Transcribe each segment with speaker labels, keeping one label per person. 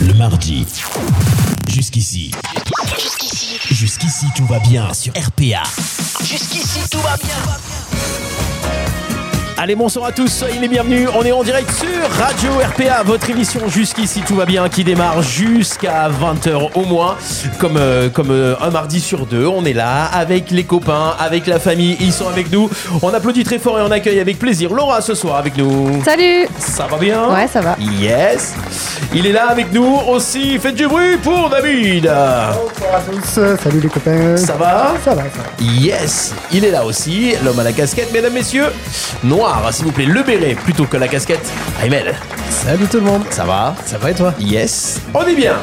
Speaker 1: le mardi. Jusqu'ici.
Speaker 2: Jusqu'ici,
Speaker 1: Jusqu'ici, tout va bien sur RPA.
Speaker 2: jusqu'ici tout va bien.
Speaker 1: Allez, bonsoir à tous, soyez les bienvenus. On est en direct sur Radio RPA, votre émission Jusqu'ici, tout va bien, qui démarre jusqu'à 20h au moins. Comme, euh, comme euh, un mardi sur deux, on est là avec les copains, avec la famille, ils sont avec nous. On applaudit très fort et on accueille avec plaisir Laura ce soir avec nous.
Speaker 3: Salut Oh.
Speaker 1: Ça va bien
Speaker 3: Ouais, ça va.
Speaker 1: Yes Il est là avec nous aussi, faites du bruit pour David
Speaker 4: tous, salut les copains.
Speaker 1: Ça va
Speaker 4: Ça va, ça va.
Speaker 1: Yes Il est là aussi, l'homme à la casquette, mesdames, messieurs. Noir, s'il vous plaît, le béret plutôt que la casquette. Aymel,
Speaker 4: Salut tout le monde.
Speaker 1: ça va
Speaker 4: Ça va et toi
Speaker 1: Yes On est bien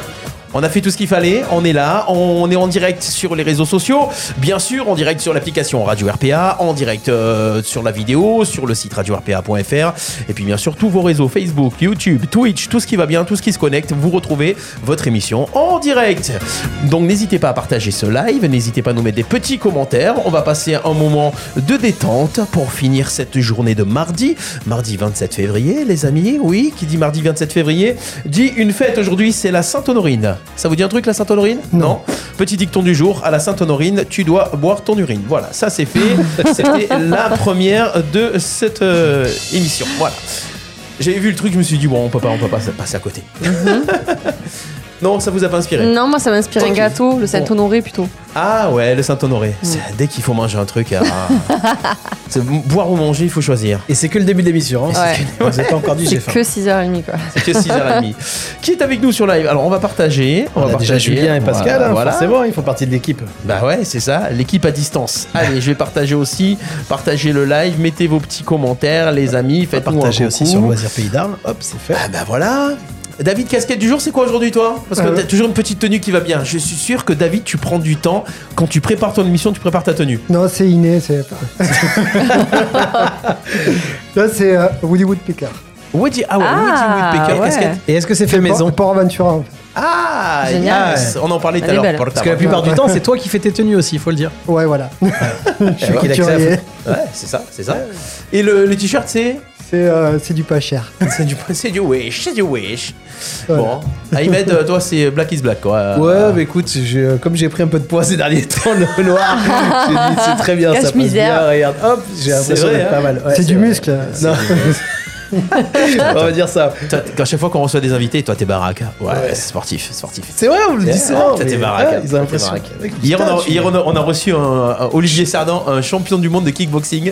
Speaker 1: on a fait tout ce qu'il fallait, on est là, on est en direct sur les réseaux sociaux, bien sûr en direct sur l'application Radio RPA, en direct euh, sur la vidéo, sur le site radio-rpa.fr, et puis bien sûr tous vos réseaux Facebook, YouTube, Twitch, tout ce qui va bien, tout ce qui se connecte, vous retrouvez votre émission en direct. Donc n'hésitez pas à partager ce live, n'hésitez pas à nous mettre des petits commentaires, on va passer un moment de détente pour finir cette journée de mardi, mardi 27 février les amis, oui, qui dit mardi 27 février, dit une fête aujourd'hui, c'est la Sainte-Honorine. Ça vous dit un truc la Sainte-Honorine non. Petit dicton du jour, à la Sainte-Honorine, tu dois boire ton urine. Voilà, ça c'est fait, c'était la première de cette euh, émission. Voilà. J'avais vu le truc, je me suis dit bon, on peut pas, on peut pas passer à côté.
Speaker 4: Mhm.
Speaker 1: non, ça vous a pas inspiré
Speaker 4: Mm.
Speaker 3: Non, moi ça m'inspire un
Speaker 1: Ok.
Speaker 3: gâteau, le Saint-Honoré plutôt.
Speaker 1: Ah ouais, le Saint-Honoré.
Speaker 4: Mm.
Speaker 1: C'est- Dès qu'il faut manger un truc, ah. C'est boire ou manger, il faut choisir.
Speaker 4: Et c'est que le début de l'émission. Hein.
Speaker 3: Ouais.
Speaker 4: Vous n'avez pas encore dit, j'ai
Speaker 3: C'est
Speaker 4: faim.
Speaker 3: que 6h30 quoi.
Speaker 1: C'est que 6h30. Qui est avec nous sur live Alors on va partager. On, va
Speaker 4: On a déjà
Speaker 1: partager.
Speaker 4: Julien et Pascal,
Speaker 1: Voilà,
Speaker 4: hein,
Speaker 1: voilà.
Speaker 4: forcément, ils font partie de l'équipe.
Speaker 1: Bah ouais, c'est ça, l'équipe à distance. Allez, je vais partager aussi, partagez le live, mettez vos petits commentaires, les amis, faites
Speaker 4: Partagez aussi sur Loisirs Pays d'Arles. Hop, c'est fait.
Speaker 1: Ah bah voilà. David, casquette du jour, c'est quoi aujourd'hui toi Parce que
Speaker 4: Euh.
Speaker 1: t'as toujours une petite tenue qui va bien. Je suis sûr que David, tu prends du temps quand tu prépares ton émission, tu prépares ta tenue.
Speaker 5: Non, c'est inné, c'est. Là, c'est euh, Woody Woodpecker.
Speaker 1: Woody, ah ouais,
Speaker 3: Ah,
Speaker 1: Woody Woodpecker,
Speaker 3: ouais.
Speaker 1: casquette.
Speaker 4: Et est-ce que c'est fait maison
Speaker 5: Port Aventura, en fait.
Speaker 1: Ah,
Speaker 3: Génial.
Speaker 1: yes. on en parlait tout
Speaker 3: Elle
Speaker 1: à
Speaker 3: est
Speaker 1: l'heure.
Speaker 3: belle.
Speaker 1: pour le
Speaker 4: Parce que la
Speaker 1: tabac.
Speaker 4: plupart du temps, c'est toi qui fais tes tenues aussi, il faut le dire.
Speaker 5: Ouais, voilà.
Speaker 4: Je suis
Speaker 1: ouais.
Speaker 4: qui l'accès à
Speaker 5: Couturier.
Speaker 4: la photo.
Speaker 1: Ouais, c'est ça, c'est ça. Et le, le t-shirt, c'est
Speaker 5: C'est euh, c'est du pas cher.
Speaker 1: C'est du, c'est du wish, c'est du wish.
Speaker 5: Ouais.
Speaker 1: Bon, Ahmed, euh, toi, c'est Black is Black, quoi.
Speaker 4: Ouais, mais écoute, j'ai- euh, comme j'ai pris un peu de poids ces derniers temps, le noir, j'ai dit, c'est très bien, ça passe
Speaker 3: Cache-misère.
Speaker 4: bien, regarde, hop, j'ai l'impression
Speaker 1: vrai,
Speaker 4: d'être
Speaker 1: hein.
Speaker 4: pas mal. Ouais,
Speaker 5: c'est du
Speaker 4: vrai.
Speaker 5: muscle.
Speaker 4: Non. On va dire ça.
Speaker 1: Toi, t- à chaque fois qu'on reçoit des invités, toi t'es baraque. Ouais, c'est sportif, c'est sportif.
Speaker 4: C'est vrai, on le dit souvent.
Speaker 1: Toi,
Speaker 4: mais-
Speaker 1: t'es baraque,
Speaker 4: ouais,
Speaker 1: toi,
Speaker 4: Ils
Speaker 1: t'es
Speaker 4: ont l'impression.
Speaker 1: baraque. Hier, on a,
Speaker 4: Putain,
Speaker 1: hier,
Speaker 4: tu-
Speaker 1: on a- on a reçu un, un Olivier Sardan, un champion du monde de kickboxing.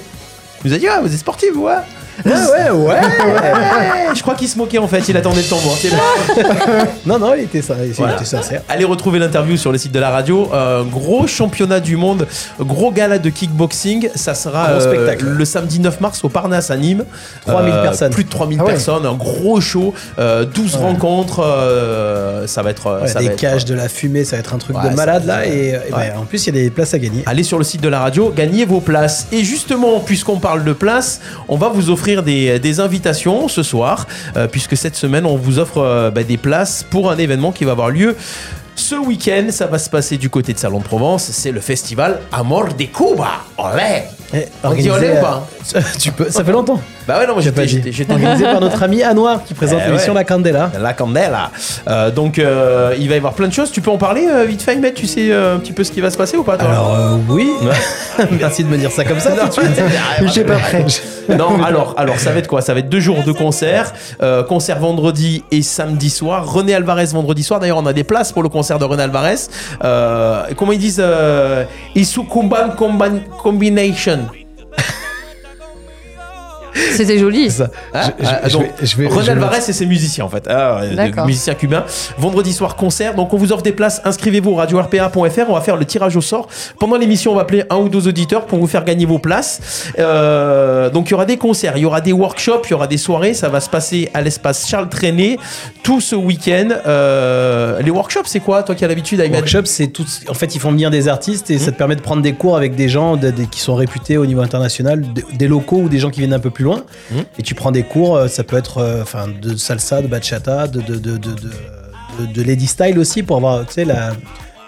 Speaker 1: Il nous a dit, ah, vous êtes sportif, ouais.
Speaker 4: Ouais, ouais, Ah ouais.
Speaker 1: Ouais, Je crois qu'il se moquait en fait, il attendait le tambour. C'est bon.
Speaker 4: non, non, il était ça. Il
Speaker 1: Voilà.
Speaker 4: était sincère.
Speaker 1: Allez retrouver l'interview sur le site de la radio. Euh, gros championnat du monde, gros gala de kickboxing. Ça sera euh,
Speaker 4: Gros spectacle.
Speaker 1: le samedi 9 mars au Parnasse à Nîmes. Euh,
Speaker 4: 3000 personnes.
Speaker 1: Plus de 3000
Speaker 5: Ah ouais.
Speaker 1: personnes, un gros show, euh, 12 rencontres. euh, ça va être. euh,
Speaker 4: Ouais,
Speaker 1: ça va
Speaker 4: des
Speaker 1: être-
Speaker 4: cages, de la fumée, ça va être un truc
Speaker 1: Ouais, ça
Speaker 4: de malade
Speaker 1: va
Speaker 4: là.
Speaker 1: être-
Speaker 4: Et, et ben,
Speaker 1: ouais.
Speaker 4: en plus, il y a des places à gagner.
Speaker 1: Allez sur le site de la radio, gagnez vos places. Et justement, puisqu'on parle de places, on va vous offrir des, des invitations ce soir, euh, puisque cette semaine, on vous offre euh, bah, des places pour un événement qui va avoir lieu. Ce week-end, ça va se passer du côté de Salon de Provence, c'est le festival Amor de Cuba. Olé
Speaker 4: Et
Speaker 1: On dit
Speaker 4: organisé,
Speaker 1: olé ou
Speaker 4: euh,
Speaker 1: pas
Speaker 4: tu peux, ça fait longtemps.
Speaker 1: Bah ouais, non, moi
Speaker 4: pas
Speaker 1: j'étais-
Speaker 4: dit.
Speaker 1: j'étais j'étais-
Speaker 4: Organisé par notre ami Anouar qui présente
Speaker 1: Eh
Speaker 4: l'émission
Speaker 1: ouais.
Speaker 4: La Candela.
Speaker 1: La Candela. Euh, donc euh, il va y avoir plein de choses. Tu peux en parler euh, vite fait, Ahmed Tu sais euh, un petit peu ce qui va se passer ou pas toi
Speaker 4: Alors euh, oui, merci de me dire ça comme ça. tout de suite. Ah,
Speaker 5: J'ai pas prêt.
Speaker 1: Non, alors, alors ça va être quoi Ça va être deux jours de concert. Euh, concert vendredi et samedi soir. René Alvarez vendredi soir. D'ailleurs, on a des places pour le concert de René Alvarez. Euh, comment ils disent euh, Isukumban Comban- Combination.
Speaker 3: C'était joli.
Speaker 4: Ça.
Speaker 1: Hein
Speaker 4: Je- je-
Speaker 1: Ah,
Speaker 4: je
Speaker 1: donc,
Speaker 4: vais- je vais-
Speaker 1: René
Speaker 4: je vais-
Speaker 1: Alvarez et ses musiciens en fait, Ah, euh,
Speaker 3: D'accord.
Speaker 1: des musiciens cubains. Vendredi soir concert, donc on vous offre des places. Inscrivez-vous au radio-rpa.fr. On va faire le tirage au sort pendant l'émission. On va appeler un ou deux auditeurs pour vous faire gagner vos places. Euh, donc il y aura des concerts, il y aura des workshops, il y aura des soirées. Ça va se passer à l'espace Charles Trenet tout ce week-end. Euh, les workshops, c'est quoi toi qui as l'habitude à
Speaker 4: Les workshops, c'est tout. En fait, ils font venir des artistes et ça te permet de prendre des cours avec des gens de- des- qui sont réputés au niveau international, des, des locaux ou des gens qui viennent un peu plus loin.
Speaker 1: Mhm.
Speaker 4: Et tu prends des cours, euh, ça peut être euh, enfin de salsa, de bachata, de de de de, de, de- de lady style aussi pour avoir tu sais la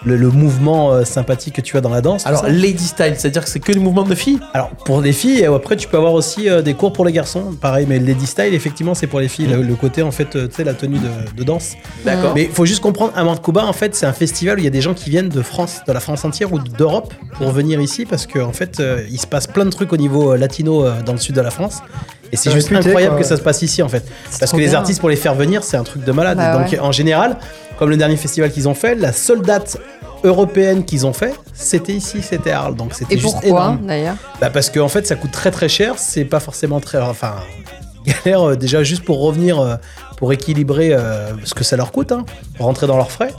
Speaker 4: le, le mouvement euh, sympathique que tu as dans la danse. tout
Speaker 1: Alors,
Speaker 4: ça.
Speaker 1: Lady Style, c'est-à-dire que c'est que du mouvement de filles
Speaker 4: Alors, pour les filles, euh, après, tu peux avoir aussi euh, des cours pour les garçons. Pareil, mais le Lady Style, effectivement, c'est pour les filles. Le, le côté, en fait, euh, tu sais, la tenue de, de danse.
Speaker 1: D'accord.
Speaker 4: Mais il faut juste comprendre, Amant Cuba, en fait, c'est un festival où il y a des gens qui viennent de France, de la France entière ou d'Europe pour venir ici parce qu'en en fait, euh, il se passe plein de trucs au niveau euh, latino euh, dans le sud de la France. Et c'est
Speaker 5: Ouais,
Speaker 4: juste
Speaker 5: putain,
Speaker 4: incroyable
Speaker 5: quoi.
Speaker 4: que ça se passe ici, en fait. Parce
Speaker 3: trop
Speaker 4: que les
Speaker 3: bien.
Speaker 4: artistes, pour les faire venir, c'est un truc de malade.
Speaker 3: Bah
Speaker 4: Donc,
Speaker 3: ouais.
Speaker 4: en général, comme le dernier festival qu'ils ont fait, la seule date européenne qu'ils ont fait, c'était ici, c'était à Arles. Donc, c'était
Speaker 3: Et
Speaker 4: juste
Speaker 3: pourquoi,
Speaker 4: énorme.
Speaker 3: d'ailleurs
Speaker 4: Bah parce que en fait ça coûte très très cher, c'est pas forcément très enfin galère euh, déjà juste pour revenir euh, pour équilibrer euh, ce que ça leur coûte hein, pour rentrer dans leurs frais.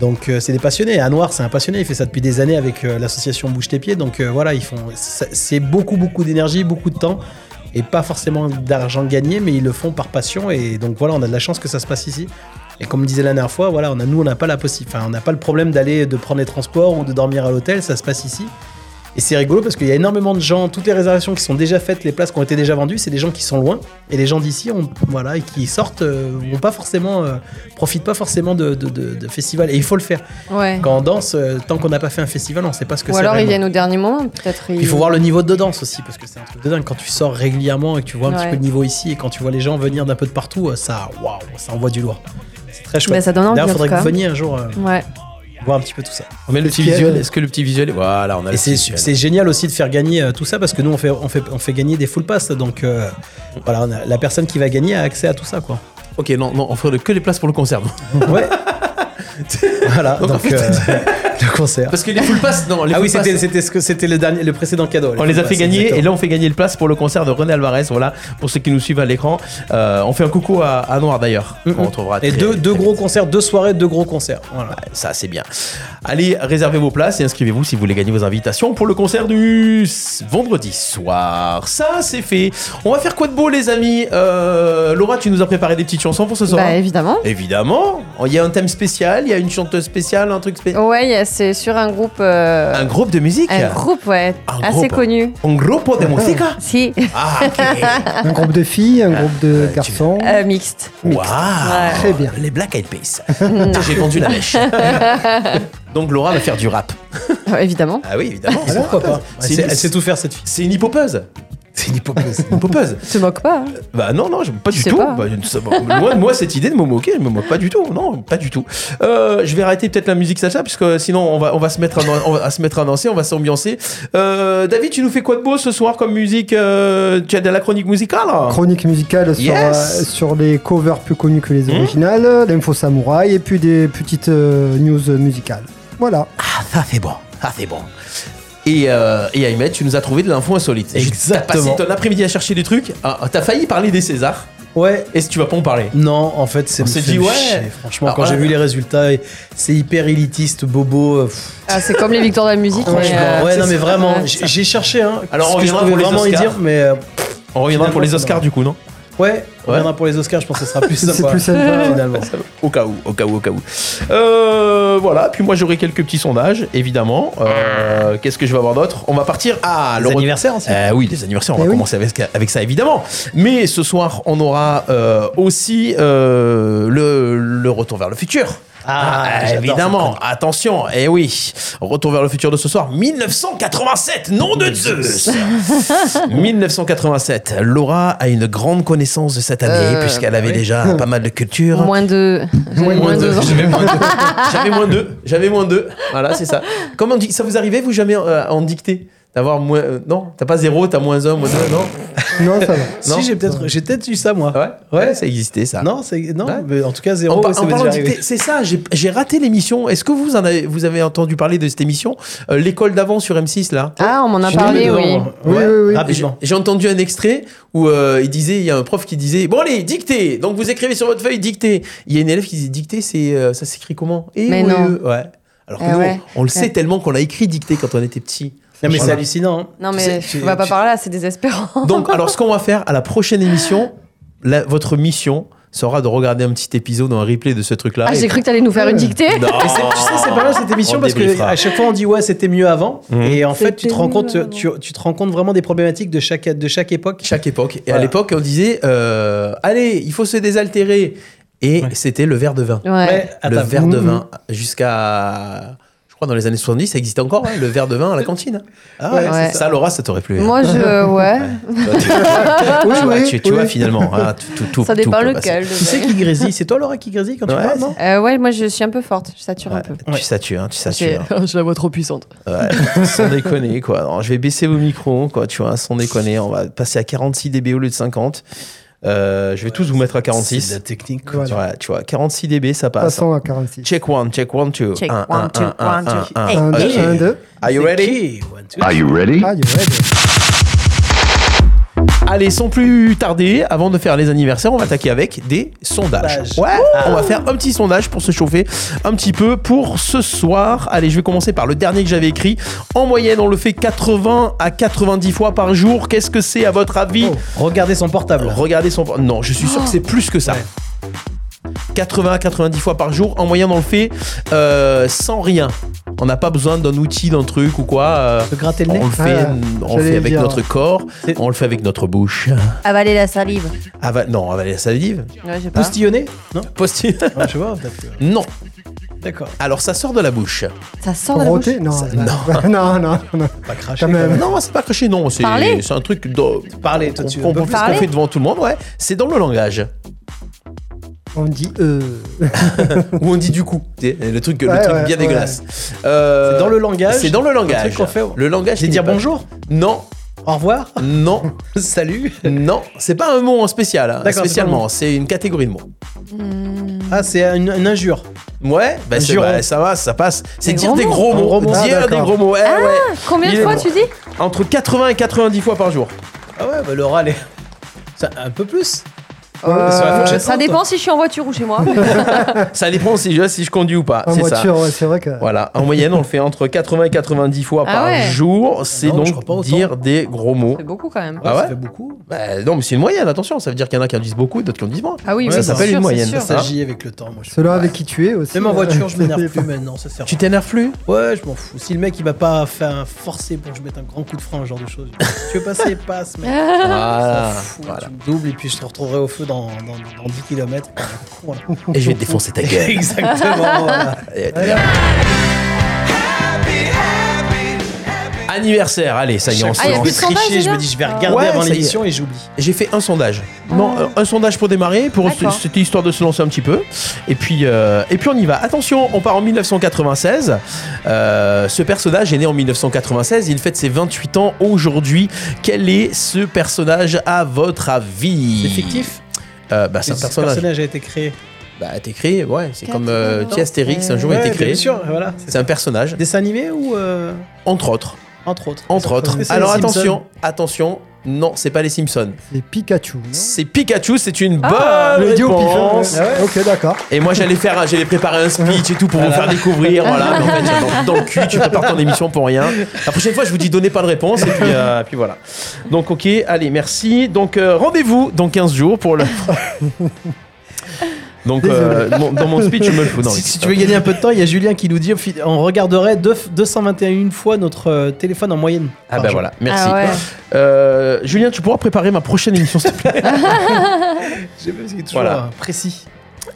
Speaker 4: Donc euh, c'est des passionnés. À Noir c'est un passionné, il fait ça depuis des années avec euh, l'association Bouge tes pieds. Donc euh, voilà, ils font ça- c'est beaucoup beaucoup d'énergie, beaucoup de temps et pas forcément d'argent gagné, mais ils le font par passion et donc voilà, on a de la chance que ça se passe ici. Et comme disait la dernière fois, voilà, on a, nous on n'a pas la possi- enfin, on n'a pas le problème d'aller de prendre les transports ou de dormir à l'hôtel, ça se passe ici. Et c'est rigolo parce qu'il y a énormément de gens, toutes les réservations qui sont déjà faites, les places qui ont été déjà vendues, c'est des gens qui sont loin. Et les gens d'ici, on- voilà, et qui sortent, euh, vont pas forcément, euh, profitent pas forcément de, de, de- de festivals. Et il faut le faire.
Speaker 3: Ouais.
Speaker 4: Quand on danse, euh, tant qu'on n'a pas fait un festival, on sait pas ce que
Speaker 3: Ou
Speaker 4: c'est.
Speaker 3: alors ils
Speaker 4: vraiment.
Speaker 3: viennent au dernier moment, peut-être. ils-
Speaker 4: Il faut voir le niveau de danse aussi, parce que c'est un truc de dingue. Quand tu sors régulièrement et que tu vois un petit
Speaker 3: Ouais.
Speaker 4: peu le niveau ici, et quand tu vois les gens venir d'un peu de partout, euh, ça, waouh, ça envoie du lourd. C'est très
Speaker 3: Mais
Speaker 4: chouette.
Speaker 3: Bah, ça donne envie.
Speaker 4: D'ailleurs,
Speaker 3: en
Speaker 4: faudrait
Speaker 3: tout
Speaker 4: que vous
Speaker 3: cas.
Speaker 4: veniez un jour euh,
Speaker 3: Ouais.
Speaker 4: voir un petit peu tout ça.
Speaker 1: On met le petit
Speaker 5: Est-ce qu'il y a-
Speaker 1: visuel. Est-ce que le petit visuel. Voilà, on a
Speaker 4: Et
Speaker 1: le petit
Speaker 4: c'est
Speaker 1: visuel.
Speaker 4: c'est génial aussi de faire gagner euh, tout ça parce que nous on fait on fait on fait gagner des full pass donc euh, voilà on a- la personne qui va gagner a accès à tout ça quoi.
Speaker 1: Ok, non, non, on ferait que les places pour le concert. non.
Speaker 4: Ouais. voilà
Speaker 1: Donc,
Speaker 4: donc,
Speaker 1: en fait,
Speaker 4: euh, le concert.
Speaker 1: Parce que les full pass, non. Les
Speaker 4: Ah oui
Speaker 1: full
Speaker 4: c'était
Speaker 1: pass,
Speaker 4: c'était ce que c'était le dernier le précédent cadeau.
Speaker 1: On les a fait
Speaker 4: full pass,
Speaker 1: gagner
Speaker 4: exactement.
Speaker 1: et là on fait gagner le place pour le concert de René Alvarez. Voilà, pour ceux qui nous suivent à l'écran, Euh, on fait un coucou à, à Noir d'ailleurs.
Speaker 4: Mm,
Speaker 1: qu'on
Speaker 4: mm.
Speaker 1: retrouvera
Speaker 4: et
Speaker 1: très-
Speaker 4: deux,
Speaker 1: très
Speaker 4: deux
Speaker 1: vite. Ah,
Speaker 4: gros concerts, deux soirées, deux gros concerts. Voilà.
Speaker 1: Ça, c'est bien. Allez, réservez vos places et inscrivez-vous si vous voulez gagner vos invitations pour le concert du s- vendredi soir. Ça, c'est fait. On va faire quoi de beau, les amis Euh, Laura, tu nous as préparé des petites chansons pour ce soir
Speaker 3: Bah évidemment.
Speaker 1: Évidemment. Il y a un thème spécial, il y a une chanteuse spéciale, un truc spécial.
Speaker 3: Ouais, il y a- c'est sur un groupe. euh,
Speaker 1: Un groupe de musique
Speaker 3: un groupe, ouais.
Speaker 1: Un
Speaker 3: assez
Speaker 1: groupe.
Speaker 3: connu.
Speaker 1: Un groupe de musique
Speaker 3: Si,
Speaker 1: Ah, ok.
Speaker 5: Un groupe de filles, un groupe de
Speaker 1: tu-
Speaker 5: garçons.
Speaker 4: Ah.
Speaker 3: euh, mixte.
Speaker 1: Waouh
Speaker 5: Très bien.
Speaker 1: Les Black Eyed Peas. J'ai vendu la mèche. Donc Laura va faire du rap.
Speaker 3: Euh, évidemment.
Speaker 1: Ah oui, évidemment.
Speaker 4: Et Pourquoi pas
Speaker 1: C'est-
Speaker 4: C'est- Elle sait tout faire cette fille.
Speaker 1: C'est une hippopeuse.
Speaker 4: C'est une hypocrisie.
Speaker 1: Une hippopeuse.
Speaker 3: Tu te moques pas. hein.
Speaker 1: Bah non, non, je- pas du
Speaker 3: sais
Speaker 1: tout.
Speaker 3: pas.
Speaker 1: Bah, je ne sais pas. moi, moi, cette idée de me moquer, je me moque pas du tout. Non, pas du tout. Euh, je vais arrêter peut-être la musique, Sacha, puisque sinon on va, on va se mettre à, on va se mettre à danser, on va s'ambiancer. Euh, David, tu nous fais quoi de beau ce soir comme musique euh, Tu as de la chronique musicale
Speaker 5: Chronique musicale sur,
Speaker 1: Yes.
Speaker 5: euh, sur les covers plus connus que
Speaker 4: Hmm.
Speaker 5: les originales, l'info samouraï et puis des petites euh, news musicales. Voilà.
Speaker 1: Ah, ça c'est bon, ça c'est bon. Et, euh, et Ahmed, tu nous as trouvé de l'info insolite. Et
Speaker 4: Exactement.
Speaker 1: T'as passé ton après-midi à chercher des trucs. Ah, ah, t'as failli parler des Césars.
Speaker 4: Ouais,
Speaker 1: Est-ce que tu vas pas en parler
Speaker 4: Non, en fait, c'est
Speaker 1: On s'est
Speaker 4: c'est
Speaker 1: dit,
Speaker 4: me
Speaker 1: ouais.
Speaker 4: chier, Franchement,
Speaker 1: Alors,
Speaker 4: quand j'ai
Speaker 1: ouais.
Speaker 4: vu les résultats, et- c'est hyper élitiste, bobo. euh, pff,
Speaker 3: Ah, c'est comme les victoires de la musique. mais,
Speaker 4: franchement,
Speaker 3: euh,
Speaker 4: ouais, non, mais vraiment,
Speaker 3: ouais.
Speaker 4: j'ai j'ai cherché. Hein,
Speaker 1: Alors, on
Speaker 4: ce que je
Speaker 1: reviendra
Speaker 4: pouvais
Speaker 1: pour les
Speaker 4: vraiment y
Speaker 1: Oscars.
Speaker 4: dire, mais euh,
Speaker 1: On reviendra pour les
Speaker 4: Finalement,
Speaker 1: Oscars
Speaker 4: non.
Speaker 1: du coup, non
Speaker 4: ouais, on reviendra pour les Oscars. Je pense que ce sera plus
Speaker 5: C'est
Speaker 4: sympa
Speaker 5: plus sympa.
Speaker 4: finalement.
Speaker 1: Au cas où, au cas où, au cas où. Euh, voilà, puis moi j'aurai quelques petits sondages, évidemment. Euh, Qu'est-ce que je vais avoir d'autre On va partir à
Speaker 4: Les anniversaires hein, aussi.
Speaker 1: Euh, oui, les anniversaires, on
Speaker 5: Eh
Speaker 1: va
Speaker 5: oui.
Speaker 1: commencer avec, avec ça évidemment. Mais ce soir, on aura euh, aussi euh, le, le retour vers le futur.
Speaker 4: Ah, j'adore cette
Speaker 1: évidemment,
Speaker 4: chronique.
Speaker 1: attention, et oui, retour vers le futur de ce soir, 1987, nom de Zeus 1987, Laura a une grande connaissance de cette année,
Speaker 3: Euh,
Speaker 1: puisqu'elle avait déjà pas mal de culture.
Speaker 3: Moins de. Moins, moins de deux ans.
Speaker 1: J'avais moins deux. J'avais moins deux. J'avais moins deux. Voilà, c'est ça. Comment on dit Ça vous arrivez, vous, jamais euh, en dictée D'avoir moins. euh, non T'as pas zéro, t'as moins un, moins deux, non
Speaker 5: Non, ça va.
Speaker 1: non.
Speaker 4: Si j'ai peut-être, j'ai peut-être eu ça moi.
Speaker 1: Ouais Ouais, ça existait, ça.
Speaker 4: Non, c'est non,
Speaker 1: Ouais.
Speaker 4: mais en tout cas
Speaker 1: En,
Speaker 4: zéro.
Speaker 1: par-
Speaker 4: ça
Speaker 1: en
Speaker 4: m'est
Speaker 1: parlant
Speaker 4: déjà
Speaker 1: de dictée,
Speaker 4: arrivé.
Speaker 1: c'est ça, j'ai j'ai raté l'émission. Est-ce que vous, en avez, vous avez entendu parler de cette émission Euh, L'école d'avant sur M6, là
Speaker 3: Ah, on m'en
Speaker 4: Je
Speaker 3: a
Speaker 4: suis tombé
Speaker 3: parlé,
Speaker 4: dedans,
Speaker 3: oui.
Speaker 4: moi.
Speaker 5: Oui, oui,
Speaker 4: Ouais,
Speaker 5: oui.
Speaker 1: Ah, J'ai
Speaker 4: Rapidement.
Speaker 1: j'ai entendu un extrait où euh, il disait, il y a un prof qui disait, bon allez, dictée. Donc vous écrivez sur votre feuille dictée. Il y a une élève qui disait dictée, c'est euh, ça s'écrit comment Et E
Speaker 3: Mais non.
Speaker 1: Ouais. Alors que
Speaker 3: Eh
Speaker 1: nous,
Speaker 3: ouais.
Speaker 1: on, on le sait
Speaker 3: Ouais.
Speaker 1: tellement qu'on a écrit dictée quand on était petit.
Speaker 4: Non mais c'est
Speaker 1: Voilà.
Speaker 4: hallucinant. hein.
Speaker 3: Non,
Speaker 4: Tu
Speaker 3: mais
Speaker 4: sais,
Speaker 3: on va
Speaker 4: tu-
Speaker 3: pas
Speaker 4: tu-
Speaker 3: par là, c'est désespérant.
Speaker 1: Donc alors ce qu'on va faire à la prochaine émission, la- votre mission sera de regarder un petit épisode ou un replay de ce truc-là.
Speaker 3: Ah,
Speaker 1: Et-
Speaker 3: j'ai cru que t'allais nous faire une dictée.
Speaker 1: Non.
Speaker 4: Mais c'est- tu sais, c'est pas mal cette émission
Speaker 1: Ah. On
Speaker 4: parce que
Speaker 1: débriefera.
Speaker 4: à chaque fois on dit ouais c'était mieux avant
Speaker 1: Mhm.
Speaker 4: et en fait tu te
Speaker 3: C'était
Speaker 4: rends
Speaker 3: mieux
Speaker 4: compte
Speaker 3: avant.
Speaker 4: tu, tu te rends compte vraiment des problématiques de chaque de chaque époque.
Speaker 1: chaque époque. Et à
Speaker 4: Voilà.
Speaker 1: l'époque, on disait, euh, allez, il faut se désaltérer. Et
Speaker 4: Ouais.
Speaker 1: c'était le verre de vin.
Speaker 3: Ouais.
Speaker 4: Ouais,
Speaker 1: le
Speaker 3: mm.
Speaker 4: attends.
Speaker 1: verre de
Speaker 5: Mmh.
Speaker 1: vin jusqu'à crois, dans les années 70, ça existait encore, hein, le verre de vin à la cantine. Ah
Speaker 3: Ouais. Ouais.
Speaker 1: Ça, Laura, ça t'aurait plu. hein.
Speaker 3: Moi, je. Ouais.
Speaker 1: Toi, tu-
Speaker 5: Oui,
Speaker 1: tu vois,
Speaker 5: oui,
Speaker 1: tu, tu
Speaker 5: oui.
Speaker 1: vois, finalement. hein, tout- tout- tout-
Speaker 3: Ça dépend
Speaker 1: tout peut passer.
Speaker 3: lequel.
Speaker 4: Qui c'est qui grésille C'est toi, Laura, qui grésille quand tu
Speaker 1: Ouais,
Speaker 4: parles, non
Speaker 3: Euh, ouais, moi, je suis un peu forte. Je sature un
Speaker 1: Ouais,
Speaker 3: peu.
Speaker 4: Ouais.
Speaker 1: Tu satures, hein, tu satures.
Speaker 3: Je la vois trop puissante.
Speaker 1: Ouais, sans déconner, quoi. Non, je vais baisser vos micros, quoi, tu vois, sans déconner. On va passer à 46 dB au lieu de 50. Euh, je vais tous vous mettre à
Speaker 4: C'est
Speaker 1: 46.
Speaker 4: de la technique. quoi.
Speaker 5: Voilà.
Speaker 1: Ouais, tu vois, 46 dB, ça passe.
Speaker 5: Passons à 46.
Speaker 1: Check one, check one, two.
Speaker 3: Check
Speaker 1: Un,
Speaker 3: one,
Speaker 1: un,
Speaker 3: two,
Speaker 1: un,
Speaker 3: one,
Speaker 1: un,
Speaker 3: two.
Speaker 1: un,
Speaker 3: Hey,
Speaker 1: un.
Speaker 5: 1, 2,
Speaker 1: Ok.
Speaker 5: 1, 2.
Speaker 1: Are you
Speaker 4: The
Speaker 1: ready?
Speaker 4: key, one, two.
Speaker 6: Are you ready?
Speaker 5: Ah, il y aurait des-
Speaker 1: Allez, sans plus tarder, avant de faire les anniversaires, on va attaquer avec des sondages.
Speaker 4: Sondage.
Speaker 1: Ouais, on va faire un petit sondage pour se chauffer un petit peu pour ce soir. Allez, je vais commencer par le dernier que j'avais écrit. En moyenne, on le fait 80 à 90 fois par jour. Qu'est-ce que c'est à votre avis
Speaker 4: Oh, Regardez son portable.
Speaker 1: Regardez son... Non, je suis sûr que c'est plus que ça. 80 à 90 fois par jour. En moyenne, on le fait euh, sans rien. On n'a pas besoin d'un outil, d'un truc ou quoi. euh,
Speaker 4: Se gratter le nez.
Speaker 1: on le fait,
Speaker 5: Ah,
Speaker 1: on le
Speaker 5: j'allais
Speaker 1: fait avec
Speaker 5: dire.
Speaker 1: notre corps,
Speaker 4: C'est-
Speaker 1: on le fait avec notre bouche.
Speaker 3: Avaler la salive.
Speaker 1: Ava- Ah bah, non, avaler la salive.
Speaker 3: Ouais, j'ai pas.
Speaker 4: Postillonner Non
Speaker 1: Posti-
Speaker 4: Ouais, Je sais pas, peut-être. que-
Speaker 1: non.
Speaker 4: D'accord.
Speaker 1: Alors ça sort de la bouche.
Speaker 3: Ça sort de la bouche.
Speaker 5: Roté Non,
Speaker 1: Ça-
Speaker 5: non, non, non, non.
Speaker 4: Pas cracher.
Speaker 5: Quand même.
Speaker 1: Non, c'est pas cracher, non. C'est
Speaker 3: Parler
Speaker 1: c'est un truc de...
Speaker 4: Parler, toi, tu
Speaker 1: On,
Speaker 4: un peu
Speaker 1: on,
Speaker 4: plus
Speaker 1: ce qu'on
Speaker 3: Parler
Speaker 1: fait devant tout le monde, ouais. C'est dans le langage.
Speaker 5: On dit euh.
Speaker 1: Où on dit du coup. Tu sais, Le truc, le
Speaker 5: Ouais,
Speaker 1: truc
Speaker 5: ouais,
Speaker 1: bien
Speaker 5: ouais.
Speaker 1: dégueulasse. Euh,
Speaker 4: C'est dans le langage.
Speaker 1: C'est dans le langage.
Speaker 4: truc qu'on fait-
Speaker 1: Le langage.
Speaker 4: C'est
Speaker 1: qui
Speaker 4: dire
Speaker 1: n'est pas-
Speaker 4: bonjour,
Speaker 1: Non,
Speaker 4: au revoir,
Speaker 1: non,
Speaker 4: salut.
Speaker 1: non. C'est pas un mot en spécial. hein,
Speaker 4: D'accord, c'est pas un
Speaker 1: spécialement, c'est une catégorie de mots.
Speaker 4: Ah, c'est une, une injure.
Speaker 1: Ouais, bah,
Speaker 4: Un
Speaker 1: c'est-
Speaker 4: juron.
Speaker 1: bah, ça va, ça passe. C'est
Speaker 3: Des
Speaker 1: dire
Speaker 3: gros
Speaker 1: des
Speaker 3: mots.
Speaker 1: gros
Speaker 5: Un
Speaker 1: mots.
Speaker 5: gros mot.
Speaker 1: dire
Speaker 5: Ah,
Speaker 1: des
Speaker 5: d'accord.
Speaker 1: gros mots. Ouais, ouais.
Speaker 3: Combien
Speaker 1: Il
Speaker 3: de
Speaker 1: est
Speaker 3: fois
Speaker 1: bon. Ah,
Speaker 3: tu dis
Speaker 1: Entre 80 et 90 fois par jour.
Speaker 4: Ah ouais, bah Laura, elle est... Ça, un peu plus.
Speaker 5: Euh,
Speaker 4: c'est la fourchette
Speaker 3: Ça
Speaker 4: haute.
Speaker 3: dépend si je suis en voiture ou chez moi.
Speaker 1: Ça dépend si je, si je conduis ou pas.
Speaker 5: En
Speaker 1: c'est ça.
Speaker 5: voiture, ouais, c'est vrai que.
Speaker 1: Voilà, en moyenne, on le fait entre 80 et 90 fois
Speaker 3: Ah
Speaker 1: par
Speaker 3: ouais.
Speaker 1: jour. C'est
Speaker 4: Non,
Speaker 1: donc
Speaker 4: je crois pas autant.
Speaker 1: dire des gros mots.
Speaker 3: C'est beaucoup quand même.
Speaker 1: Ah
Speaker 4: Ça
Speaker 1: ouais
Speaker 4: fait beaucoup.
Speaker 1: Bah, Non, mais c'est une moyenne, attention. Ça veut dire qu'il y en a qui en disent beaucoup, d'autres qui en disent moins.
Speaker 3: Ah oui,
Speaker 1: ça
Speaker 3: oui,
Speaker 1: s'appelle
Speaker 3: c'est sûr,
Speaker 1: une moyenne.
Speaker 3: c'est sûr.
Speaker 1: Ça,
Speaker 4: Ça j'y ai avec le temps, moi. je-
Speaker 5: Selon avec qui tu es aussi.
Speaker 4: Même en
Speaker 5: euh,
Speaker 4: voiture, je m'énerve
Speaker 5: c'est-
Speaker 4: plus maintenant, ça sert.
Speaker 1: Tu t'énerves plus
Speaker 4: Ouais, je m'en fous. Si le mec il m'a pas fait un forcer pour que je mette un grand coup de frein, ce genre de choses. je- tu veux passer, passe, mec.
Speaker 1: Voilà.
Speaker 4: Je m'en fous,
Speaker 1: voilà.
Speaker 4: Tu me doubles et puis je te retrouverai au feu dans, dans, dans 10 km. Voilà.
Speaker 1: Et je vais te défoncer ta gueule.
Speaker 4: Exactement. voilà.
Speaker 1: Anniversaire, allez, ça Ah, y est, on
Speaker 4: Chaque
Speaker 1: se
Speaker 4: fois,
Speaker 3: Ah, y
Speaker 1: lance.
Speaker 3: a plus
Speaker 4: je vais
Speaker 3: de sondage,
Speaker 4: tricher, je
Speaker 3: déjà
Speaker 4: me dis je vais regarder
Speaker 1: Ouais,
Speaker 4: avant
Speaker 1: ça y est.
Speaker 4: l'émission et j'oublie.
Speaker 1: J'ai fait un sondage.
Speaker 4: Ah.
Speaker 1: Non, euh, un sondage pour démarrer, pour
Speaker 3: D'accord.
Speaker 1: ce- cette histoire de se lancer un petit peu. Et puis, euh, et puis on y va. Attention, on part en 1996. Euh, ce personnage est né en 1996. Il fête ses 28 ans aujourd'hui. Quel est ce personnage à votre avis
Speaker 4: C'est fictif
Speaker 1: Euh, bah, C'est un
Speaker 4: Ce
Speaker 1: personnage.
Speaker 4: personnage a été créé.
Speaker 1: Bah, t'es créé, ouais. C'est comme euh, tu sais,
Speaker 3: Quatre-
Speaker 1: Astérix, un jour a
Speaker 4: Ouais,
Speaker 1: été
Speaker 4: bien
Speaker 1: créé.
Speaker 4: sûr, voilà.
Speaker 1: C'est un personnage,
Speaker 4: Dessin animé ou euh,
Speaker 1: entre autres.
Speaker 4: entre autres
Speaker 1: Entre autres.
Speaker 4: Mais c'est
Speaker 1: Alors
Speaker 4: les Simpsons.
Speaker 1: attention, attention. Non, c'est pas les Simpsons.
Speaker 5: C'est Pikachu. non
Speaker 1: C'est Pikachu, c'est une
Speaker 3: Ah,
Speaker 1: bonne
Speaker 5: Le dieu au
Speaker 1: réponse.
Speaker 5: pif, hein. ouais.
Speaker 4: Ah ouais.
Speaker 5: Ok, d'accord.
Speaker 1: Et moi j'allais faire, un- j'allais préparer un speech et tout pour vous faire découvrir, voilà. Mais en fait, dans, dans le cul, tu prépares ton émission pour rien. La prochaine fois, je vous dis donnez pas de réponse et puis, euh, puis voilà. Donc ok, allez, merci. Donc euh, rendez-vous dans 15 jours pour le. Donc euh, mon- dans mon speech, je me le fous. Non,
Speaker 4: si,
Speaker 1: mais-
Speaker 4: si tu veux gagner un peu de temps, il y a Julien qui nous dit on regarderait deux- 221 fois notre euh, téléphone en moyenne.
Speaker 1: Ah
Speaker 4: par
Speaker 1: ben
Speaker 4: jour.
Speaker 1: voilà, merci.
Speaker 3: Ah ouais.
Speaker 1: Euh, Julien, tu pourras préparer ma prochaine émission, s'il te plaît.
Speaker 4: Je sais pas si c'est toujours
Speaker 1: Voilà.
Speaker 4: euh, précis.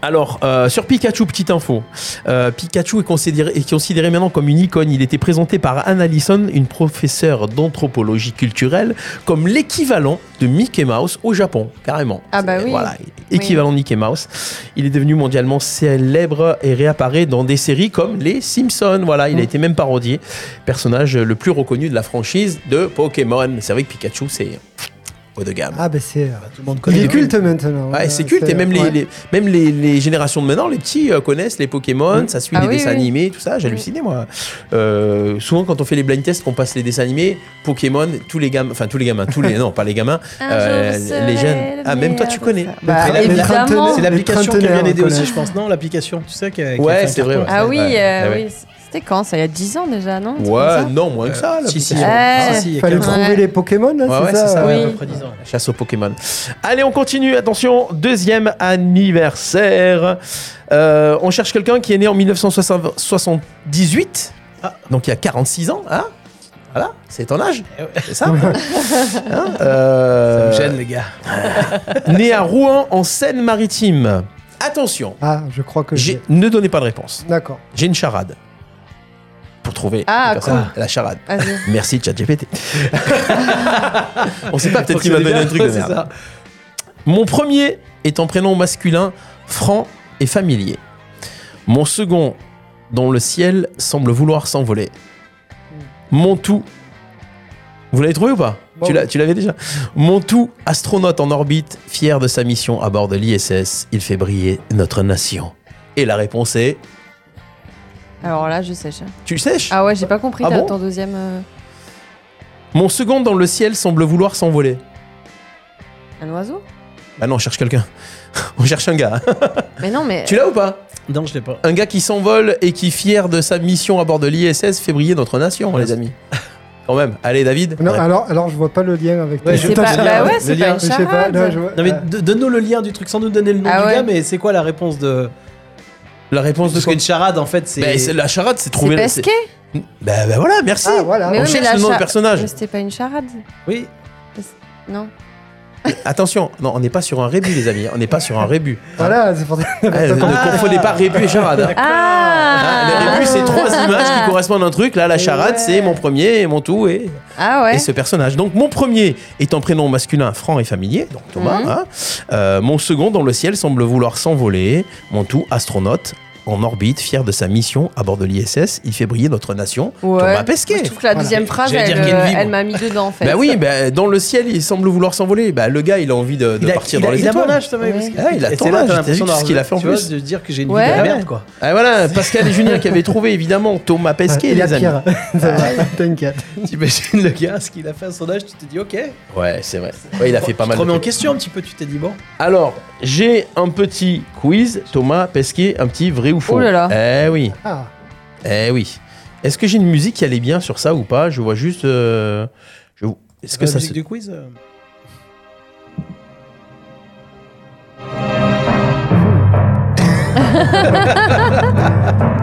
Speaker 1: Alors, euh, sur Pikachu, petite info. Euh, Pikachu est considéré, est considéré maintenant comme une icône. Il était présenté par Anne Allison, une professeure d'anthropologie culturelle, comme l'équivalent de Mickey Mouse au Japon, carrément.
Speaker 3: Ah bah oui.
Speaker 1: Voilà, équivalent de Mickey Mouse. Il est devenu mondialement célèbre et réapparaît dans des séries comme Les Simpsons. Voilà, il
Speaker 3: Mm.
Speaker 1: a été même parodié. Personnage le plus reconnu de la franchise de Pokémon. C'est vrai que Pikachu, c'est haut de gamme.
Speaker 5: Ah, ben c'est.
Speaker 4: Bah, Tout le monde connaît.
Speaker 5: Il est culte maintenant.
Speaker 1: Ouais,
Speaker 5: Euh,
Speaker 1: c'est culte, et même, les,
Speaker 5: ouais.
Speaker 1: les- même les, les générations de maintenant, les petits euh, connaissent les Pokémon, ça suit
Speaker 3: Ah
Speaker 1: les
Speaker 3: oui, Mm.
Speaker 1: dessins
Speaker 3: oui.
Speaker 1: animés, tout ça, j'ai halluciné moi. Euh, souvent quand on fait les blind tests, qu'on passe les dessins animés, Pokémon, tous les gamins, enfin tous les gamins, tous les, non pas les gamins,
Speaker 3: Un
Speaker 1: euh,
Speaker 3: jour, je serai
Speaker 1: les jeunes.
Speaker 3: le
Speaker 1: Ah même toi tu
Speaker 3: meilleur
Speaker 1: connais.
Speaker 3: de ça. Bah,
Speaker 4: Mais la-
Speaker 3: évidemment.
Speaker 4: C'est
Speaker 5: la-
Speaker 4: l'application qui
Speaker 5: Les
Speaker 4: vient aider
Speaker 5: trentenaires,
Speaker 4: aussi,
Speaker 5: connaît.
Speaker 4: je pense. Non, l'application, tu sais, qui a, qui a
Speaker 1: Ouais,
Speaker 4: fait un
Speaker 1: c'est
Speaker 4: carton.
Speaker 1: vrai,
Speaker 3: Ah oui,
Speaker 1: Ouais,
Speaker 3: euh,
Speaker 1: ouais.
Speaker 3: oui. C'était quand ça Il y a 10 ans déjà, non Un truc
Speaker 1: Ouais,
Speaker 3: comme Euh,
Speaker 1: non moins que Ah, ça.
Speaker 4: Si, si, Ah,
Speaker 1: l'application.
Speaker 3: Ouais.
Speaker 4: si, si, il y a
Speaker 5: Ah, Fallait
Speaker 4: quelques-
Speaker 5: trouver
Speaker 3: Eh, Ouais.
Speaker 5: les Pokémon, là,
Speaker 1: Ouais, ouais,
Speaker 5: c'est ça,
Speaker 1: c'est ça,
Speaker 4: ouais,
Speaker 3: Oui.
Speaker 4: à peu près 10 ans.
Speaker 1: Chasse aux Pokémon. Allez, on continue. Attention, deuxième anniversaire. Euh, on cherche quelqu'un qui est né en 1978.
Speaker 4: Ah.
Speaker 1: Donc il y a 46 ans. Hein voilà, c'est ton âge.
Speaker 4: Eh ouais.
Speaker 1: C'est ça Hein Euh,
Speaker 4: Ça me gêne, les gars.
Speaker 1: Né à Rouen, en Seine-Maritime. Attention,
Speaker 5: Ah, je crois que
Speaker 1: j'ai-
Speaker 5: j'ai.
Speaker 1: ne donnez pas de réponse.
Speaker 5: D'accord.
Speaker 1: J'ai une charade. retrouver
Speaker 3: Ah,
Speaker 1: la, personne- la charade.
Speaker 3: Vas-y.
Speaker 1: Merci ChatGPT. On sait pas, peut-être qu'il m'a donné un truc de
Speaker 4: C'est
Speaker 1: merde.
Speaker 4: ça.
Speaker 1: Mon premier est en prénom masculin, franc et familier. Mon second, dont le ciel semble vouloir s'envoler. Mon tout. Vous l'avez trouvé ou pas Tu
Speaker 5: Bah oui.
Speaker 1: l'as- Tu l'avais déjà Mon tout, astronaute en orbite, fier de sa mission à bord de l'ISS, il fait briller notre nation. Et la réponse est.
Speaker 3: Alors là, je sèche.
Speaker 1: Tu le sèches
Speaker 3: Ah ouais, j'ai pas compris
Speaker 1: Ah
Speaker 3: t'as
Speaker 1: bon
Speaker 3: ton deuxième. euh,
Speaker 1: Mon second, dans le ciel semble vouloir s'envoler.
Speaker 3: un oiseau
Speaker 1: Ah non, on cherche quelqu'un. On cherche un gars.
Speaker 3: Mais non, mais.
Speaker 1: Tu l'as ou pas
Speaker 4: Non, je l'ai pas.
Speaker 1: Un gars qui s'envole et qui, fier de sa mission à bord de l'ISS, fait briller notre nation, les amis. Quand même. Allez, David.
Speaker 5: Non,
Speaker 1: Ouais.
Speaker 3: ah,
Speaker 5: alors, alors je vois pas le lien avec.
Speaker 4: Ouais,
Speaker 5: ta-
Speaker 4: je-
Speaker 3: C'est
Speaker 5: ta
Speaker 3: pas...
Speaker 4: lien,
Speaker 3: Bah ouais,
Speaker 4: le
Speaker 3: c'est
Speaker 4: lien,
Speaker 3: pas une
Speaker 5: Je sais pas,
Speaker 3: charade.
Speaker 5: là, je vois-
Speaker 4: Non, mais
Speaker 5: euh,
Speaker 4: do- donne-nous le lien du truc sans nous donner le nom
Speaker 3: Ah
Speaker 4: du
Speaker 3: ouais.
Speaker 4: gars, mais c'est quoi la réponse de.
Speaker 1: La réponse de
Speaker 4: Parce
Speaker 1: ce que
Speaker 4: qu'une charade, en fait, c'est.
Speaker 1: Ben, c'est la charade, c'est trouver.
Speaker 3: C'est
Speaker 1: le-
Speaker 3: pesqué
Speaker 1: c'est- Ben, ben voilà, merci.
Speaker 5: Ah, voilà.
Speaker 3: Mais
Speaker 1: On
Speaker 3: oui, mais
Speaker 1: cherche
Speaker 3: la
Speaker 1: le nom du
Speaker 3: cha-
Speaker 1: personnage.
Speaker 3: Mais c'était pas une charade
Speaker 4: Oui,
Speaker 3: Non.
Speaker 1: Attention, non, on n'est pas sur un rébut, les amis. On n'est pas sur un rébut.
Speaker 5: Voilà, c'est pour ça.
Speaker 1: Ah, Ne confondez pas rébut et charade. hein. Ah, le
Speaker 3: Ah
Speaker 1: rébut, c'est trois images qui correspondent à un truc. Là, la charade,
Speaker 3: ouais.
Speaker 1: c'est mon premier et mon tout et,
Speaker 3: Ah ouais
Speaker 1: et ce personnage. Donc, mon premier est en prénom masculin franc et familier, donc Thomas.
Speaker 3: Mhm.
Speaker 1: hein. Euh, mon second, dans le ciel, semble vouloir s'envoler. Mon tout, astronaute. En orbite, fier de sa mission à bord de l'ISS, il fait briller notre nation.
Speaker 3: Ouais.
Speaker 1: Thomas
Speaker 3: Moi,
Speaker 1: Pesquet.
Speaker 3: Je trouve que la
Speaker 5: Voilà.
Speaker 3: deuxième phrase,
Speaker 4: J'allais dire
Speaker 3: elle,
Speaker 4: Kenvi,
Speaker 3: euh,
Speaker 4: moi.
Speaker 3: elle m'a mis dedans en fait.
Speaker 1: Bah oui, bah, dans le ciel, il semble vouloir s'envoler. Bah, le gars, il a envie de, de
Speaker 4: Il a-
Speaker 1: partir
Speaker 4: il a-
Speaker 1: dans les
Speaker 4: il a
Speaker 1: étoiles.
Speaker 4: mon âge, ce mec.
Speaker 3: Ouais.
Speaker 4: parce que-
Speaker 1: Ah, il a
Speaker 4: et
Speaker 1: ton
Speaker 4: c'est là,
Speaker 1: âge,
Speaker 4: t'as
Speaker 1: t'as
Speaker 4: l'impression
Speaker 1: vu ce
Speaker 4: d'avoir-
Speaker 1: qu'il a fait en
Speaker 4: tu vois,
Speaker 1: plus.
Speaker 4: de dire que j'ai une
Speaker 3: Ouais.
Speaker 4: vie de la merde, quoi.
Speaker 1: Ah, voilà, Pascal et Julien qui avaient trouvé, évidemment, Thomas Pesquet,
Speaker 5: Ah, Il y a
Speaker 1: les amis.
Speaker 5: Pierre. Ça va, T'inquiète.
Speaker 4: T'imagines le gars, ce qu'il a fait à son âge, tu t'es dit, ok.
Speaker 1: Ouais, c'est vrai. Ouais, il a fait pas
Speaker 4: Tu
Speaker 1: mal
Speaker 4: te
Speaker 1: de
Speaker 4: remets en
Speaker 1: trucs.
Speaker 4: question un petit peu, tu t'es dit, bon.
Speaker 1: Alors, j'ai un petit quiz, Thomas Pesquet, un petit vrai ou faux.
Speaker 3: Oh là là.
Speaker 1: Eh oui,
Speaker 5: Ah,
Speaker 1: eh oui. Est-ce que j'ai une musique qui allait bien sur ça ou pas Je vois juste. euh, je- Est-ce que
Speaker 4: la
Speaker 1: ça
Speaker 4: musique
Speaker 1: se.
Speaker 4: du quiz euh,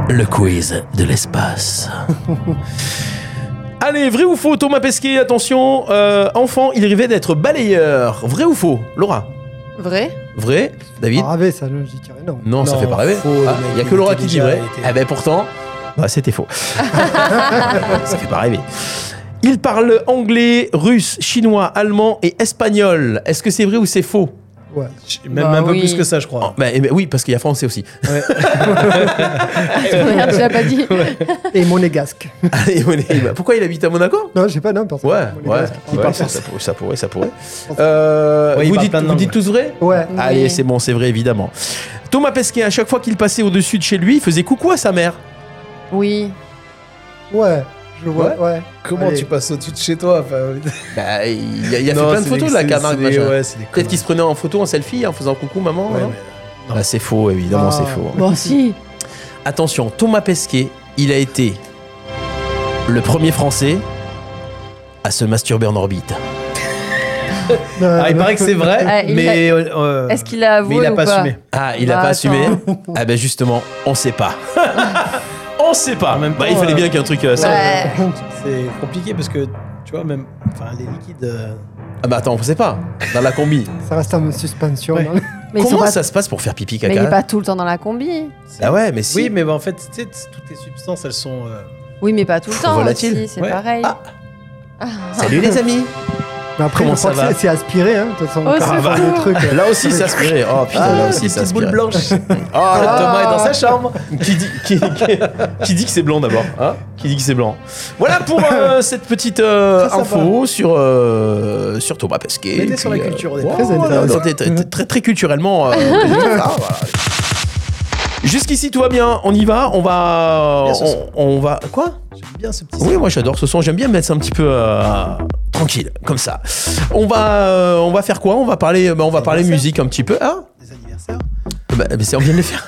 Speaker 1: Le quiz de l'espace. Allez, vrai ou faux, Thomas Pesquet, attention. euh, enfant, il rêvait d'être balayeur. Vrai ou faux, Laura
Speaker 3: Vrai
Speaker 1: Vrai, David
Speaker 5: ravé, ça, non, je dis tiens, non.
Speaker 1: Non, ça
Speaker 4: Ah. Non,
Speaker 1: fait pas rêver.
Speaker 4: faux,
Speaker 1: Il
Speaker 4: le
Speaker 1: y a
Speaker 4: mec,
Speaker 1: que
Speaker 4: il
Speaker 1: Laura
Speaker 4: était
Speaker 1: qui dit
Speaker 4: déjà-
Speaker 1: vrai.
Speaker 4: il était-
Speaker 1: Eh ben pourtant, bah, c'était faux. ça fait pas rêver. Il parle anglais, russe, chinois, allemand et espagnol. Est-ce que c'est vrai ou c'est faux
Speaker 5: Ouais.
Speaker 4: Même
Speaker 3: Bah
Speaker 4: un peu
Speaker 3: oui.
Speaker 4: plus que ça, je
Speaker 1: Oh,
Speaker 4: crois.
Speaker 1: bah, eh ben Oui, parce qu'il y a français aussi.
Speaker 3: Merde, tu l'as pas dit.
Speaker 5: Et monégasque.
Speaker 1: Allez, on est- bah, Pourquoi il habite à Monaco
Speaker 5: Non, je sais pas, non, personne.
Speaker 1: Ouais, ouais.
Speaker 5: Monégasque. Il
Speaker 1: ouais,
Speaker 5: parle
Speaker 1: ça,
Speaker 5: français.
Speaker 1: ça pour- ça pourrait, ça pourrait. Euh,
Speaker 4: Ouais, il
Speaker 1: vous,
Speaker 4: parle
Speaker 1: dites,
Speaker 4: plein de
Speaker 1: vous
Speaker 4: langues,
Speaker 1: dites tous vrai
Speaker 5: Ouais.
Speaker 3: Oui.
Speaker 1: Allez, c'est bon, c'est vrai, évidemment. Thomas Pesquet, à chaque fois qu'il passait au-dessus de chez lui, il faisait coucou à sa mère.
Speaker 3: Oui.
Speaker 5: Ouais. Je le vois, ouais.
Speaker 4: Comment
Speaker 5: Allez.
Speaker 4: tu passes au-dessus de chez toi enfin,
Speaker 1: Bah, il y a, il y a
Speaker 4: non,
Speaker 1: fait plein de
Speaker 4: c'est
Speaker 1: photos,
Speaker 4: des-
Speaker 1: la
Speaker 4: c'est-
Speaker 1: camargue.
Speaker 4: c'est des-
Speaker 1: machin.
Speaker 4: Ouais, c'est des
Speaker 1: Peut-être qu'il se prenait en photo, en selfie, en faisant coucou maman.
Speaker 4: connards.
Speaker 1: non
Speaker 4: Ouais, mais-
Speaker 1: Bah, c'est faux, évidemment,
Speaker 5: Ah.
Speaker 1: c'est faux.
Speaker 3: Bon, si.
Speaker 1: Attention, Thomas Pesquet, il a été le premier Français à se masturber en orbite.
Speaker 5: Non,
Speaker 4: Ah, il
Speaker 5: non.
Speaker 4: paraît que c'est
Speaker 3: Ah,
Speaker 4: vrai,
Speaker 3: il
Speaker 4: mais. euh,
Speaker 3: Est-ce qu'il a avoué
Speaker 4: Mais il a
Speaker 3: ou
Speaker 4: pas
Speaker 3: pas
Speaker 4: assumé.
Speaker 1: Ah, il a pas
Speaker 3: Bah, attends.
Speaker 1: assumé Ah ben justement, on sait pas. on sait pas.
Speaker 4: En même
Speaker 1: Bah,
Speaker 4: temps,
Speaker 1: il fallait
Speaker 4: euh,
Speaker 1: bien qu'il y ait un truc... euh, ça-
Speaker 3: Oh, Ouais.
Speaker 4: C'est compliqué parce que, tu vois, même. Enfin, les liquides. euh,
Speaker 1: Ah bah attends, on sait pas. Dans la combi.
Speaker 5: Ça reste en suspension.
Speaker 4: Ouais.
Speaker 5: non
Speaker 3: Mais, ils sont
Speaker 1: Comment
Speaker 3: pas-
Speaker 1: ça se passe pour faire pipi
Speaker 3: mais il est
Speaker 1: caca
Speaker 3: pas tout le temps dans la combi.
Speaker 1: Ah ouais, mais si.
Speaker 4: Oui, mais bah, en fait, tu sais, t- toutes les substances, elles sont. euh,
Speaker 3: Oui, mais pas tout le
Speaker 1: Pff,
Speaker 3: temps.
Speaker 1: volatile.
Speaker 3: aussi, c'est
Speaker 4: Ouais.
Speaker 3: pareil.
Speaker 1: Ah. Salut les amis
Speaker 5: Mais après,
Speaker 1: Comment
Speaker 5: je crois
Speaker 1: ça va
Speaker 5: que c'est- c'est aspiré, hein. De toute façon,
Speaker 3: Oh,
Speaker 5: quand
Speaker 3: c'est
Speaker 5: on voit
Speaker 3: fou.
Speaker 5: le truc. euh,
Speaker 1: Là aussi, ça aspirait. Oh putain,
Speaker 3: Ah,
Speaker 1: là
Speaker 4: c'est
Speaker 1: aussi,
Speaker 4: Ah, une
Speaker 1: ça
Speaker 4: petite boule
Speaker 1: aspirait.
Speaker 4: blanche. Ah,
Speaker 1: Oh, là,
Speaker 4: Thomas est dans sa chambre.
Speaker 1: Qui dit, qui, qui- qui dit que c'est blanc d'abord hein Qui dit que c'est blanc Voilà pour euh, cette petite euh,
Speaker 4: Très sympa.
Speaker 1: info sur, euh, sur Thomas Pesquet.
Speaker 4: On était
Speaker 1: Et
Speaker 4: sur la culture, on est
Speaker 1: voilà,
Speaker 5: très intéressant.
Speaker 1: on était très, très, très culturellement. euh, on était sur ça, voilà. Jusqu'ici tout va bien, on y va, on va,
Speaker 4: Bien, ce son.
Speaker 1: on, on va quoi
Speaker 4: J'aime bien ce petit.
Speaker 1: Oui, moi j'adore ce son. J'aime bien mettre ça un petit peu euh, tranquille, comme ça. On va, euh, on va faire quoi On va parler, bah, on va parler
Speaker 4: bien ça.
Speaker 1: musique un petit peu. Hein
Speaker 4: Des anniversaires.
Speaker 1: bah, mais c'est on vient de le faire.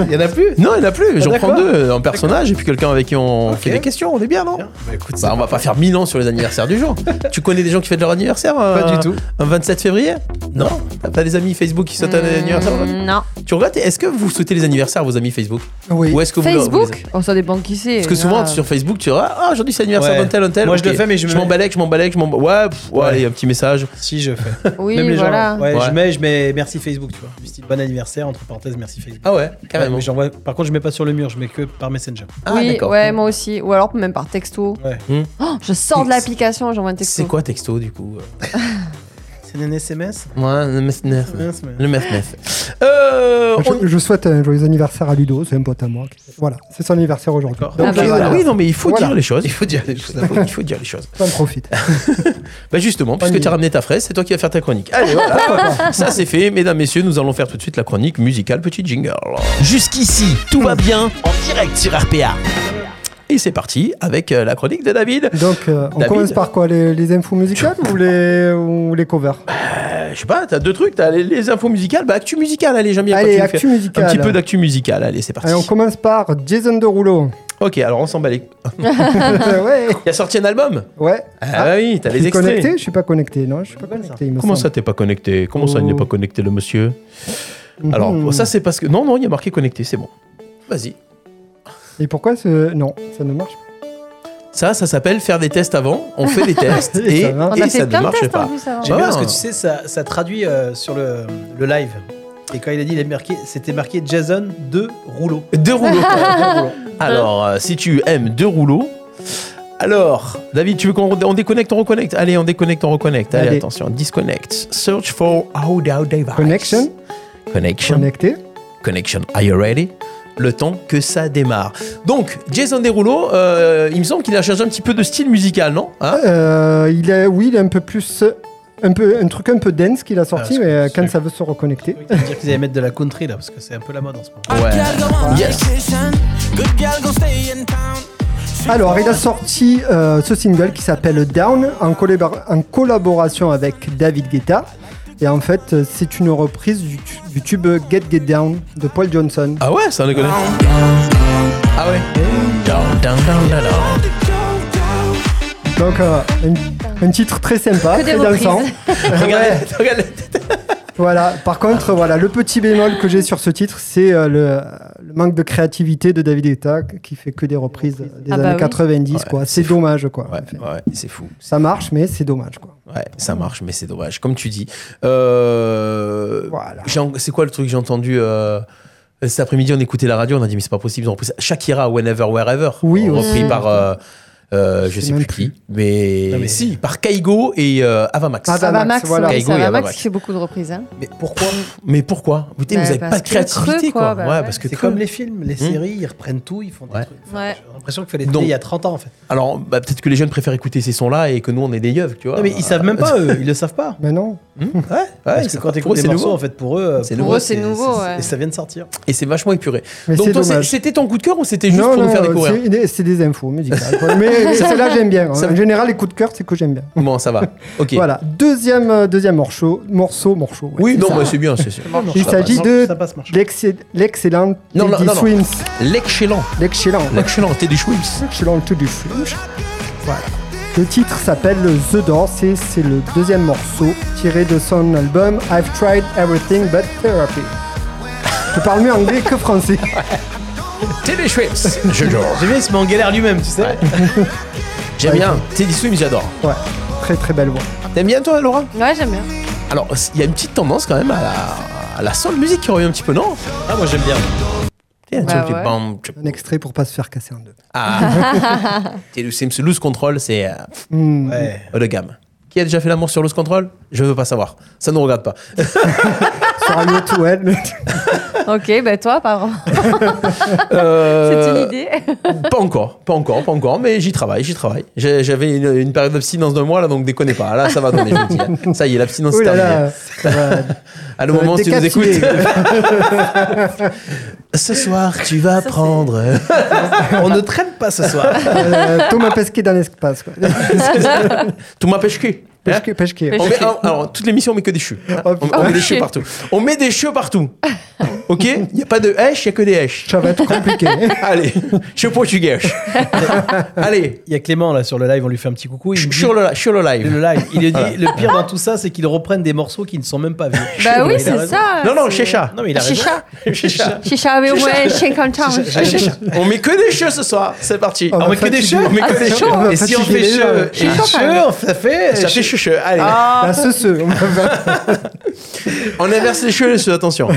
Speaker 4: Il y en a plus Ah,
Speaker 1: Non, il n'y en a plus. J'en prends
Speaker 4: d'accord.
Speaker 1: deux, un personnage et puis quelqu'un avec qui on
Speaker 4: Ok.
Speaker 1: fait des questions. On est bien, non
Speaker 4: Bien. Bah, écoute,
Speaker 1: Bah, on va pas faire mille ans sur les anniversaires du jour. tu connais des gens qui fêtent leur anniversaire euh,
Speaker 4: Pas du tout.
Speaker 1: Un 27 février Non. T'as pas des amis Facebook qui sautent un anniversaire aujourd'hui
Speaker 3: Mm, Non.
Speaker 1: Tu regrettes Est-ce que vous souhaitez les anniversaires à vos amis Facebook
Speaker 5: Oui.
Speaker 1: Ou est-ce que vous leur- vous les-
Speaker 3: Facebook Oh, ça dépend de qui c'est.
Speaker 1: Parce que souvent
Speaker 3: Ah.
Speaker 1: sur Facebook tu diras ah aujourd'hui c'est l'anniversaire
Speaker 4: Ouais.
Speaker 1: d'un tel un tel.
Speaker 4: Moi, je
Speaker 1: ok.
Speaker 4: le fais, mais je me-
Speaker 1: m'en balais, je m'en balais, je m'en ouais, pff, ouais,
Speaker 4: Ouais.
Speaker 1: allez, un petit message.
Speaker 4: Si, je fais.
Speaker 3: Oui,
Speaker 4: Même les
Speaker 3: voilà.
Speaker 4: gens. Ouais,
Speaker 1: Ouais.
Speaker 4: je mets, je mets merci Facebook, tu vois. Du style, bon anniversaire, entre parenthèses, merci Facebook.
Speaker 1: Ah ouais, carrément.
Speaker 4: Ouais, mais j'envoie- par contre, je mets pas sur le mur, je mets que par Messenger.
Speaker 1: Ah,
Speaker 3: oui,
Speaker 1: d'accord.
Speaker 3: ouais, moi aussi. Ou alors même par texto.
Speaker 4: Ouais.
Speaker 1: Hmm.
Speaker 3: Oh, je sors de l'application et j'envoie un texto.
Speaker 1: C'est quoi texto du coup
Speaker 4: C'est un SMS
Speaker 1: Moi, le messenger.
Speaker 4: SMS, mais-
Speaker 1: Le messenger. Euh, on-
Speaker 5: Je, je souhaite un joyeux anniversaire à Ludo, c'est un pote à moi. Voilà, c'est son anniversaire aujourd'hui.
Speaker 4: D'accord.
Speaker 5: Donc,
Speaker 3: Ah bah
Speaker 1: Ok,
Speaker 5: voilà,
Speaker 1: bah oui, non, mais il faut
Speaker 5: Voilà.
Speaker 1: dire les choses.
Speaker 4: Il faut dire les choses.
Speaker 1: Il faut- il faut dire les choses.
Speaker 5: on en profite.
Speaker 1: Bah justement, puisque
Speaker 4: y
Speaker 1: tu as
Speaker 4: va.
Speaker 1: ramené ta fraise, c'est toi qui vas faire ta chronique. Allez, voilà. ça c'est fait, mesdames, messieurs, nous allons faire tout de suite la chronique musicale, petit jingle. Jusqu'ici, tout va bien en direct sur RPA. Et c'est parti avec euh, la chronique de David.
Speaker 5: Donc, euh, on
Speaker 1: David.
Speaker 5: commence par quoi les, les infos musicales ou les, ou les covers
Speaker 1: Euh, je sais pas, t'as deux trucs, t'as les, les infos musicales, bah actu musicale, allez, j'aime bien quand
Speaker 5: Allez,
Speaker 1: tu me
Speaker 5: actu
Speaker 1: fais
Speaker 5: musicale.
Speaker 1: Un petit peu d'actu musicale, allez, c'est parti.
Speaker 5: Allez, on commence par Jason Derulo.
Speaker 1: Ok, alors on s'en bat les-
Speaker 5: ouais,
Speaker 1: Il a sorti un album
Speaker 5: ouais.
Speaker 1: Ah, bah oui, t'as
Speaker 5: je
Speaker 1: les
Speaker 5: suis
Speaker 1: extraits.
Speaker 5: connecté Je suis pas connecté, non Je suis pas connecté. il me
Speaker 1: Comment ça
Speaker 5: semble.
Speaker 1: t'es pas connecté Comment ça il n'est pas connecté le monsieur
Speaker 5: Mhm.
Speaker 1: Alors ça c'est parce que... Non, non, il y a marqué connecté, c'est bon. Vas-y.
Speaker 5: Hmm. Et pourquoi ce non Ça ne marche pas.
Speaker 1: Ça, ça s'appelle faire des tests avant. On fait des tests et,
Speaker 5: Ça va.
Speaker 1: et
Speaker 3: On a
Speaker 1: ça
Speaker 3: fait
Speaker 1: ne
Speaker 3: plein de
Speaker 1: marche
Speaker 3: tests hein, en
Speaker 1: pas.
Speaker 3: plus avant.
Speaker 1: J'ai-
Speaker 4: J'aime bien
Speaker 1: Ah.
Speaker 4: parce que tu sais, ça, ça traduit euh, sur le, le live. Et quand il a dit, il a marqué, c'était marqué Jason de rouleau.
Speaker 3: hein.
Speaker 1: Deux rouleaux.
Speaker 4: rouleau.
Speaker 1: alors, euh, si tu aimes deux rouleaux. Alors, David, tu veux qu'on on déconnecte, on reconnecte Allez, on déconnecte, on reconnecte. Allez,
Speaker 5: Allez.
Speaker 1: attention, disconnect. Search for audio device.
Speaker 5: Connection
Speaker 1: Connection.
Speaker 5: Connecté.
Speaker 1: Connection. Are you ready Le temps que ça démarre. Donc, Jason Derulo, euh, il me semble qu'il a changé un petit peu de style musical, non Hein
Speaker 5: Euh, il est, oui, il est un peu plus, un peu, un truc un peu dense qu'il a sorti,
Speaker 4: Ah,
Speaker 5: mais euh,
Speaker 4: c'est-
Speaker 5: quand ça veut se reconnecter.
Speaker 1: Ah
Speaker 4: Ça veut dire qu'ils allaient mettre de la country là, parce que c'est un peu la mode en ce moment.
Speaker 5: Euh,
Speaker 1: Ouais. Yes.
Speaker 5: Alors, il a sorti euh, ce single qui s'appelle Down en, collabor- en collaboration avec David Guetta. Et en fait, euh, c'est une reprise du, tu- du tube Get Get Down de Paul Johnson.
Speaker 1: Ah ouais, ça on le connaît. Ah ouais. Down, down, down, down, down.
Speaker 5: Donc, euh, un, un titre très sympa,
Speaker 3: Que des
Speaker 5: très dansant.
Speaker 3: reprises.
Speaker 1: Regardez, regardez.
Speaker 5: Voilà. Par
Speaker 3: Ah.
Speaker 5: contre, voilà, le petit bémol que j'ai sur ce titre, c'est euh, le, le manque de créativité de David Guetta qui fait que des reprises des
Speaker 3: Ah bah
Speaker 5: années
Speaker 3: oui.
Speaker 5: 90. quoi. C'est dommage, quoi.
Speaker 1: Ouais, ouais, c'est fou.
Speaker 5: Ça marche, mais c'est dommage, quoi.
Speaker 1: Ouais, ça marche, mais c'est dommage. Comme tu dis. Euh,
Speaker 5: Voilà.
Speaker 1: j'ai en- C'est quoi le truc que j'ai entendu euh, cet après-midi On écoutait la radio, on a dit mais c'est pas possible. ils ont repris ça. Shakira, Whenever, Wherever.
Speaker 5: Oui,
Speaker 1: repris
Speaker 5: aussi.
Speaker 1: par euh, euh, je
Speaker 5: sais
Speaker 1: sais
Speaker 5: même
Speaker 1: plus qui, mais,
Speaker 4: Non, mais-
Speaker 1: si par Kaigo et euh, Avamax.
Speaker 5: Ah,
Speaker 3: Ça va Max,
Speaker 5: voilà.
Speaker 3: oui,
Speaker 1: Kaigo
Speaker 3: ça
Speaker 1: et
Speaker 3: va
Speaker 1: Ava
Speaker 3: Max
Speaker 1: Max.
Speaker 3: qui fait beaucoup de reprises. hein.
Speaker 1: mais pourquoi Mais pourquoi Vous, savez,
Speaker 3: Bah,
Speaker 1: vous avez pas
Speaker 3: parce
Speaker 1: de
Speaker 3: que creux,
Speaker 1: créativité
Speaker 3: quoi,
Speaker 1: quoi.
Speaker 3: bah
Speaker 1: ouais,
Speaker 3: ouais.
Speaker 1: parce que
Speaker 4: C'est
Speaker 1: creux.
Speaker 4: comme les films, les séries, ils reprennent tout, ils font des
Speaker 1: Ouais.
Speaker 4: trucs. Enfin,
Speaker 3: Ouais.
Speaker 4: J'ai l'impression qu'il fallait
Speaker 1: Donc-
Speaker 4: Hmm. Donc, il y a 30 ans en fait.
Speaker 1: Alors bah, peut-être que les jeunes préfèrent écouter ces sons-là et que nous on est des yeuves, tu vois.
Speaker 4: Non, mais ils savent même pas eux, ils le savent pas.
Speaker 5: Mais non.
Speaker 1: Ouais, ouais, ils
Speaker 4: Parce que
Speaker 1: savent
Speaker 4: quand
Speaker 1: pas.
Speaker 4: t'écoutes des
Speaker 1: C'est
Speaker 4: morceaux
Speaker 1: nouveau.
Speaker 4: en fait pour eux,
Speaker 1: C'est nouveau.
Speaker 3: eux, c'est nouveau, ouais.
Speaker 4: Et ça vient de sortir.
Speaker 1: et c'est vachement épuré.
Speaker 5: Mais
Speaker 1: Donc
Speaker 5: c'est
Speaker 1: toi, c'est-
Speaker 5: dommage.
Speaker 1: c'était ton coup de cœur ou c'était juste pour nous faire découvrir
Speaker 5: c'est des- C'est des infos musicales. quoi. mais mais celle-là, j'aime bien. En
Speaker 1: Ça-
Speaker 5: général, les coups de cœur, c'est que j'aime bien.
Speaker 1: Bon, ça va. Ok.
Speaker 5: Voilà. Deuxième, euh, deuxième morceau. Morceau, morceau. ouais,
Speaker 1: Oui,
Speaker 5: c'est
Speaker 1: non,
Speaker 5: ça.
Speaker 1: mais c'est bien, c'est sûr.
Speaker 5: Il s'agit de
Speaker 4: Ça passe, marche.
Speaker 5: l'excé- l'excellent
Speaker 1: Non, non,
Speaker 5: Teddy
Speaker 1: non, non.
Speaker 5: Swims.
Speaker 1: L'excellent.
Speaker 5: L'excellent.
Speaker 1: L'excellent, t'es des Schwimms.
Speaker 5: L'excellent Teddy Swims. Voilà. Le titre s'appelle The Door. C'est c'est le deuxième morceau tiré de son album I've Tried Everything But Therapy. Je parle mieux anglais que français.
Speaker 1: T'es des Schwimms. Je jure.
Speaker 4: J'ai vu, il se met en galère lui-même, tu sais.
Speaker 1: J'aime
Speaker 5: Ouais.
Speaker 1: bien. T'es des Schwimms, j'adore.
Speaker 5: Ouais. Très très belle voix.
Speaker 1: T'aimes bien, toi, Laura
Speaker 3: Ouais, j'aime bien.
Speaker 1: Alors, il y a une petite tendance quand même à la, à la soul musique qui revient un petit peu, non
Speaker 4: Ah, moi j'aime bien.
Speaker 1: T'es un
Speaker 3: Bah
Speaker 1: truc qui
Speaker 3: ouais.
Speaker 1: bam, tchou.
Speaker 5: Un extrait pour pas se faire casser en deux.
Speaker 1: Ah. T'es des Schwimms. Loose Control, c'est euh,
Speaker 5: Hmm.
Speaker 4: Ouais.
Speaker 1: haut de gamme. Euh, Qui a déjà fait l'amour sur Loose Control Je veux pas savoir. Ça nous regarde pas.
Speaker 5: Sur Radio 2, ouais, le-
Speaker 3: Ok, ben toi, par
Speaker 1: Euh,
Speaker 3: C'est une idée.
Speaker 1: Pas encore, pas encore, pas encore, mais j'y travaille, j'y travaille. J'ai- J'avais une, une période d'abstinence de mois, là, donc déconnez pas. Là, ça va donner, je vous le dis. hein. Ça y est, l'abstinence
Speaker 5: Oh
Speaker 1: est
Speaker 5: là
Speaker 1: terminée.
Speaker 5: là, ça va-
Speaker 1: À le
Speaker 5: ça va
Speaker 1: moment où
Speaker 5: être
Speaker 1: tu nous
Speaker 5: décapité.
Speaker 1: écoutes. Ce soir, tu vas prendre. euh,
Speaker 4: On ne traîne pas ce soir.
Speaker 5: Euh, Thomas Pesquet dans l'espace. quoi.
Speaker 1: Tout m'a pêché. Hein
Speaker 5: Pesquet, Pesquet.
Speaker 1: On met- alors, toute l'émission, on met que des cheveux.
Speaker 5: Oh,
Speaker 1: On,
Speaker 5: putain.
Speaker 1: on met des
Speaker 3: Oh,
Speaker 1: cheveux
Speaker 3: shit.
Speaker 1: partout. On met des cheveux partout. OK Il n'y a pas de hèche, il n'y a que des hèches.
Speaker 5: Ça va être compliqué.
Speaker 1: Allez, je portugais. Allez,
Speaker 4: Il y a Clément là sur le live, on lui fait un petit coucou. Il me dit-
Speaker 1: sur le, sur le
Speaker 4: le
Speaker 1: live.
Speaker 4: live. Il lui dit le pire dans tout ça, c'est qu'ils reprennent des morceaux qui ne sont même pas vieux.
Speaker 3: Bah oui,
Speaker 4: Il a
Speaker 3: c'est
Speaker 4: raison.
Speaker 3: ça.
Speaker 1: Non, non,
Speaker 3: c'est-
Speaker 1: Chécha.
Speaker 4: Non mais il a raison.
Speaker 3: Chicha.
Speaker 1: Chécha.
Speaker 3: Chicha, mais ouais, chez Quentin.
Speaker 1: Ah, j'ai- On met que des cheveux ce soir, c'est parti.
Speaker 5: On va
Speaker 1: On met que des
Speaker 5: fatiguer.
Speaker 1: cheveux, on met que
Speaker 5: Ah,
Speaker 1: des
Speaker 5: c'est
Speaker 1: cheveux.
Speaker 5: chaud.
Speaker 1: Et si on
Speaker 5: Fatiguer
Speaker 1: fait
Speaker 4: euh,
Speaker 5: les gens.
Speaker 1: cheveux,
Speaker 4: Et
Speaker 1: et
Speaker 3: chaud, quand
Speaker 4: sure, ça fait,
Speaker 1: Ça fait cheveux, cheveux. Allez,
Speaker 5: La cece.
Speaker 1: on inverse les cheveux, les cheveux, attention.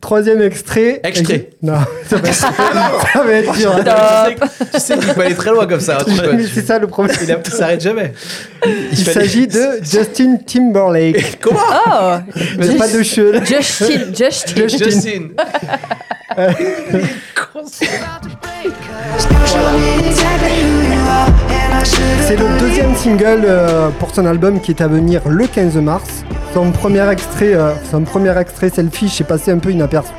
Speaker 5: Troisième extrait.
Speaker 1: Extrait.
Speaker 5: Non, ça va être, ça va être dur. hein.
Speaker 1: Tu sais qu'il peut aller très loin comme ça. tu vois.
Speaker 5: Mais c'est ça le problème.
Speaker 4: Il a- s'arrête jamais.
Speaker 5: Il
Speaker 1: fallait-
Speaker 5: s'agit de Justin Timberlake.
Speaker 1: Comment
Speaker 3: Oh
Speaker 5: Il n'y a pas de cheveux.
Speaker 3: Justin, Justin.
Speaker 5: Justin.
Speaker 4: Justin.
Speaker 5: C'est le deuxième single euh, pour son album qui est à venir le 15 mars. Son premier extrait, euh, son premier extrait Selfie, est passé un peu inaperçu,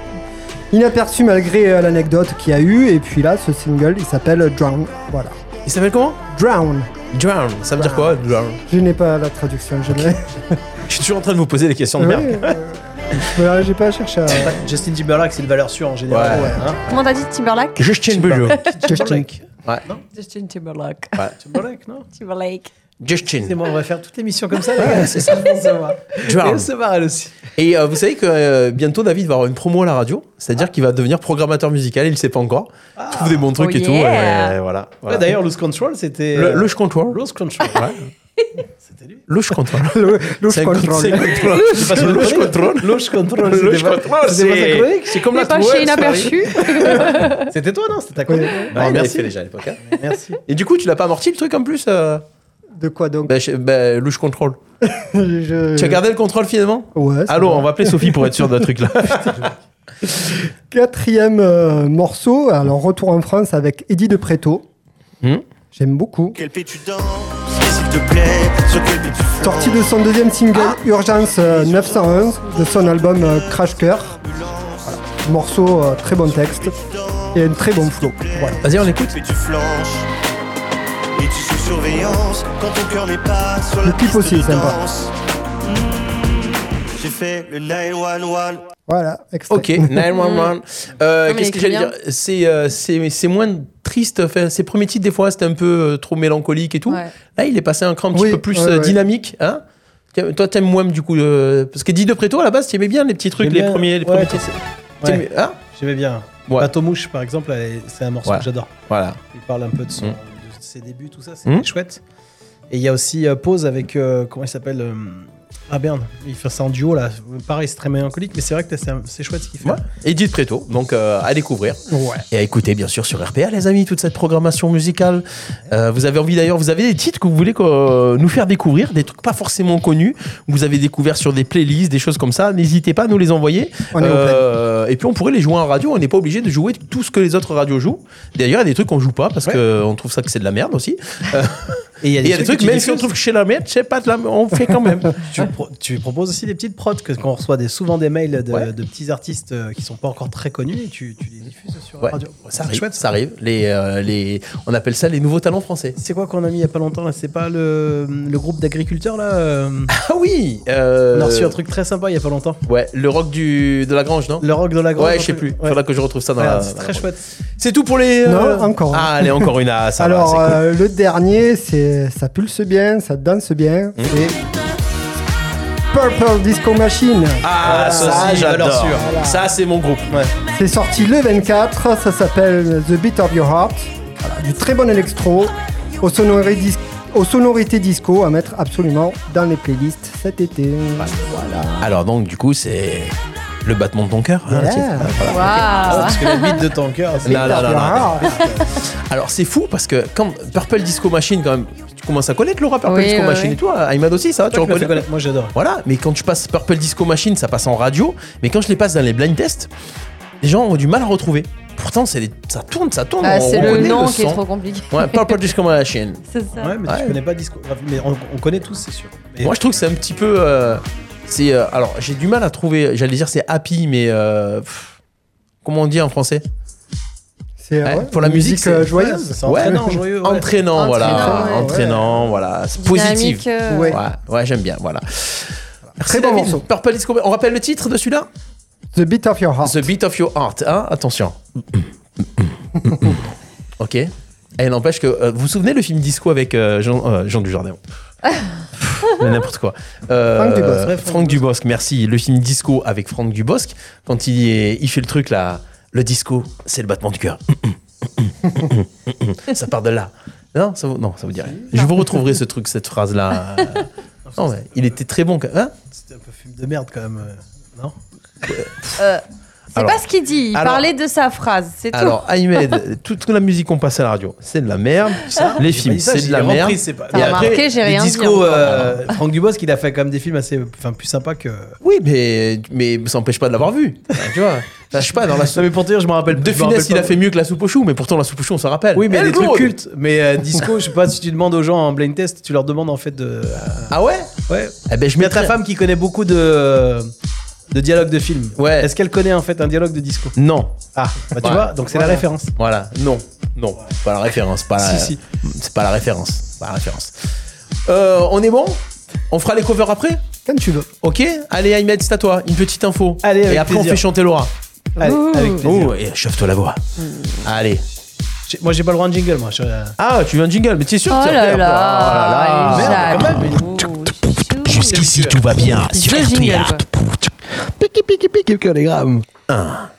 Speaker 5: inaperçu malgré euh, l'anecdote qu'il y a eu. Et puis là, ce single, il s'appelle Drown. Voilà.
Speaker 1: Il s'appelle comment
Speaker 5: Drown.
Speaker 1: Drown. Ça veut dire quoi Drown.
Speaker 5: Je n'ai pas la traduction, je l'ai.
Speaker 1: Je suis toujours en train de vous poser des questions de merde.
Speaker 5: Ouais, euh, voilà, j'ai pas cherché à.
Speaker 4: Justin Timberlake, c'est une valeur sûre en général.
Speaker 1: Ouais.
Speaker 4: Ouais, hein.
Speaker 3: Comment t'as dit Timberlake
Speaker 1: Justin Bieber.
Speaker 5: Justin.
Speaker 3: Justin Timberlake.
Speaker 4: Timberlake, non
Speaker 3: Timberlake.
Speaker 1: Justin.
Speaker 4: C'est moi, on va faire toute l'émission comme ça, les gars. C'est ça, je pense savoir. Et
Speaker 1: Drown.
Speaker 4: elle se marre, elle aussi.
Speaker 1: Et euh, vous savez que euh, bientôt David va avoir une promo à la radio, c'est-à-dire qu'il va devenir programmateur musical, il ne sait pas encore. Il trouve des bons trucs
Speaker 3: Oh
Speaker 1: et tout.
Speaker 3: yeah.
Speaker 1: et voilà.
Speaker 4: Ouais,
Speaker 1: voilà.
Speaker 4: D'ailleurs, euh, Lose Control, c'était.
Speaker 1: le, le je contrôle.
Speaker 4: Lose Control. C'était lui.
Speaker 1: Le je contrôle.
Speaker 5: Louche
Speaker 1: C'est un coup- c'est un contrôle.
Speaker 5: Control.
Speaker 4: Je sais pas si vous le
Speaker 1: Lose
Speaker 4: connaissez.
Speaker 1: Control.
Speaker 4: Lose Control.
Speaker 1: Lose
Speaker 4: c'était pas-
Speaker 1: Control,
Speaker 4: c'était pas
Speaker 1: c'est-
Speaker 4: ta chronique C'est comme
Speaker 3: T'es
Speaker 4: la
Speaker 3: pas
Speaker 4: trouelle,
Speaker 3: chez inaperçu
Speaker 4: Farid. C'était toi, non C'était ta chronique. Ouais,
Speaker 1: Non,
Speaker 4: merci.
Speaker 1: merci déjà à l'époque. hein.
Speaker 4: Merci.
Speaker 1: Et du coup, tu l'as pas amorti le truc en plus euh,
Speaker 5: De quoi donc
Speaker 1: bah, je- bah, Louche contrôle.
Speaker 5: Je-
Speaker 1: Ben, Tu as gardé le contrôle finalement
Speaker 5: Ouais, c'est
Speaker 1: Allô,
Speaker 5: bon.
Speaker 1: on va appeler Sophie pour être sûr d'un truc là.
Speaker 5: Quatrième euh, morceau, alors retour en France avec Eddie de Preto.
Speaker 1: Hmm.
Speaker 5: J'aime beaucoup.
Speaker 6: Quel pied tu danses Et s'il te plaît, sur quel pied tu fonces
Speaker 5: Sorti de son deuxième single
Speaker 1: Ah.
Speaker 5: Urgence euh, 911 de son album euh, Crash Cœur. Voilà. Morceau, euh, très bon texte et un très bon flow. Voilà.
Speaker 1: Vas-y, on
Speaker 6: Quel
Speaker 1: écoute.
Speaker 6: pied tu flanches Et tu sous surveillance quand ton cœur n'est pas sur
Speaker 5: Le
Speaker 6: la
Speaker 5: clip
Speaker 6: piste
Speaker 5: aussi
Speaker 6: de
Speaker 5: est sympa.
Speaker 6: danse. Mmh. J'ai fait le 911
Speaker 5: Voilà, extrait.
Speaker 1: Ok, 911. Euh,
Speaker 3: Mm. Non, mais
Speaker 1: Qu'est-ce
Speaker 3: il
Speaker 1: que j'allais
Speaker 3: écrit
Speaker 1: dire C'est euh, c'est- c'est moins triste. Enfin, ses premiers titres, des fois, c'était un peu euh, trop mélancolique et tout.
Speaker 3: Ouais.
Speaker 1: Là, il est passé un cran un petit
Speaker 5: Oui,
Speaker 1: peu plus
Speaker 5: ouais,
Speaker 1: euh,
Speaker 5: ouais.
Speaker 1: dynamique. Hein Tiens, Toi, t'aimes moins du coup. euh, parce que dit de Preto, à la base, t'aimais bien les petits trucs,
Speaker 4: J'aime
Speaker 1: les
Speaker 4: bien.
Speaker 1: premiers, les
Speaker 4: Ouais,
Speaker 1: premiers
Speaker 4: t'es-
Speaker 1: titres.
Speaker 4: ouais.
Speaker 1: T'aimais- hein
Speaker 4: J'aimais bien.
Speaker 1: Ouais.
Speaker 4: Bateau Mouche, par exemple, elle- c'est un morceau
Speaker 1: Ouais.
Speaker 4: que j'adore.
Speaker 1: Voilà.
Speaker 4: Il parle un peu de, son,
Speaker 1: Mm.
Speaker 4: de ses débuts, tout ça, c'est
Speaker 1: Mm.
Speaker 4: chouette. Et il y a aussi euh, Pause avec, euh, comment il s'appelle euh, Ah merde, il fait ça en duo là. Pareil, c'est très mélancolique, mais c'est vrai que c'est un- c'est chouette ce qu'il fait.
Speaker 1: Ouais. Et dit de Preto, donc euh, à découvrir.
Speaker 5: Ouais.
Speaker 1: Et à écouter, bien sûr, sur RPA, les amis, toute cette programmation musicale. Euh, vous avez envie d'ailleurs, vous avez des titres que vous voulez qu'on- nous faire découvrir, des trucs pas forcément connus, que vous avez découvert sur des playlists, des choses comme ça. N'hésitez pas à nous les envoyer.
Speaker 5: On est
Speaker 1: Euh, et puis on pourrait les jouer en radio, on n'est pas obligé de jouer tout ce que les autres radios jouent. D'ailleurs, il y a des trucs qu'on joue pas parce
Speaker 4: Ouais.
Speaker 1: qu'on trouve ça que c'est de la merde aussi.
Speaker 4: Et il
Speaker 1: Et il y a des trucs,
Speaker 4: que tu
Speaker 1: même si on
Speaker 4: diffuses,
Speaker 1: trouve que chez la merde, c'est pas de la on fait quand même.
Speaker 4: Tu, pro- tu proposes aussi des petites prods que- qu'on reçoit des, souvent des mails de,
Speaker 1: Ouais.
Speaker 4: de petits artistes euh, qui sont pas encore très connus et tu, tu les diffuses sur
Speaker 1: Ouais,
Speaker 4: la radio.
Speaker 1: ça
Speaker 4: C'est
Speaker 1: arrive,
Speaker 4: chouette.
Speaker 1: ça arrive. Les, euh, les, on appelle ça les nouveaux talents français.
Speaker 4: C'est quoi qu'on a mis il y a pas longtemps là C'est pas le, le groupe d'agriculteurs là euh,
Speaker 1: Ah oui euh,
Speaker 4: On a reçu un truc très sympa il y a pas longtemps.
Speaker 1: Ouais, le rock du, de la grange, non
Speaker 4: Le rock dans la grotte.
Speaker 1: Ouais, je sais plus.
Speaker 4: Ouais.
Speaker 1: Faudra que je retrouve ça dans
Speaker 4: Ouais,
Speaker 1: la.
Speaker 4: c'est très chouette.
Speaker 1: C'est tout pour les.
Speaker 5: Non, encore.
Speaker 1: Ah, allez, encore une. Ah, ça va,
Speaker 5: Alors,
Speaker 1: c'est cool.
Speaker 5: euh, le dernier, c'est ça pulse bien, ça danse bien.
Speaker 1: Hmm.
Speaker 5: C'est Purple Disco Machine.
Speaker 1: Ah, ça,
Speaker 4: ça,
Speaker 1: aussi,
Speaker 4: valeur
Speaker 1: j'adore.
Speaker 4: sûre.
Speaker 1: Ça, c'est mon groupe.
Speaker 5: C'est sorti le 24, ça s'appelle The Beat of Your Heart. Voilà, du très bon électro, aux, sonori- dis- aux sonorités disco à mettre absolument dans les playlists cet été.
Speaker 1: Alors, donc, du coup, c'est le battement de ton cœur.
Speaker 4: Ah,
Speaker 1: hein,
Speaker 5: Voilà.
Speaker 1: le titre.
Speaker 3: Waouh
Speaker 4: Parce que la bite de ton cœur, c'est
Speaker 1: Non, non, non,
Speaker 5: Your
Speaker 1: non.
Speaker 5: Heart.
Speaker 1: Alors, c'est fou parce que quand Purple Disco Machine, quand même, tu commences à connaître Laura Purple
Speaker 3: Oui,
Speaker 1: Disco
Speaker 3: oui,
Speaker 1: Machine
Speaker 3: oui.
Speaker 1: et toi, Aymad aussi, ça va, tu
Speaker 4: Toi qui m'as fait
Speaker 1: reconnais
Speaker 4: connaître, Moi j'adore.
Speaker 1: Voilà, mais quand tu passes Purple Disco Machine, ça passe en radio, mais quand je les passe dans les blind tests, les gens ont du mal à retrouver. Pourtant, c'est des- ça tourne, ça tourne.
Speaker 3: Ah,
Speaker 1: on
Speaker 3: C'est le
Speaker 1: reconnaît
Speaker 3: nom qui est
Speaker 1: son.
Speaker 3: trop compliqué.
Speaker 1: Ouais, Purple Disco Machine.
Speaker 3: C'est ça.
Speaker 4: Ouais, mais
Speaker 1: Ouais.
Speaker 4: tu connais pas Disco. Mais on, on connaît tous, c'est sûr. Mais
Speaker 1: Moi, je trouve que c'est un petit peu. euh, c'est euh, alors j'ai du mal à trouver. J'allais dire c'est happy, mais euh, pff, comment on dit en français
Speaker 5: C'est
Speaker 1: Ouais,
Speaker 5: ouais,
Speaker 1: pour la
Speaker 5: une
Speaker 1: musique,
Speaker 5: euh,
Speaker 1: c'est-
Speaker 5: joyeuse.
Speaker 4: c'est entraînant, joyeux. ouais.
Speaker 1: Entraînant, voilà,
Speaker 3: Entraînant, ouais.
Speaker 1: entraînant, voilà, c'est positif.
Speaker 3: Dynamique, euh,
Speaker 5: Ouais.
Speaker 1: Ouais, ouais, j'aime bien, voilà.
Speaker 5: Très bon
Speaker 1: David.
Speaker 5: morceau.
Speaker 1: Purple Disco. On rappelle le titre de celui-là
Speaker 5: The Beat of Your Heart.
Speaker 1: The Beat of Your Heart. Hein Attention. ok. Et n'empêche que euh, vous vous souvenez le film Disco avec euh, Jean, euh, Jean Dujardin Pff, mais N'importe quoi. Euh,
Speaker 5: Franck Dubosc,
Speaker 4: ouais, Franck
Speaker 1: Franck Dubosc, merci. Le film Disco avec Franck Dubosc, quand il, est- il fait le truc là, le disco, c'est le battement du cœur. ça part de là. Non, ça vous, non, ça vous dirait. Je vous retrouverai ce truc, cette phrase là. Non, mais il était très bon. quand- Hein
Speaker 4: C'était un peu film de merde quand même. euh, Non
Speaker 3: Euh, c'est
Speaker 1: Alors-
Speaker 3: pas ce qu'il dit. Il
Speaker 1: alors-
Speaker 3: parlait de sa phrase. C'est tout.
Speaker 1: Alors, Ahmed, toute la musique qu'on passe à la radio, c'est de la merde. les
Speaker 4: J'ai pas
Speaker 1: films,
Speaker 4: dit ça,
Speaker 1: c'est
Speaker 4: j'ai
Speaker 1: de la
Speaker 4: repris,
Speaker 1: merde.
Speaker 4: c'est pas-
Speaker 3: T'as
Speaker 1: Et
Speaker 3: remarqué,
Speaker 1: après,
Speaker 3: j'ai rien
Speaker 4: les
Speaker 3: dit. hein.
Speaker 4: discos,
Speaker 3: encore.
Speaker 4: euh, Franck Dubosc, il a fait quand même des films assez, enfin, plus sympas que.
Speaker 1: Oui, mais, mais ça n'empêche pas de l'avoir vu.
Speaker 4: Bah,
Speaker 1: Enfin, tu vois, Enfin, je sais pas, dans la
Speaker 4: Non, mais pour te dire, je me rappelle.
Speaker 1: De
Speaker 4: je me rappelle
Speaker 1: finesse, il
Speaker 4: pas.
Speaker 1: a fait mieux que la soupe aux choux, mais pourtant la soupe aux choux, on s'en rappelle.
Speaker 4: Oui, mais
Speaker 1: Eh,
Speaker 4: des
Speaker 1: le
Speaker 4: trucs
Speaker 1: gros
Speaker 4: cultes. Mais euh, disco, je sais pas si tu demandes aux gens en blind test, tu leur demandes en fait de. euh,
Speaker 1: Ah ouais
Speaker 4: ouais.
Speaker 1: Eh ben, je
Speaker 4: Je mets ta
Speaker 1: mettrais.
Speaker 4: femme qui connaît beaucoup de de dialogues de films.
Speaker 1: Ouais.
Speaker 4: Est-ce qu'elle connaît en fait un dialogue de disco
Speaker 1: Non,
Speaker 4: Ah, bah, tu
Speaker 1: Ouais.
Speaker 4: vois, donc c'est la
Speaker 5: Voilà.
Speaker 4: référence.
Speaker 1: voilà, non, non, c'est pas la référence, pas la-
Speaker 4: Si,
Speaker 1: c'est pas la référence, c'est pas la référence. Euh, on est bon On fera les covers après
Speaker 5: Quand tu veux.
Speaker 1: Ok Allez, Ahmed, c'est à toi, une petite info.
Speaker 4: Allez, avec
Speaker 1: et après,
Speaker 4: plaisir.
Speaker 1: on fait chanter Laura.
Speaker 4: Allez,
Speaker 3: Ouh.
Speaker 4: avec plaisir. Mm.
Speaker 1: Oh, et chauffe-toi la voix. Allez.
Speaker 4: J'ai- Moi, j'ai pas le droit de jingle, moi. Je- euh,
Speaker 1: Ah, tu veux un jingle, mais t'es sûr
Speaker 3: Oh
Speaker 1: que tu vas
Speaker 3: là
Speaker 1: faire-
Speaker 3: là,
Speaker 1: Oh là là.
Speaker 4: Merde, quand même.
Speaker 3: jaloux, chouchou.
Speaker 1: Jusqu'ici, tout va bien.
Speaker 3: Je jingle, quoi.
Speaker 4: Ah.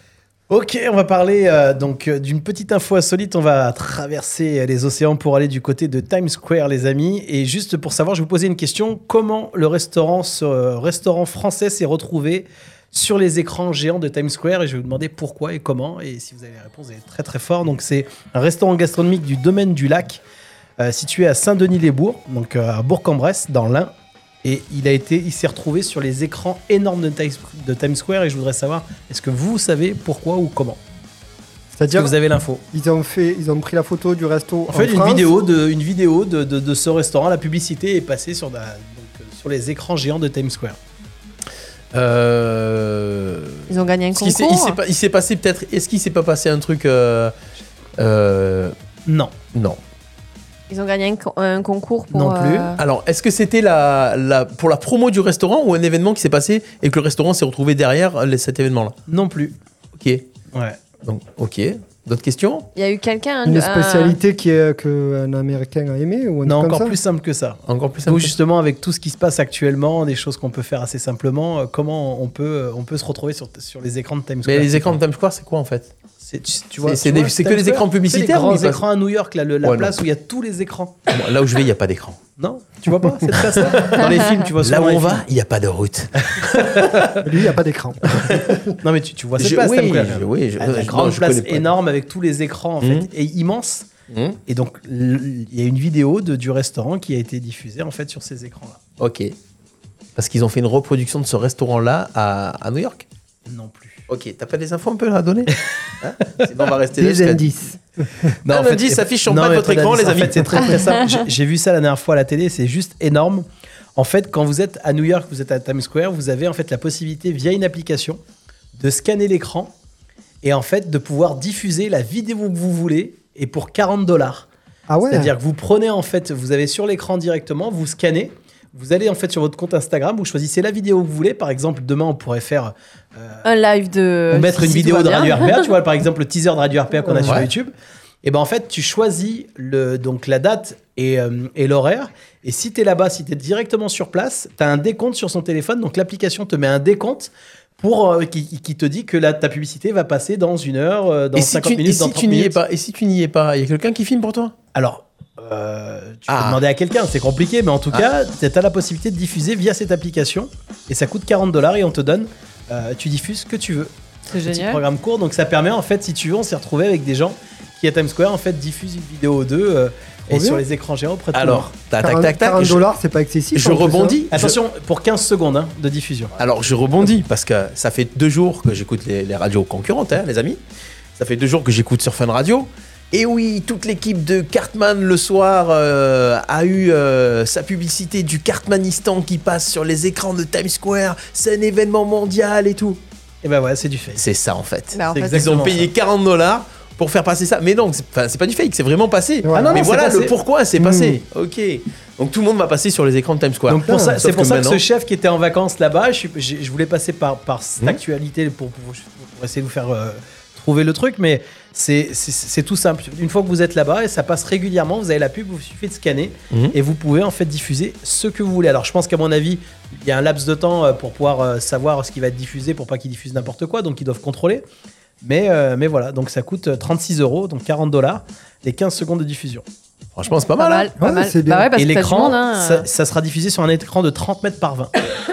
Speaker 4: Ok, on va parler euh, donc euh, d'une petite info insolite. On va traverser euh, les océans pour aller du côté de Times Square, les amis. Et juste pour savoir, je vais vous poser une question. Comment le restaurant, ce, euh, restaurant français s'est retrouvé sur les écrans géants de Times Square Et je vais vous demander pourquoi et comment. Et si vous avez la réponse, vous êtes très très fort. Donc c'est un restaurant gastronomique du domaine du lac, euh, situé à Saint-Denis-les-Bourgs, donc euh, à Bourg-en-Bresse, dans l'Ain. Et il a été, il s'est retrouvé sur les écrans énormes de Times, de Times Square. Et je voudrais savoir, est-ce que vous savez pourquoi ou comment Est-ce que
Speaker 5: C'est-à-dire,
Speaker 4: vous avez l'info
Speaker 5: ils ont fait, ils ont pris la photo du resto.
Speaker 4: En fait, une
Speaker 5: France.
Speaker 4: vidéo de, une vidéo de, de- de ce restaurant, la publicité est passée sur, la- donc, euh, sur les écrans géants de Times Square.
Speaker 1: Euh...
Speaker 3: Ils ont gagné un
Speaker 1: Est-ce qu'il s'est- il
Speaker 3: concours.
Speaker 1: s'est pas- il s'est passé peut-être. Est-ce qu'il s'est pas passé un truc. euh, euh,
Speaker 4: Non,
Speaker 1: non.
Speaker 3: Ils ont gagné un, con- un concours pour.
Speaker 4: Non plus.
Speaker 3: euh,
Speaker 1: Alors, est-ce que c'était la, la- pour la promo du restaurant ou un événement qui s'est passé et que le restaurant s'est retrouvé derrière euh, cet événement-là
Speaker 4: non plus.
Speaker 1: Ok.
Speaker 4: Ouais.
Speaker 1: Donc, ok. D'autres questions
Speaker 3: Il y a eu quelqu'un. un-
Speaker 5: Une
Speaker 3: un-
Speaker 5: spécialité qui est qu'un Américain a aimé ou un truc
Speaker 4: Non,
Speaker 5: comme
Speaker 4: encore
Speaker 5: ça
Speaker 4: plus simple que ça.
Speaker 1: Encore plus
Speaker 4: Ou
Speaker 1: simple
Speaker 4: justement, avec tout ce qui se passe actuellement, des choses qu'on peut faire assez simplement, euh, comment on peut, euh, on peut se retrouver sur, sur les écrans de Times Square
Speaker 1: Mais les écrans de Times Square, c'est quoi en fait
Speaker 4: C'est- tu- tu vois-
Speaker 1: c'est- c'est
Speaker 4: tu
Speaker 1: des-
Speaker 4: vois,
Speaker 1: c'est que
Speaker 4: Times
Speaker 1: les
Speaker 4: Square,
Speaker 1: écrans
Speaker 4: tu sais,
Speaker 1: publicitaires ou
Speaker 4: Les grands
Speaker 1: ils passent-
Speaker 4: écrans à New York, là, le- la
Speaker 1: Ouais, non.
Speaker 4: place où il y a tous les écrans.
Speaker 1: Bon, Là où je vais, il n'y a pas d'écran.
Speaker 4: Non, tu vois pas cette place-là Dans les films, tu vois
Speaker 1: Là
Speaker 4: souvent
Speaker 1: où
Speaker 4: les
Speaker 1: on
Speaker 4: films.
Speaker 1: va, il n'y a pas de route.
Speaker 5: Lui, il n'y a pas d'écran.
Speaker 4: Non, mais tu, tu vois cette
Speaker 1: Je-
Speaker 4: place,
Speaker 1: oui,
Speaker 4: Times Square.
Speaker 1: je- oui, je-
Speaker 4: Ah, la
Speaker 1: je-
Speaker 4: grande
Speaker 1: non, je
Speaker 4: place
Speaker 1: connais pas.
Speaker 4: énorme avec tous les écrans en
Speaker 1: Mhm.
Speaker 4: fait et immense.
Speaker 1: Mhm.
Speaker 4: Et donc l- il y a une vidéo de, du restaurant qui a été diffusée en fait sur ces écrans-là.
Speaker 1: Ok. Parce qu'ils ont fait une reproduction de ce restaurant-là à, à New York.
Speaker 4: Non plus.
Speaker 1: Ok, t'as pas des infos un peu à donner Hein Sinon, on va rester là
Speaker 5: Des
Speaker 1: jusqu'à-
Speaker 5: indices.
Speaker 1: Non, en fait, l'indice s'affiche sur bas de
Speaker 4: mais
Speaker 1: votre
Speaker 4: pas
Speaker 1: écran,
Speaker 4: d'indice.
Speaker 1: les
Speaker 4: En
Speaker 1: amis.
Speaker 4: fait, c'est très très simple. J'ai- J'ai vu ça la dernière fois à la télé, c'est juste énorme. En fait, quand vous êtes à New York, vous êtes à Times Square, vous avez en fait la possibilité via une application de scanner l'écran et en fait de pouvoir diffuser la vidéo que vous voulez et pour 40 dollars.
Speaker 5: Ah ouais
Speaker 4: C'est-à-dire que vous prenez en fait, vous avez sur l'écran directement, vous scannez, vous allez en fait sur votre compte Instagram, vous choisissez la vidéo que vous voulez. Par exemple, demain on pourrait faire
Speaker 3: Un live de.
Speaker 1: Euh,
Speaker 4: on mettre une
Speaker 3: si tout
Speaker 4: vidéo
Speaker 3: va
Speaker 4: de
Speaker 3: bien.
Speaker 4: Radio RPA, tu vois, par exemple le teaser de Radio RPA qu'on a sur
Speaker 1: Ouais.
Speaker 4: YouTube. Et ben en fait, tu choisis le, donc la date et, euh, et l'horaire. Et si tu es là-bas, si tu es directement sur place, tu as un décompte sur son téléphone. Donc l'application te met un décompte pour, euh, qui, qui te dit que la, ta publicité va passer dans une heure, euh, dans
Speaker 1: et si
Speaker 4: 50
Speaker 1: tu, et
Speaker 4: minutes,
Speaker 1: si
Speaker 4: dans
Speaker 1: tu
Speaker 4: 30
Speaker 1: n'y es
Speaker 4: minutes.
Speaker 1: pas, et si tu n'y es pas, il y a quelqu'un qui filme pour toi
Speaker 4: Alors, euh, tu
Speaker 1: Ah.
Speaker 4: peux demander à quelqu'un, c'est compliqué, mais en tout
Speaker 1: Ah.
Speaker 4: cas, tu as la possibilité de diffuser via cette application et ça coûte 40 dollars et on te donne, euh, tu diffuses ce que tu veux.
Speaker 3: C'est
Speaker 4: Petit
Speaker 3: génial.
Speaker 4: programme court, donc ça permet en fait, si tu veux, on s'est retrouvé avec des gens qui à Times Square en fait diffusent une vidéo ou deux euh, et
Speaker 5: bien.
Speaker 4: sur les écrans géants auprès de tout le
Speaker 1: Alors,
Speaker 4: monde.
Speaker 1: tac, tac,
Speaker 5: 40,
Speaker 1: tac, tac.
Speaker 5: 40
Speaker 1: Je,
Speaker 5: dollars, c'est pas excessif.
Speaker 1: je
Speaker 5: en plus, hein.
Speaker 1: rebondis. je-
Speaker 4: Attention, pour 15 secondes hein, de diffusion.
Speaker 1: alors, je rebondis parce que ça fait deux jours que j'écoute les, les radios concurrentes, hein, les amis. Ça fait deux jours que j'écoute sur Fun Radio. Et oui, toute l'équipe de Cartman le soir euh, a eu euh, sa publicité du Cartmanistan qui passe sur les écrans de Times Square. C'est un événement mondial et tout.
Speaker 4: Et ben ouais, c'est du fait.
Speaker 1: C'est ça en fait.
Speaker 3: Bah, en
Speaker 4: C'est
Speaker 3: fait,
Speaker 1: Ils ont
Speaker 4: Exactement
Speaker 1: payé 40 dollars pour faire passer ça. Mais non, c'est enfin, c'est pas du fake, c'est vraiment passé.
Speaker 5: Ouais. Ah non,
Speaker 1: mais
Speaker 4: non,
Speaker 1: voilà
Speaker 4: c'est passé. Mm.
Speaker 1: le pourquoi c'est passé. Ok. Donc tout le monde va passer sur les écrans de Times Square.
Speaker 4: Donc pour ça,
Speaker 1: Sauf
Speaker 4: c'est pour ça que
Speaker 1: maintenant-
Speaker 4: ce chef qui était en vacances là-bas, je, suis- j'ai- je voulais passer par, par cette
Speaker 1: Mhm.
Speaker 4: actualité pour, pour- pour essayer de vous faire euh, trouver le truc, mais c'est- c'est c'est tout simple. Une fois que vous êtes là-bas, et ça passe régulièrement, vous avez la pub, vous suffit de scanner,
Speaker 1: Mhm.
Speaker 4: et vous pouvez en fait diffuser ce que vous voulez. Alors je pense qu'à mon avis, il y a un laps de temps euh, pour pouvoir euh, savoir ce qui va être diffusé, pour pas qu'ils diffusent n'importe quoi, donc ils doivent contrôler. euh, Mais, euh, mais voilà, donc ça coûte 36 euros, donc 40 dollars, les 15 secondes de diffusion.
Speaker 1: Franchement, c'est pas
Speaker 3: Pas
Speaker 1: mal. hein.
Speaker 3: mal. Pas
Speaker 5: Ouais,
Speaker 3: mal.
Speaker 5: c'est bien.
Speaker 3: Bah ouais, parce
Speaker 4: Et
Speaker 3: que t'as du
Speaker 4: l'écran,
Speaker 3: monde, hein.
Speaker 4: ça, ça sera diffusé sur un écran de 30 mètres par 20.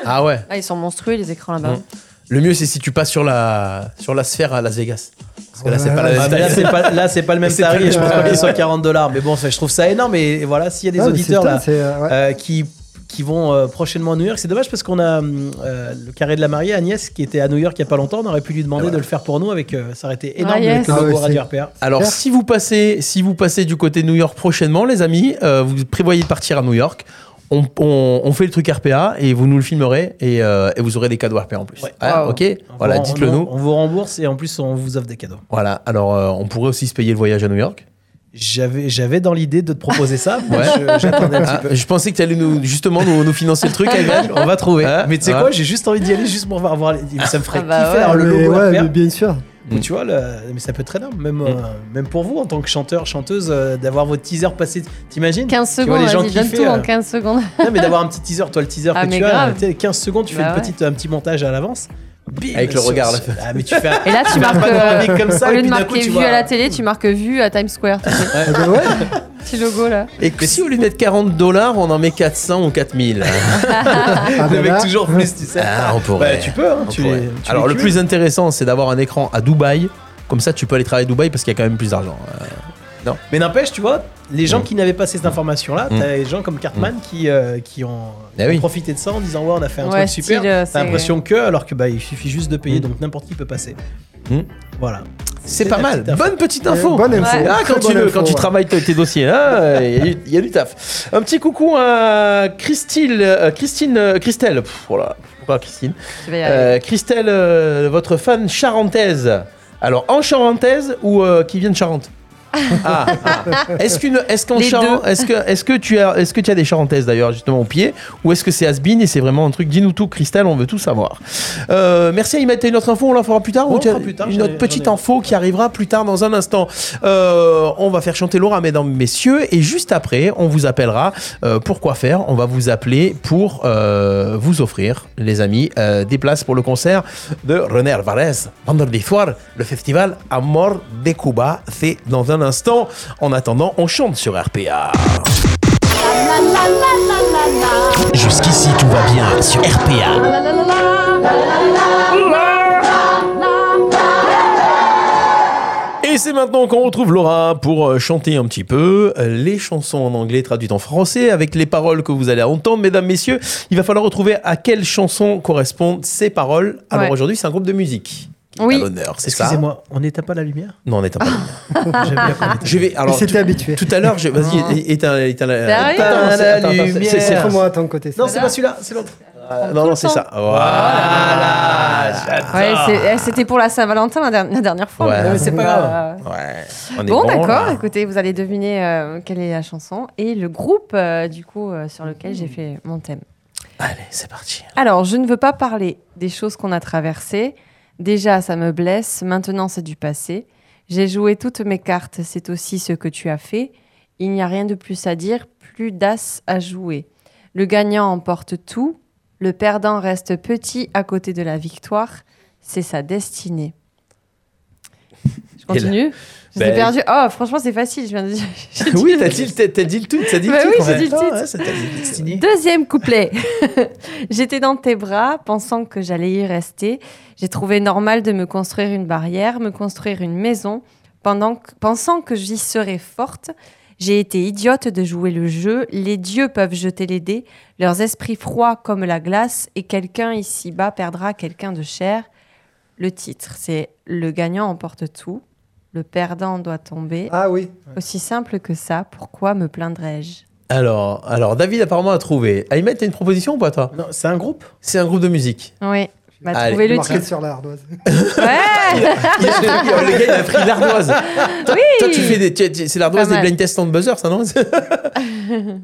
Speaker 1: Ah ouais.
Speaker 3: Ah, ils sont monstrueux, les écrans là-bas.
Speaker 1: Mm. Le mieux, c'est si tu passes sur la, sur la sphère à Las Vegas. Parce que là,
Speaker 5: Ouais,
Speaker 1: c'est pas la
Speaker 5: ouais,
Speaker 1: même
Speaker 4: Ah, mais là,
Speaker 1: taille.
Speaker 4: c'est pas, là, c'est pas le même
Speaker 1: Euh, C'est pas
Speaker 4: tarif.
Speaker 1: le
Speaker 4: Je
Speaker 5: même
Speaker 4: pense pas
Speaker 5: tarif.
Speaker 4: qu'ils soient 40 dollars. Mais bon, ça, je trouve ça énorme. Et voilà, s'il y a des
Speaker 5: Ouais, mais
Speaker 4: auditeurs
Speaker 5: c'est-
Speaker 4: là
Speaker 5: c'est, euh, ouais.
Speaker 4: euh, qui, qui vont euh, prochainement à New York, c'est dommage parce qu'on a hum, euh, le carré de la mariée, Agnès, qui était à New York il y a pas longtemps. On aurait pu lui demander de le faire pour nous. Avec, euh, ça aurait été énorme
Speaker 3: Ah, yes.
Speaker 4: avec le
Speaker 5: Ah,
Speaker 4: logo
Speaker 5: ouais,
Speaker 4: Radio
Speaker 5: c'est-
Speaker 4: RPA.
Speaker 1: Alors, si vous, passez, si vous passez du côté de New York prochainement, les amis, euh, vous prévoyez de partir à New York. On, on- on fait le truc RPA et vous nous le filmerez et, euh, et vous aurez des cadeaux RPA en plus.
Speaker 4: Ouais.
Speaker 1: Hein,
Speaker 3: Wow.
Speaker 1: Ok
Speaker 4: On
Speaker 1: Voilà,
Speaker 4: vous-
Speaker 1: dites-le
Speaker 4: on-
Speaker 1: nous.
Speaker 4: On vous rembourse et en plus, on vous offre des cadeaux.
Speaker 1: Voilà, alors euh, on pourrait aussi se payer le voyage à New York.
Speaker 4: J'avais, j'avais dans l'idée de te proposer ça. mais
Speaker 1: Ouais.
Speaker 4: je- j'attendais un petit
Speaker 1: Ah,
Speaker 4: peu.
Speaker 1: je pensais que tu allais nous, justement nous, nous financer le truc, Ayman.
Speaker 4: On va trouver.
Speaker 1: Hein
Speaker 4: mais tu sais
Speaker 1: Ouais.
Speaker 4: quoi, j'ai juste envie d'y aller juste pour voir. voir les- Ça me ferait
Speaker 3: Ah bah
Speaker 4: kiffer
Speaker 3: ouais.
Speaker 4: d'avoir le
Speaker 5: Mais
Speaker 4: logo Euh,
Speaker 5: ouais,
Speaker 4: RPA.
Speaker 5: mais bien sûr.
Speaker 1: Mm.
Speaker 4: Ou tu vois, le- mais ça peut être très énorme, même, euh, même pour vous en tant que chanteur, chanteuse, euh, d'avoir vos teasers passés. T'imagines
Speaker 3: 15
Speaker 4: Tu vois
Speaker 3: secondes,
Speaker 4: les gens
Speaker 3: vas-y, donne
Speaker 4: kiffer,
Speaker 3: tout en
Speaker 4: euh.
Speaker 3: 15 secondes.
Speaker 4: Non, mais d'avoir un petit teaser, toi le teaser
Speaker 3: Ah,
Speaker 4: que
Speaker 3: mais
Speaker 4: tu as,
Speaker 3: grave.
Speaker 4: tu sais, 15 secondes, tu fais
Speaker 3: Bah
Speaker 4: une
Speaker 3: ouais.
Speaker 4: petite, un petit montage à l'avance. Bim,
Speaker 1: Avec le regard, là.
Speaker 4: Ah, mais tu fais un-
Speaker 3: Et là, tu
Speaker 4: un
Speaker 3: marques. euh,
Speaker 4: panoramique comme ça,
Speaker 3: Au
Speaker 4: et
Speaker 3: lieu
Speaker 4: puis
Speaker 3: de
Speaker 4: d'un coup,
Speaker 3: marquer
Speaker 4: tu
Speaker 3: vue
Speaker 4: vois-
Speaker 3: à la télé, tu marques vue à Times Square. tu sais.
Speaker 5: Ah bah ouais.
Speaker 3: Petit logo là.
Speaker 1: Et que si au lieu de mettre 40 dollars, on en met 400 ou 4000.
Speaker 5: Ah bah
Speaker 4: Le mec
Speaker 5: là,
Speaker 4: toujours plus, tu sais.
Speaker 1: Ah, on pourrait.
Speaker 4: Bah, tu peux, hein,
Speaker 1: On
Speaker 4: tu
Speaker 1: pourrait.
Speaker 4: les- tu
Speaker 1: Alors
Speaker 4: les
Speaker 1: le
Speaker 4: cuis.
Speaker 1: plus intéressant, c'est d'avoir un écran à Dubaï. Comme ça, tu peux aller travailler à Dubaï parce qu'il y a quand même plus d'argent. Euh,
Speaker 4: Mais n'empêche, tu vois, les gens
Speaker 1: Mm.
Speaker 4: qui n'avaient pas cette information-là,
Speaker 1: Mm.
Speaker 4: t'as des gens comme Cartman qui, euh, qui ont,
Speaker 1: Eh
Speaker 4: qui ont
Speaker 1: oui.
Speaker 4: profité de ça en disant Ouais, on a fait un
Speaker 3: Ouais,
Speaker 4: truc super.
Speaker 3: style, euh,
Speaker 4: T'as
Speaker 3: c'est-
Speaker 4: l'impression que, alors que bah, il suffit juste de payer,
Speaker 1: Mm.
Speaker 4: donc n'importe qui peut passer.
Speaker 1: Mm.
Speaker 4: Voilà.
Speaker 1: C'est
Speaker 4: C'est
Speaker 1: pas
Speaker 4: la
Speaker 1: mal.
Speaker 4: petite info.
Speaker 1: Bonne petite info.
Speaker 5: bonne info.
Speaker 3: Ouais.
Speaker 1: Ah,
Speaker 5: Très
Speaker 1: quand tu
Speaker 5: bonne
Speaker 1: veux,
Speaker 5: info,
Speaker 1: quand tu
Speaker 5: ouais.
Speaker 1: travailles tes tes dossiers, hein, il y a du- il y, a du taf. Un petit coucou à Christine, euh, Christine, euh, Christelle. Pff, voilà, pourquoi Christine
Speaker 3: Tu vas y arriver.
Speaker 1: Euh, Christelle, euh, votre fan charentaise. Alors en charentaise ou euh, qui vient de Charente ah, ah. Est-ce qu'une, est-ce qu'en
Speaker 3: Les
Speaker 1: Charente,
Speaker 3: deux.
Speaker 1: est-ce que, est-ce que tu as, est-ce que tu as des charentaises d'ailleurs justement au pied, ou est-ce que c'est Asbin et c'est vraiment un truc Dis-nous tout, Christelle, on veut tout savoir. Euh, merci à y mettre une autre info, on la fera plus tard.
Speaker 4: Ouais,
Speaker 1: ou
Speaker 4: on
Speaker 1: tu as
Speaker 4: fera plus tard,
Speaker 1: une
Speaker 4: j'en ai-
Speaker 1: autre petite
Speaker 4: j'en ai.
Speaker 1: info qui arrivera plus tard dans un instant. Euh, on va faire chanter Laura, mesdames, messieurs, et juste après, on vous appellera. euh, pour quoi faire On va vous appeler pour euh, vous offrir, les amis, euh, des places pour le concert de René Alvarez. Vendredi soir, le festival Amor de Cuba, c'est dans un instant. En attendant, on chante sur RPA. Jusqu'ici, tout va bien sur RPA. Et c'est maintenant qu'on retrouve Laura pour euh, chanter un petit peu euh, les chansons en anglais traduites en français avec les paroles que vous allez entendre, mesdames, messieurs. Il va falloir retrouver à quelle chanson correspondent ces paroles. Alors
Speaker 3: Ouais.
Speaker 1: aujourd'hui, c'est un groupe de musique qui est
Speaker 3: Oui.
Speaker 1: à l'honneur, c'est ça
Speaker 4: Excusez-moi, on n'éteint pas la lumière
Speaker 1: Non, on est un peu.
Speaker 3: Ah.
Speaker 4: J'aime bien qu'on éteigne.
Speaker 1: Je vais.
Speaker 5: Il
Speaker 1: Alors,
Speaker 5: s'était habitué.
Speaker 1: tout à l'heure, je... vas-y,
Speaker 4: Non.
Speaker 1: é- éteins, éteins la,
Speaker 3: Sérieux
Speaker 1: éteins
Speaker 4: Attends,
Speaker 1: la
Speaker 4: attends, attends,
Speaker 1: lumière.
Speaker 4: c'est- c'est
Speaker 5: Pour moi à ton côté. ça.
Speaker 4: Non, c'est pas celui-là, c'est l'autre.
Speaker 1: Euh, non, non, c'est ça. Voilà.
Speaker 3: Ouais, c'est- eh, c'était pour la Saint-Valentin la, der- la dernière fois.
Speaker 1: Ouais.
Speaker 3: mais
Speaker 1: Ouais,
Speaker 4: c'est pas grave.
Speaker 1: Ouais. On est
Speaker 3: Bon,
Speaker 1: là.
Speaker 3: d'accord. Écoutez, vous allez deviner euh, quelle est la chanson et le groupe euh, du coup euh, sur lequel j'ai fait mon thème.
Speaker 1: Allez, c'est parti.
Speaker 3: Alors, je ne veux pas parler des choses qu'on a traversées. Déjà, ça me blesse. Maintenant, c'est du passé. J'ai joué toutes mes cartes. C'est aussi ce que tu as fait. Il n'y a rien de plus à dire, plus d'as à jouer. Le gagnant emporte tout. Le perdant reste petit à côté de la victoire. C'est sa destinée. Je
Speaker 1: Et là-
Speaker 3: continue Je
Speaker 1: Ben-
Speaker 3: t'ai perdu. Oh, franchement, c'est facile. Je viens de dire. j'ai dit-
Speaker 1: Oui, t'as dit, le- t'as- t'as dit le tout, t'as dit
Speaker 3: Bah
Speaker 1: le
Speaker 3: oui,
Speaker 1: titre,
Speaker 3: j'ai
Speaker 1: ouais.
Speaker 3: dit le
Speaker 1: Ah,
Speaker 3: titre.
Speaker 1: ouais, c'est- t'as dit le titre.
Speaker 3: Deuxième couplet. J'étais dans tes bras, pensant que j'allais y rester. J'ai trouvé normal de me construire une barrière, me construire une maison, pendant que- pensant que j'y serais forte. J'ai été idiote de jouer le jeu. Les dieux peuvent jeter les dés, leurs esprits froids comme la glace, et quelqu'un ici-bas perdra quelqu'un de cher. Le titre, c'est Le gagnant emporte tout, le perdant doit tomber.
Speaker 5: Ah oui.
Speaker 3: Aussi simple que ça, pourquoi me plaindrais-je
Speaker 1: Alors, alors, David apparemment a trouvé. Ayman, t'as une proposition ou pas toi
Speaker 4: Non, c'est un groupe.
Speaker 1: C'est un groupe de musique.
Speaker 3: Oui, bah,
Speaker 1: Allez,
Speaker 3: trouvez le
Speaker 5: Marqué
Speaker 3: titre.
Speaker 5: sur la ardoise.
Speaker 3: Ouais
Speaker 1: Il a- le gars, il a pris l'ardoise.
Speaker 3: Ah, bah, Oui
Speaker 1: Toi, tu fais des, tu- tu- c'est l'ardoise
Speaker 3: Pas
Speaker 1: des
Speaker 3: mal.
Speaker 1: blind tests en buzzer, ça non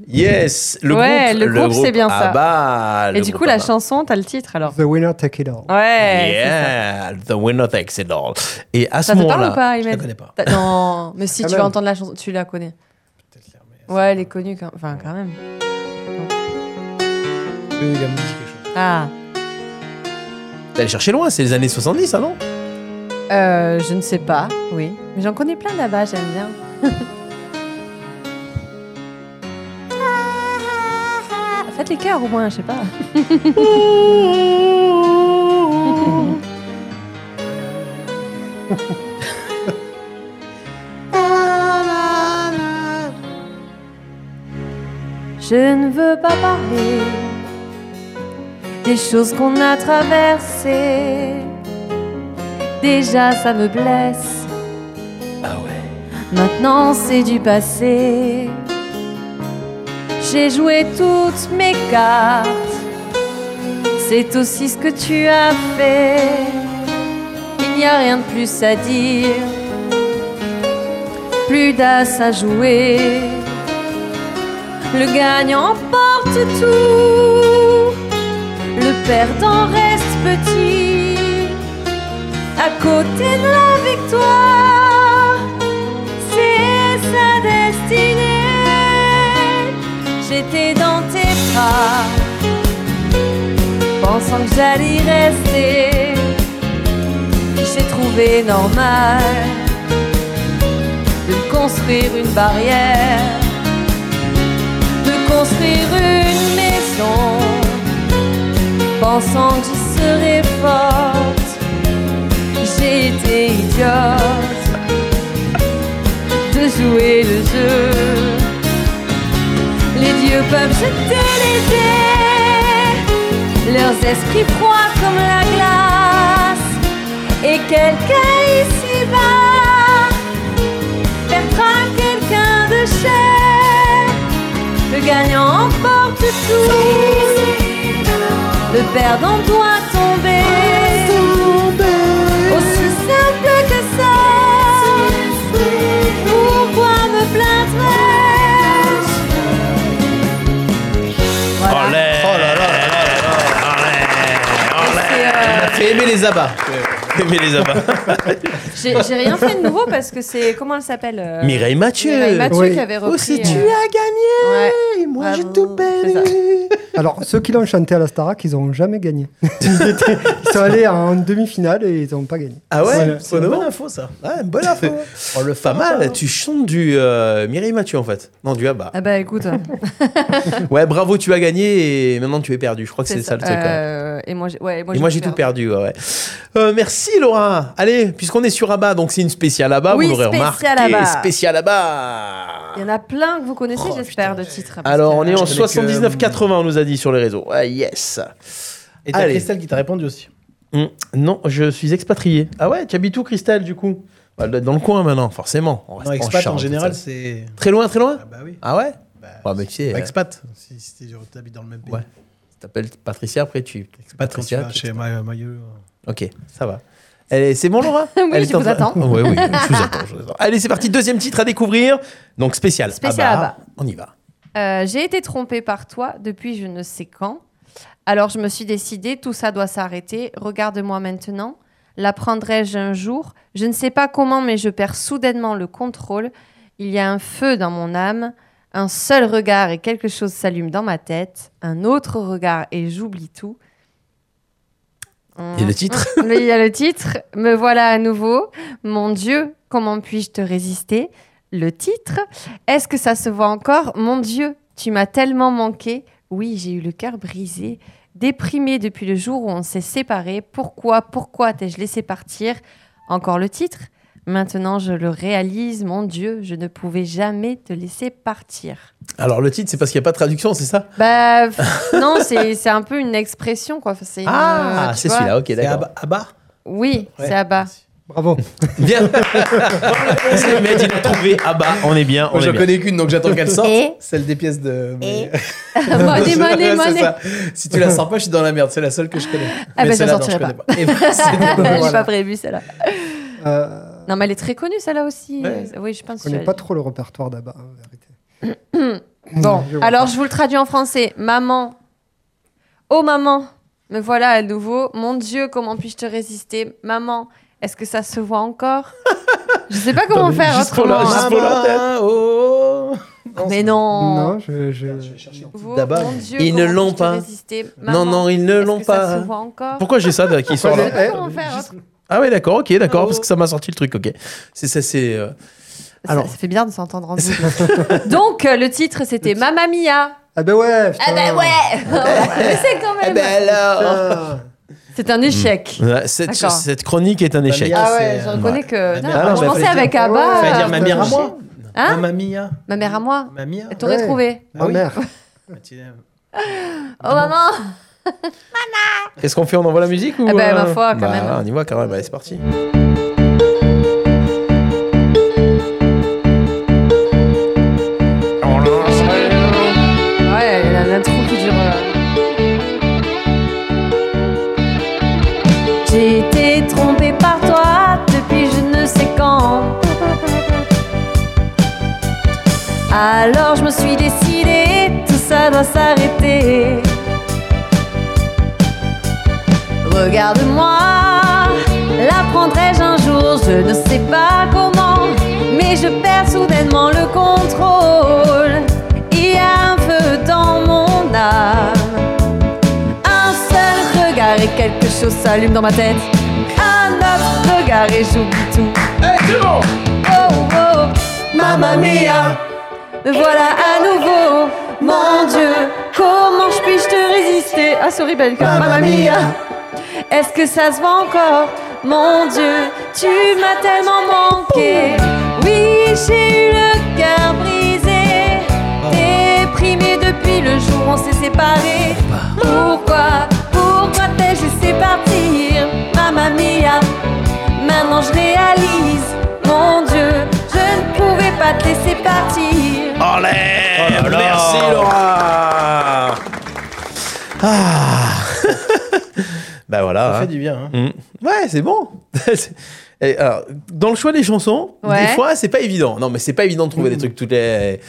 Speaker 1: Yes, le
Speaker 3: Ouais,
Speaker 1: groupe.
Speaker 3: le groupe, c'est bien ça.
Speaker 1: Abba, le
Speaker 3: Et du
Speaker 1: groupe ah bah.
Speaker 3: coup, la
Speaker 1: Abba.
Speaker 3: chanson, t'as le titre alors.
Speaker 5: The winner take it
Speaker 3: Oh.
Speaker 5: all.
Speaker 3: Ouais. c'est ça.
Speaker 1: Yeah, the winner takes it all. Et à ce
Speaker 3: Ça te parle ou
Speaker 1: moment-là,
Speaker 3: pas, Ahmed
Speaker 4: Je la connais pas.
Speaker 3: T'as- Non, mais si
Speaker 5: Quand
Speaker 3: tu vas
Speaker 5: même.
Speaker 3: entendre la chanson, tu la connais. Ouais, elle est connue quand, enfin, quand même.
Speaker 4: Oui, oui, il a me dit quelque chose.
Speaker 3: Ah,
Speaker 1: t'allais chercher loin, c'est les années 70, ça non
Speaker 3: euh, je ne sais pas, oui. Mais j'en connais plein là-bas, j'aime bien. Faites les cœurs au moins, je sais pas. Je ne veux pas parler des choses qu'on a traversées. Déjà, ça me blesse. Maintenant, c'est du passé. J'ai joué toutes mes cartes. C'est aussi ce que tu as fait. Il n'y a rien de plus à dire. Plus d'as à jouer. Le gagnant porte tout. Le perdant reste petit. À côté de la victoire, c'est sa destinée. J'étais dans tes bras, pensant que j'allais y rester. J'ai trouvé normal de me construire une barrière, de construire une maison, pensant que j'y serais forte. J'ai été idiote de jouer le jeu. Les dieux peuvent jeter les dés, leurs esprits froids comme la glace. Et quelqu'un ici-bas perdra quelqu'un de cher. Le gagnant emporte tout, le perdant doit tomber. Aussi simple que ça. Pourquoi me plaindrais-je Voilà.
Speaker 1: Oh
Speaker 3: C'est, euh,
Speaker 1: Fais aimer les abats. Aimer les abats.
Speaker 3: euh, J'ai j'ai rien fait de nouveau parce que c'est. Comment elle s'appelle euh,
Speaker 1: Mireille Mathieu.
Speaker 3: Mireille Mathieu
Speaker 5: Oui.
Speaker 3: qui avait repris.
Speaker 1: Oh, si tu
Speaker 3: euh,
Speaker 1: as gagné
Speaker 3: ouais.
Speaker 1: Et moi,
Speaker 3: Bravo,
Speaker 1: j'ai tout
Speaker 3: c'est ça.
Speaker 1: perdu.
Speaker 5: Alors, ceux qui l'ont chanté à la Starac, ils n'ont jamais gagné. ils, étaient- ils sont allés en demi-finale et ils n'ont pas gagné.
Speaker 1: Ah ouais
Speaker 4: C'est une bonne info, ça.
Speaker 1: Ah, une bonne info.
Speaker 4: On le hein.
Speaker 1: Pas mal, tu chantes du euh, Mireille Mathieu en fait. Non, du Abba.
Speaker 3: Ah bah écoute,
Speaker 1: Ouais, bravo, tu as gagné et maintenant tu es perdu. Je crois que c'est
Speaker 3: c'est
Speaker 1: ça le truc. ouais.
Speaker 3: Euh, et moi, j'ai- ouais, moi,
Speaker 1: Et moi j'ai tout perdu, ouais. ouais. Euh, merci Laura. Allez, puisqu'on est sur Abba, donc c'est une spéciale Abba,
Speaker 3: Oui,
Speaker 1: vous l'aurez
Speaker 3: spéciale
Speaker 1: remarqué.
Speaker 3: Abba.
Speaker 1: Spéciale
Speaker 3: Il
Speaker 1: Abba.
Speaker 3: y en a plein que vous connaissez,
Speaker 1: Oh,
Speaker 3: j'espère, de titres. parce
Speaker 1: Alors
Speaker 3: que-
Speaker 1: on est en
Speaker 4: je connais que- euh,
Speaker 1: 79-80, on nous a dit sur les réseaux. Ah, yes.
Speaker 4: Et t'as
Speaker 1: Allez.
Speaker 4: Christelle qui t'a répondu aussi.
Speaker 1: Hum, non, je suis expatrié. Ah ouais, tu habites où Christelle du coup Bah, Elle doit être dans le coin maintenant, forcément. On reste
Speaker 4: Non,
Speaker 1: pas en
Speaker 4: expat en
Speaker 1: Charente,
Speaker 4: général,
Speaker 1: tout ça.
Speaker 4: c'est.
Speaker 1: Très loin, très loin
Speaker 4: Ah bah oui.
Speaker 1: Ah ouais
Speaker 4: Bah,
Speaker 1: Ouais, mais tu sais,
Speaker 4: pas
Speaker 1: euh,
Speaker 4: expat, si, si tu habites dans le même pays.
Speaker 1: Ouais. t'appelles Patricia, après tu...
Speaker 4: Expat quand tu
Speaker 1: Patricia,
Speaker 4: vas
Speaker 1: tu-
Speaker 4: chez Ma- Maillot. euh,
Speaker 1: Ok, ça va. Allez, c'est bon, Laura
Speaker 3: Oui,
Speaker 1: Elle
Speaker 3: je
Speaker 1: est en
Speaker 3: vous
Speaker 1: train-
Speaker 3: attends.
Speaker 1: Oui, oui, je vous attends, je vous attends. Allez, c'est parti. Deuxième titre à découvrir. Donc, spécial.
Speaker 3: Spécial
Speaker 1: Ah bah,
Speaker 3: Abba.
Speaker 1: On y va.
Speaker 3: Euh, j'ai été trompée par toi depuis je ne sais quand. Alors je me suis décidée, tout ça doit s'arrêter. Regarde-moi maintenant. L'apprendrai-je un jour Je ne sais pas comment, mais je perds soudainement le contrôle. Il y a un feu dans mon âme. Un seul regard et quelque chose s'allume dans ma tête. Un autre regard et j'oublie tout. Mm. Hum.
Speaker 1: Et le titre
Speaker 3: Mais il y a le titre, Me voilà à nouveau. Mon Dieu, comment puis-je te résister Le titre, est-ce que ça se voit encore Mon Dieu, tu m'as tellement manqué. Oui, j'ai eu le cœur brisé, déprimé depuis le jour où on s'est séparés. Pourquoi, pourquoi t'ai-je laissé partir Encore le titre. Maintenant, je le réalise, mon Dieu, je ne pouvais jamais te laisser partir.
Speaker 1: Alors, le titre, c'est parce qu'il n'y a pas de traduction, c'est ça
Speaker 3: Bah, pff, non, c'est c'est un peu une expression, quoi. Enfin, c'est une, euh,
Speaker 1: Ah,
Speaker 3: tu
Speaker 1: c'est
Speaker 3: vois.
Speaker 1: celui-là, ok,
Speaker 4: C'est
Speaker 1: d'accord.
Speaker 4: Abba, Abba
Speaker 3: Oui,
Speaker 4: Ouais.
Speaker 3: c'est à bas.
Speaker 5: Bravo.
Speaker 1: Bien. le mec, il a trouvé Abba. On est bien, on
Speaker 4: Moi,
Speaker 1: est
Speaker 4: j'en
Speaker 1: bien.
Speaker 4: connais qu'une, donc j'attends qu'elle sorte.
Speaker 3: Et
Speaker 4: Celle des pièces de. mais-
Speaker 3: Money, money,
Speaker 4: Ouais, c'est
Speaker 3: money.
Speaker 4: ça. Si tu la sors pas, je suis dans la merde. C'est la seule que je connais.
Speaker 3: Ah,
Speaker 4: Mais
Speaker 3: bah, ça
Speaker 4: celle-là, non,
Speaker 3: sortirait
Speaker 4: je connais pas. Et bah, c'est
Speaker 3: J'ai
Speaker 4: dommage.
Speaker 3: pas prévu celle-là.
Speaker 5: Euh,
Speaker 3: Non, mais elle est très connue celle-là aussi.
Speaker 4: Ouais.
Speaker 3: Euh, Oui, je pense.
Speaker 5: je
Speaker 3: que
Speaker 5: connais
Speaker 3: tu
Speaker 5: pas
Speaker 3: l'as
Speaker 5: trop le répertoire d'Abba, hein, en vérité.
Speaker 3: dit. Bon,
Speaker 5: Je vois
Speaker 3: alors
Speaker 5: pas.
Speaker 3: je vous le traduis en français. Maman. Oh maman, me voilà à nouveau. Mon Dieu, comment puis-je te résister Maman, est-ce que ça se voit encore Je sais pas comment
Speaker 1: mais
Speaker 3: faire
Speaker 1: juste pour
Speaker 3: autrement.
Speaker 1: la- juste
Speaker 3: hein.
Speaker 1: pour la-
Speaker 4: Maman, oh, oh.
Speaker 3: Mais non.
Speaker 5: Non, je. je-
Speaker 3: Vous,
Speaker 1: D'abord,
Speaker 3: mon Dieu,
Speaker 1: ils ne
Speaker 3: comment
Speaker 1: l'ont
Speaker 3: puis-je te
Speaker 1: pas.
Speaker 3: résister
Speaker 1: Non,
Speaker 3: Maman,
Speaker 1: non, ils ne
Speaker 3: est-ce
Speaker 1: l'ont
Speaker 3: que
Speaker 1: pas.
Speaker 3: Ça se voit encore.
Speaker 1: Pourquoi j'ai ça de- qui sort
Speaker 3: Je
Speaker 1: là
Speaker 3: sais pas
Speaker 5: Eh,
Speaker 3: comment faire autrement.
Speaker 1: Ah ouais, d'accord, ok, d'accord,
Speaker 4: Oh.
Speaker 1: parce que ça m'a sorti le truc, ok. C'est ça, c'est. euh,
Speaker 3: Ça-
Speaker 1: Alors-
Speaker 3: ça, fait bien de s'entendre en double. Donc, euh, le titre, c'était Mamma Mia.
Speaker 5: Ah ben
Speaker 7: Ah
Speaker 5: ouais putain.
Speaker 3: Oh.
Speaker 7: bah
Speaker 3: Eh
Speaker 7: ouais
Speaker 3: ben,
Speaker 7: Mais c'est quand
Speaker 1: Eh
Speaker 7: même
Speaker 1: ben alors
Speaker 5: Putain.
Speaker 3: C'est un échec.
Speaker 1: Ouais, cette,
Speaker 3: bah, D'accord.
Speaker 1: cette chronique est un échec.
Speaker 5: Ah,
Speaker 3: Ah ouais,
Speaker 5: c'est,
Speaker 3: je
Speaker 5: euh,
Speaker 3: reconnais que.
Speaker 4: Ma
Speaker 3: Non,
Speaker 4: mère-
Speaker 1: Ah non,
Speaker 3: je
Speaker 1: mais
Speaker 3: pensais
Speaker 1: fallait
Speaker 3: avec
Speaker 5: dire-
Speaker 3: Abba.
Speaker 5: Ah,
Speaker 4: Fallait dire
Speaker 3: euh,
Speaker 4: ma
Speaker 5: putain,
Speaker 4: mère à
Speaker 5: j'ai-
Speaker 4: moi.
Speaker 3: Hein
Speaker 4: Mamma mia.
Speaker 3: Ma mère à moi.
Speaker 4: Mamma mia.
Speaker 3: T'aurais
Speaker 5: Ouais.
Speaker 3: trouvé.
Speaker 5: Ma
Speaker 4: Ah oui.
Speaker 5: mère.
Speaker 7: Oh maman
Speaker 1: Qu'est-ce qu'on fait On envoie la musique ou
Speaker 3: Eh ben,
Speaker 1: euh,
Speaker 3: ma foi, quand
Speaker 1: bah,
Speaker 3: même.
Speaker 1: On y va quand même. Allez, c'est parti.
Speaker 3: Ouais, il y a l'intro qui dure. euh. J'ai été trompée par toi depuis je ne sais quand. Alors je me suis décidée, tout ça doit s'arrêter. Regarde-moi, l'apprendrai-je un jour, je ne sais pas comment, mais je perds soudainement le contrôle. Il y a un feu dans mon âme. Un seul regard et quelque chose s'allume dans ma tête. Un autre regard et j'oublie tout. Oh oh, mamma mia. Me voilà à nouveau, mon Dieu, comment je puis-je te résister Ah sorry belle cœur, mamma mia. Est-ce que ça se voit encore Mon Dieu, tu m'as tellement manqué. Oui, j'ai eu le cœur brisé, déprimé depuis le jour où on s'est séparés. Pourquoi, pourquoi t'ai laissé partir, mamma mia Maintenant je réalise, mon Dieu, je ne pouvais pas te laisser partir.
Speaker 1: Ah, Eh, Merci Laura. Ah. bah voilà.
Speaker 4: Ça
Speaker 1: hein.
Speaker 4: fait du bien. hein.
Speaker 1: Mm. Ouais, c'est bon. C'est- Et alors, dans le choix des chansons,
Speaker 3: Ouais.
Speaker 1: des fois, c'est pas évident. Non, mais c'est pas évident de trouver des trucs toutes les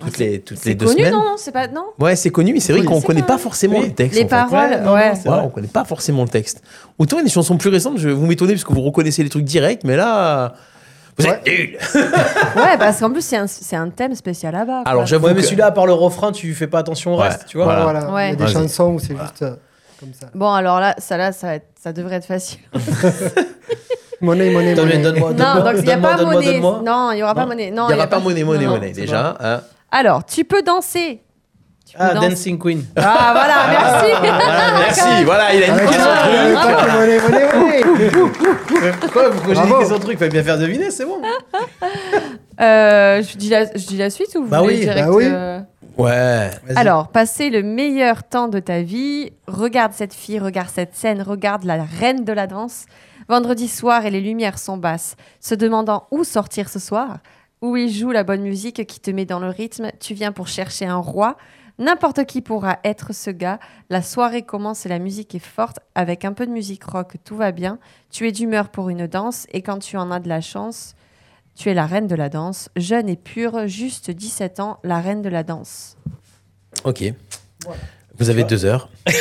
Speaker 1: toutes les toutes les
Speaker 3: Ah, C'est
Speaker 1: deux
Speaker 3: connu,
Speaker 1: semaines.
Speaker 3: non Non, c'est pas non.
Speaker 1: Ouais, c'est connu, mais c'est vrai
Speaker 3: Oui.
Speaker 1: qu'on
Speaker 3: C'est
Speaker 1: connaît
Speaker 3: quand
Speaker 1: pas
Speaker 3: même-
Speaker 1: forcément
Speaker 4: Oui.
Speaker 1: le texte.
Speaker 3: Les
Speaker 1: en fait.
Speaker 3: paroles,
Speaker 4: non,
Speaker 3: ouais.
Speaker 4: non, c'est
Speaker 1: Ouais,
Speaker 4: vrai.
Speaker 1: on connaît pas forcément le texte. Autant il y a des chansons plus récentes, je vous m'étonnez parce que vous reconnaissez les trucs directs, mais là, vous êtes nuls.
Speaker 3: ouais, parce qu'en plus c'est un, c'est un thème spécial là-bas. quoi.
Speaker 1: Alors j'avoue
Speaker 4: Ouais,
Speaker 1: que
Speaker 4: mais celui-là, à part le refrain, tu fais pas attention au
Speaker 1: Ouais.
Speaker 4: reste, tu vois.
Speaker 1: Voilà.
Speaker 5: Voilà.
Speaker 3: Ouais.
Speaker 5: Il y a des
Speaker 1: Vas-y.
Speaker 5: chansons où c'est juste euh, comme ça.
Speaker 3: Bon, alors là, ça là, ça, va être- ça devrait être facile.
Speaker 5: Monnaie, monnaie,
Speaker 4: Attends, mais
Speaker 5: monnaie.
Speaker 1: Oh,
Speaker 4: donne-moi,
Speaker 3: non,
Speaker 4: donne-moi,
Speaker 3: donc il n'y a
Speaker 4: donne-moi,
Speaker 3: pas
Speaker 4: donne-moi,
Speaker 3: monnaie.
Speaker 4: donne-moi.
Speaker 3: Non, il n'y aura pas
Speaker 4: Non.
Speaker 3: monnaie.
Speaker 1: il
Speaker 3: Non,
Speaker 1: n'y aura pas monnaie, monnaie,
Speaker 3: non,
Speaker 1: monnaie
Speaker 3: c'est
Speaker 1: déjà. hein.
Speaker 3: bon. Alors, tu peux danser. Tu peux
Speaker 4: Ah,
Speaker 3: danser.
Speaker 4: Dancing Queen.
Speaker 3: Ah, voilà, merci.
Speaker 1: Voilà, merci, voilà, il a
Speaker 5: Ah,
Speaker 1: niqué
Speaker 5: putain,
Speaker 1: son
Speaker 5: il y avait
Speaker 1: truc.
Speaker 5: pas que monnaie, monnaie, monnaie.
Speaker 4: Pourquoi, pourquoi j'ai dit
Speaker 5: Bravo.
Speaker 4: que son truc Fallait bien faire deviner, c'est bon.
Speaker 3: Euh, je, dis la, je dis la suite ou vous
Speaker 4: Bah
Speaker 3: voulez
Speaker 4: oui,
Speaker 3: direct
Speaker 5: bah oui.
Speaker 3: euh,
Speaker 1: Ouais.
Speaker 4: Vas-y.
Speaker 3: Alors, passer le meilleur temps de ta vie. Regarde cette fille, regarde cette scène, regarde la reine de la danse. Vendredi soir et les lumières sont basses, se demandant où sortir ce soir, où il joue la bonne musique qui te met dans le rythme. Tu viens pour chercher un roi. N'importe qui pourra être ce gars. La soirée commence et la musique est forte. Avec un peu de musique rock, tout va bien. Tu es d'humeur pour une danse et quand tu en as de la chance, tu es la reine de la danse. Jeune et pure, juste 17 ans, la reine de la danse.
Speaker 1: Ok. Vous avez deux heures.
Speaker 4: Mais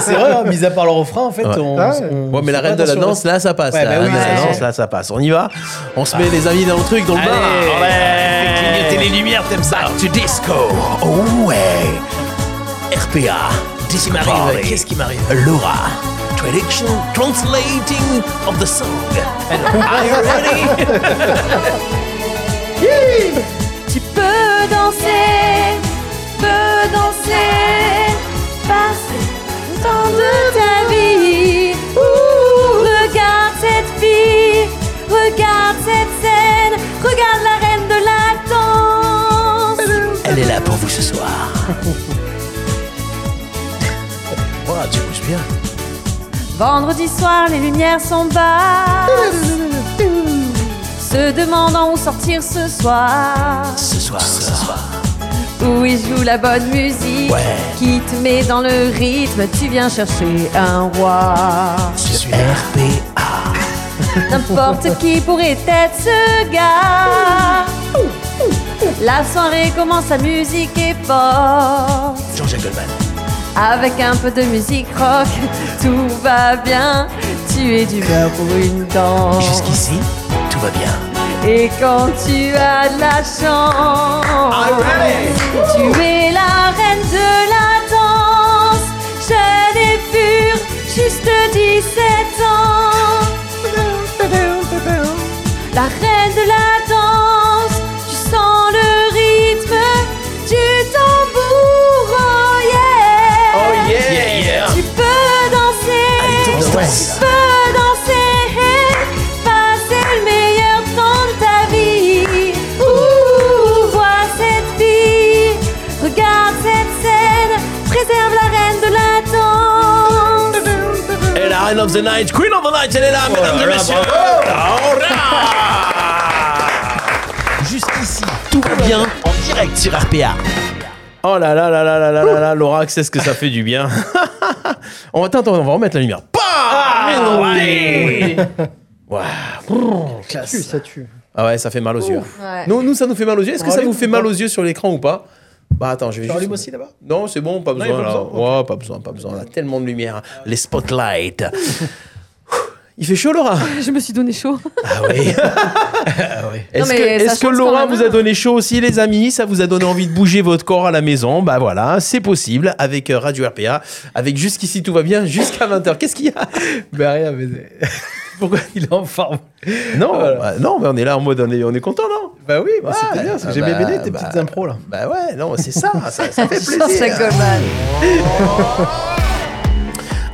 Speaker 4: C'est vrai, hein, mis à part le refrain, en fait,
Speaker 1: Ouais.
Speaker 4: on,
Speaker 5: Ah ouais.
Speaker 4: on-
Speaker 1: Ouais, mais la
Speaker 4: on fait
Speaker 1: reine de la
Speaker 4: attention au
Speaker 1: danse, là, ça passe.
Speaker 4: Ouais,
Speaker 1: la
Speaker 4: bah
Speaker 1: reine
Speaker 4: oui,
Speaker 1: de la
Speaker 3: c'est-
Speaker 1: danse, là, ça passe. On y va. On se met les amis dans le truc, dans le
Speaker 4: Allez.
Speaker 1: bar.
Speaker 4: Allez.
Speaker 1: Clignoter les lumières, t'aimes ça. Back to disco. Oh ouais. RPA. Disco
Speaker 4: m'arrive
Speaker 1: Qu'est-ce qui m'arrive Laura. Traduction, translating of the song. Are you ready
Speaker 3: Tu peux danser, peux danser, passer le temps de ta vie. Ouh, regarde cette fille, regarde cette scène, regarde la reine de la danse.
Speaker 1: Elle est là pour vous ce soir. Ouah, tu bouges bien.
Speaker 3: Vendredi soir, les lumières sont basses. Se demandant où sortir ce soir.
Speaker 1: Ce soir, ce soir.
Speaker 3: où il joue la bonne musique
Speaker 1: Ouais.
Speaker 3: qui te met dans le rythme. Tu viens chercher un roi.
Speaker 1: Je suis RPA.
Speaker 3: N'importe qui pourrait être ce gars. La soirée commence, la musique est forte.
Speaker 1: Jean-Jacques Goldman.
Speaker 3: Avec un peu de musique rock, tout va bien. Tu es du cœur pour une danse.
Speaker 1: Jusqu'ici, tout va bien.
Speaker 3: Et quand tu as de la chance, tu es la reine de la danse. Jeune et pure, juste 17 ans. La reine de la danse, tu sens le rythme du tambour. Oh,
Speaker 1: Oh, Lion of the Night, Queen of the Night, elle est là, mesdames et messieurs. All right. Jusqu'ici, tout va bien en direct sur RPA. Oh là là là là là là là là, Laura, c'est ce que ça fait du bien. on va attends, attends, on va remettre la lumière. Bam Ah, Allez Waouh.
Speaker 5: Ça tue, ça tue.
Speaker 1: Ah ouais, ça fait mal aux yeux.
Speaker 3: Ouais.
Speaker 1: Nous, nous, ça nous fait mal aux yeux. Est-ce que
Speaker 4: On
Speaker 1: ça
Speaker 4: rallume
Speaker 1: vous fait
Speaker 4: ou
Speaker 1: mal
Speaker 4: pas
Speaker 1: aux yeux sur l'écran ou pas Bah attends, je vais
Speaker 4: Tu
Speaker 1: juste.
Speaker 4: allumes aussi là-bas
Speaker 1: Non, c'est bon, pas
Speaker 4: il y a
Speaker 1: besoin.
Speaker 4: pas
Speaker 1: là.
Speaker 4: besoin,
Speaker 1: Ouais, pas besoin, pas besoin. On a tellement de lumière. hein. Les spotlights. Il fait chaud, Laura
Speaker 3: Je me suis donné chaud.
Speaker 1: Ah oui. Ah Est-ce
Speaker 3: mais
Speaker 1: que,
Speaker 3: ça
Speaker 1: est-ce que
Speaker 3: change
Speaker 1: Laura
Speaker 3: quand même,
Speaker 1: vous a
Speaker 3: hein.
Speaker 1: donné chaud aussi, les amis Ça vous a donné envie de bouger votre corps à la maison Bah voilà, c'est possible avec euh, Radio RPA. Avec jusqu'ici, tout va bien, jusqu'à 20h. Qu'est-ce qu'il y a
Speaker 4: Bah rien, mais. Pourquoi il est en forme
Speaker 1: Non,
Speaker 4: Voilà.
Speaker 1: bah, non, mais on est là en mode, on est, on est content, non
Speaker 4: Bah oui, bah,
Speaker 1: Ouais,
Speaker 4: c'était bien, parce que j'ai
Speaker 1: bah,
Speaker 4: bien aidé tes
Speaker 1: bah,
Speaker 4: petites impros là.
Speaker 1: Bah ouais, non, c'est ça, ça, ça fait plaisir.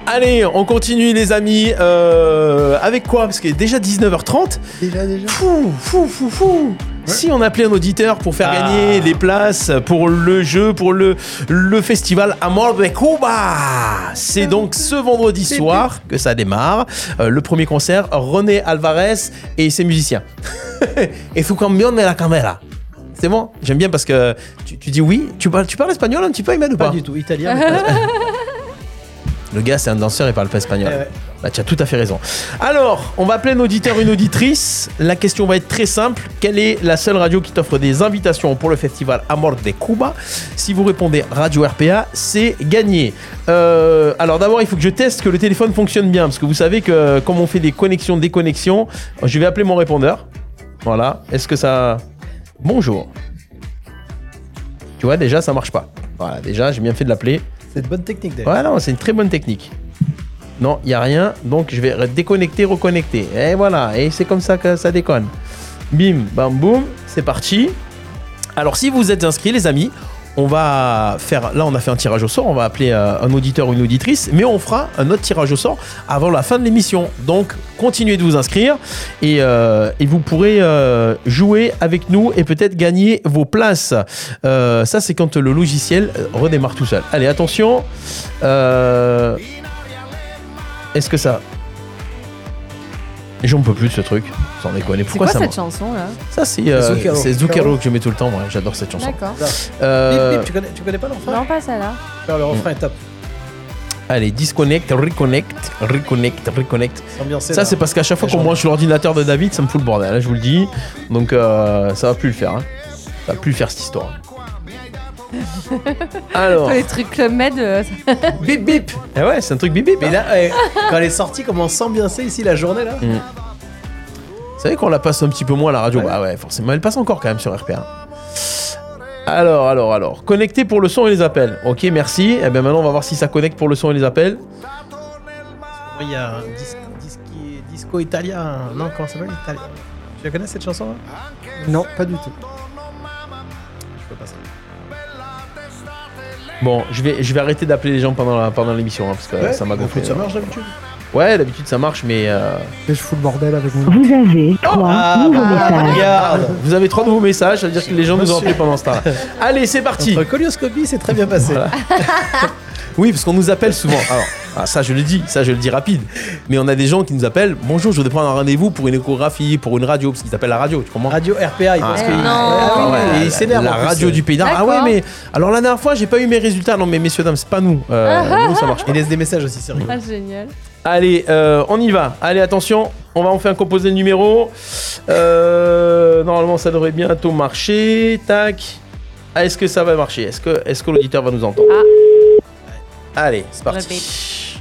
Speaker 1: Allez, on continue les amis. Euh, avec quoi Parce que déjà 19h30.
Speaker 4: Déjà, déjà.
Speaker 1: Fou, fou, fou, fou. Si on appelait un auditeur pour faire
Speaker 4: Ah.
Speaker 1: gagner des places pour le jeu, pour le, le festival Amor de Cuba, c'est donc ce vendredi soir que ça démarre. Euh, le premier concert, René Alvarez et ses musiciens. et tu cambion de la caméra. C'est bon J'aime bien parce que tu, tu dis oui. Tu parles, tu parles espagnol un petit peu, Emmanuel ou
Speaker 4: Pas
Speaker 1: pas
Speaker 4: du tout, italien. mais pas-
Speaker 1: Le gars, c'est un danseur et parle pas espagnol.
Speaker 4: Eh ouais.
Speaker 1: Bah, tu as tout à fait raison. Alors, on va appeler un auditeur, une auditrice. La question va être très simple. Quelle est la seule radio qui t'offre des invitations pour le festival Amor de Cuba Si vous répondez Radio RPA, c'est gagné. Euh, alors d'abord, il faut que je teste que le téléphone fonctionne bien. Parce que vous savez que euh, comme on fait des connexions, déconnexions, je vais appeler mon répondeur. Voilà. Est-ce que ça... Bonjour. Tu vois, déjà, ça marche pas. Voilà, déjà, j'ai bien fait de l'appeler.
Speaker 4: C'est de bonne technique d'ailleurs.
Speaker 1: Ouais, non, c'est une très bonne technique. Non, il n'y a rien, donc je vais déconnecter, reconnecter. Et voilà, et c'est comme ça que ça déconne. Bim, bam, boum, c'est parti. Alors, si vous êtes inscrits, les amis, on va faire. Là, on a fait un tirage au sort, on va appeler euh, un auditeur ou une auditrice, mais on fera un autre tirage au sort avant la fin de l'émission. Donc, continuez de vous inscrire et, euh, et vous pourrez euh, jouer avec nous et peut-être gagner vos places. Euh, ça, c'est quand le logiciel euh, redémarre tout seul. Allez, attention. Euh, Est-ce que ça. J'en peux plus de ce truc, sans déconner.
Speaker 3: C'est
Speaker 1: Pourquoi
Speaker 3: quoi
Speaker 1: ça
Speaker 3: cette
Speaker 1: me-
Speaker 3: chanson là
Speaker 1: Ça, c'est euh,
Speaker 4: Zucchero.
Speaker 1: c'est Zucchero que je mets tout le temps, ouais, j'adore cette chanson.
Speaker 3: D'accord.
Speaker 1: Euh,
Speaker 4: Bip, bip, tu, connais, tu connais pas
Speaker 1: Oh.
Speaker 4: l'enfant
Speaker 3: Non, pas celle-là.
Speaker 4: Alors, Le refrain est top.
Speaker 1: Allez, disconnect, reconnect, reconnect, reconnect.
Speaker 4: C'est ambiancé,
Speaker 1: Ça,
Speaker 4: là.
Speaker 1: c'est parce qu'à chaque fois qu'on
Speaker 4: Légende.
Speaker 1: branche l'ordinateur de David, ça me fout le bordel, hein, je vous le dis. Donc, euh, ça va plus le faire. hein. Ça va plus le faire cette histoire. Alors,
Speaker 3: Tous les trucs Club Med. euh, ça-
Speaker 1: bip bip Eh ouais, c'est un truc bip bip.
Speaker 4: Mais là, eh, quand elle est sortie, comment on s'ambiançait ici la journée là
Speaker 1: C'est vrai qu'on la passe un petit peu moins à la radio.
Speaker 4: Ouais.
Speaker 1: Bah ouais, forcément, elle passe encore quand même sur RPA. Alors, alors, alors. Connecté pour le son et les appels. Ok, merci. Et bien maintenant, on va voir si ça connecte pour le son et les appels.
Speaker 4: Il y a un dis- disqui- disco italien. Non, comment ça s'appelle italien Tu la connais cette chanson là
Speaker 5: Non, pas du tout.
Speaker 4: Ah, Je peux pas ça.
Speaker 1: Bon, je vais, je vais arrêter d'appeler les gens pendant la- pendant l'émission hein, parce que
Speaker 4: Ouais,
Speaker 1: ça m'a
Speaker 4: bah,
Speaker 1: gonflé.
Speaker 4: écoute, Ça marche d'habitude.
Speaker 1: Ouais, d'habitude ça marche, mais. euh,
Speaker 5: Et je fous le bordel avec mon.
Speaker 8: Vous avez
Speaker 4: Ah,
Speaker 8: trois
Speaker 3: Ah,
Speaker 4: bah,
Speaker 8: nouveaux messages.
Speaker 1: Regarde, vous avez trois nouveaux messages, ça veut dire que les gens nous ont
Speaker 4: Monsieur.
Speaker 1: appelés pendant ce temps Allez, c'est parti
Speaker 4: Entre colioscopie, c'est très bien passé.
Speaker 1: Oui, parce qu'on nous appelle souvent. Alors, ah, ça je le dis, ça je le dis rapide. Mais on a des gens qui nous appellent. Bonjour, je voudrais prendre un rendez-vous pour une échographie, pour une radio, parce qu'ils appellent la radio, tu comprends
Speaker 4: Radio RPA, il pense
Speaker 3: Ah,
Speaker 4: qu'il
Speaker 3: non.
Speaker 4: Ah oui,
Speaker 1: Ouais,
Speaker 4: il s'énerve.
Speaker 1: La
Speaker 4: en plus.
Speaker 1: radio du pays d'Arles. Ah ouais,
Speaker 3: D'accord.
Speaker 1: mais alors la dernière fois, j'ai pas eu mes résultats. Non, mais messieurs, dames, c'est pas nous.
Speaker 4: Ah,
Speaker 1: Euh, nous, ça marche.
Speaker 4: Il laisse des messages aussi, sérieux.
Speaker 3: Ah, génial.
Speaker 1: Allez, euh, on y va. Allez, attention, on va en faire composer le numéro. Euh, normalement, ça devrait bientôt marcher. Tac. Ah, Est-ce que ça va marcher Est-ce que, est que l'auditeur va nous entendre Allez, c'est
Speaker 3: Le bip.
Speaker 1: parti.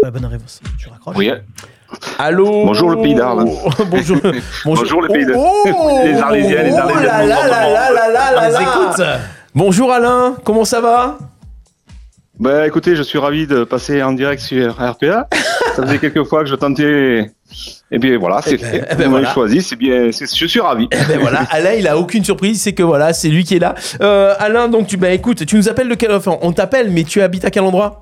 Speaker 4: Pas la bonne réponse. Tu raccroches.
Speaker 9: Oui,
Speaker 1: Allô
Speaker 9: Bonjour, le pays d'Arles.
Speaker 1: bonjour,
Speaker 9: Bonjour, le pays d'Arles.
Speaker 1: Oh
Speaker 9: Les Arlésiens, les
Speaker 1: Oh là
Speaker 9: Arlésiens de
Speaker 1: là là
Speaker 9: mon
Speaker 1: là là
Speaker 4: Ah,
Speaker 1: là là là. Bonjour Alain, comment ça va
Speaker 9: Bah écoutez, je suis ravi de passer en direct sur RPA. Ça faisait quelques fois que je tentais. Et bien voilà, c'est fait.
Speaker 1: eh ben
Speaker 9: Vous m'avez
Speaker 1: voilà.
Speaker 9: choisi, c'est bien. c'est- Je suis ravi.
Speaker 1: Ben voilà, Alain, il a aucune surprise, c'est que voilà, c'est lui qui est là. Euh, Alain, donc tu, bah écoute, tu nous appelles de quel enfin, on t'appelle, mais tu habites à quel endroit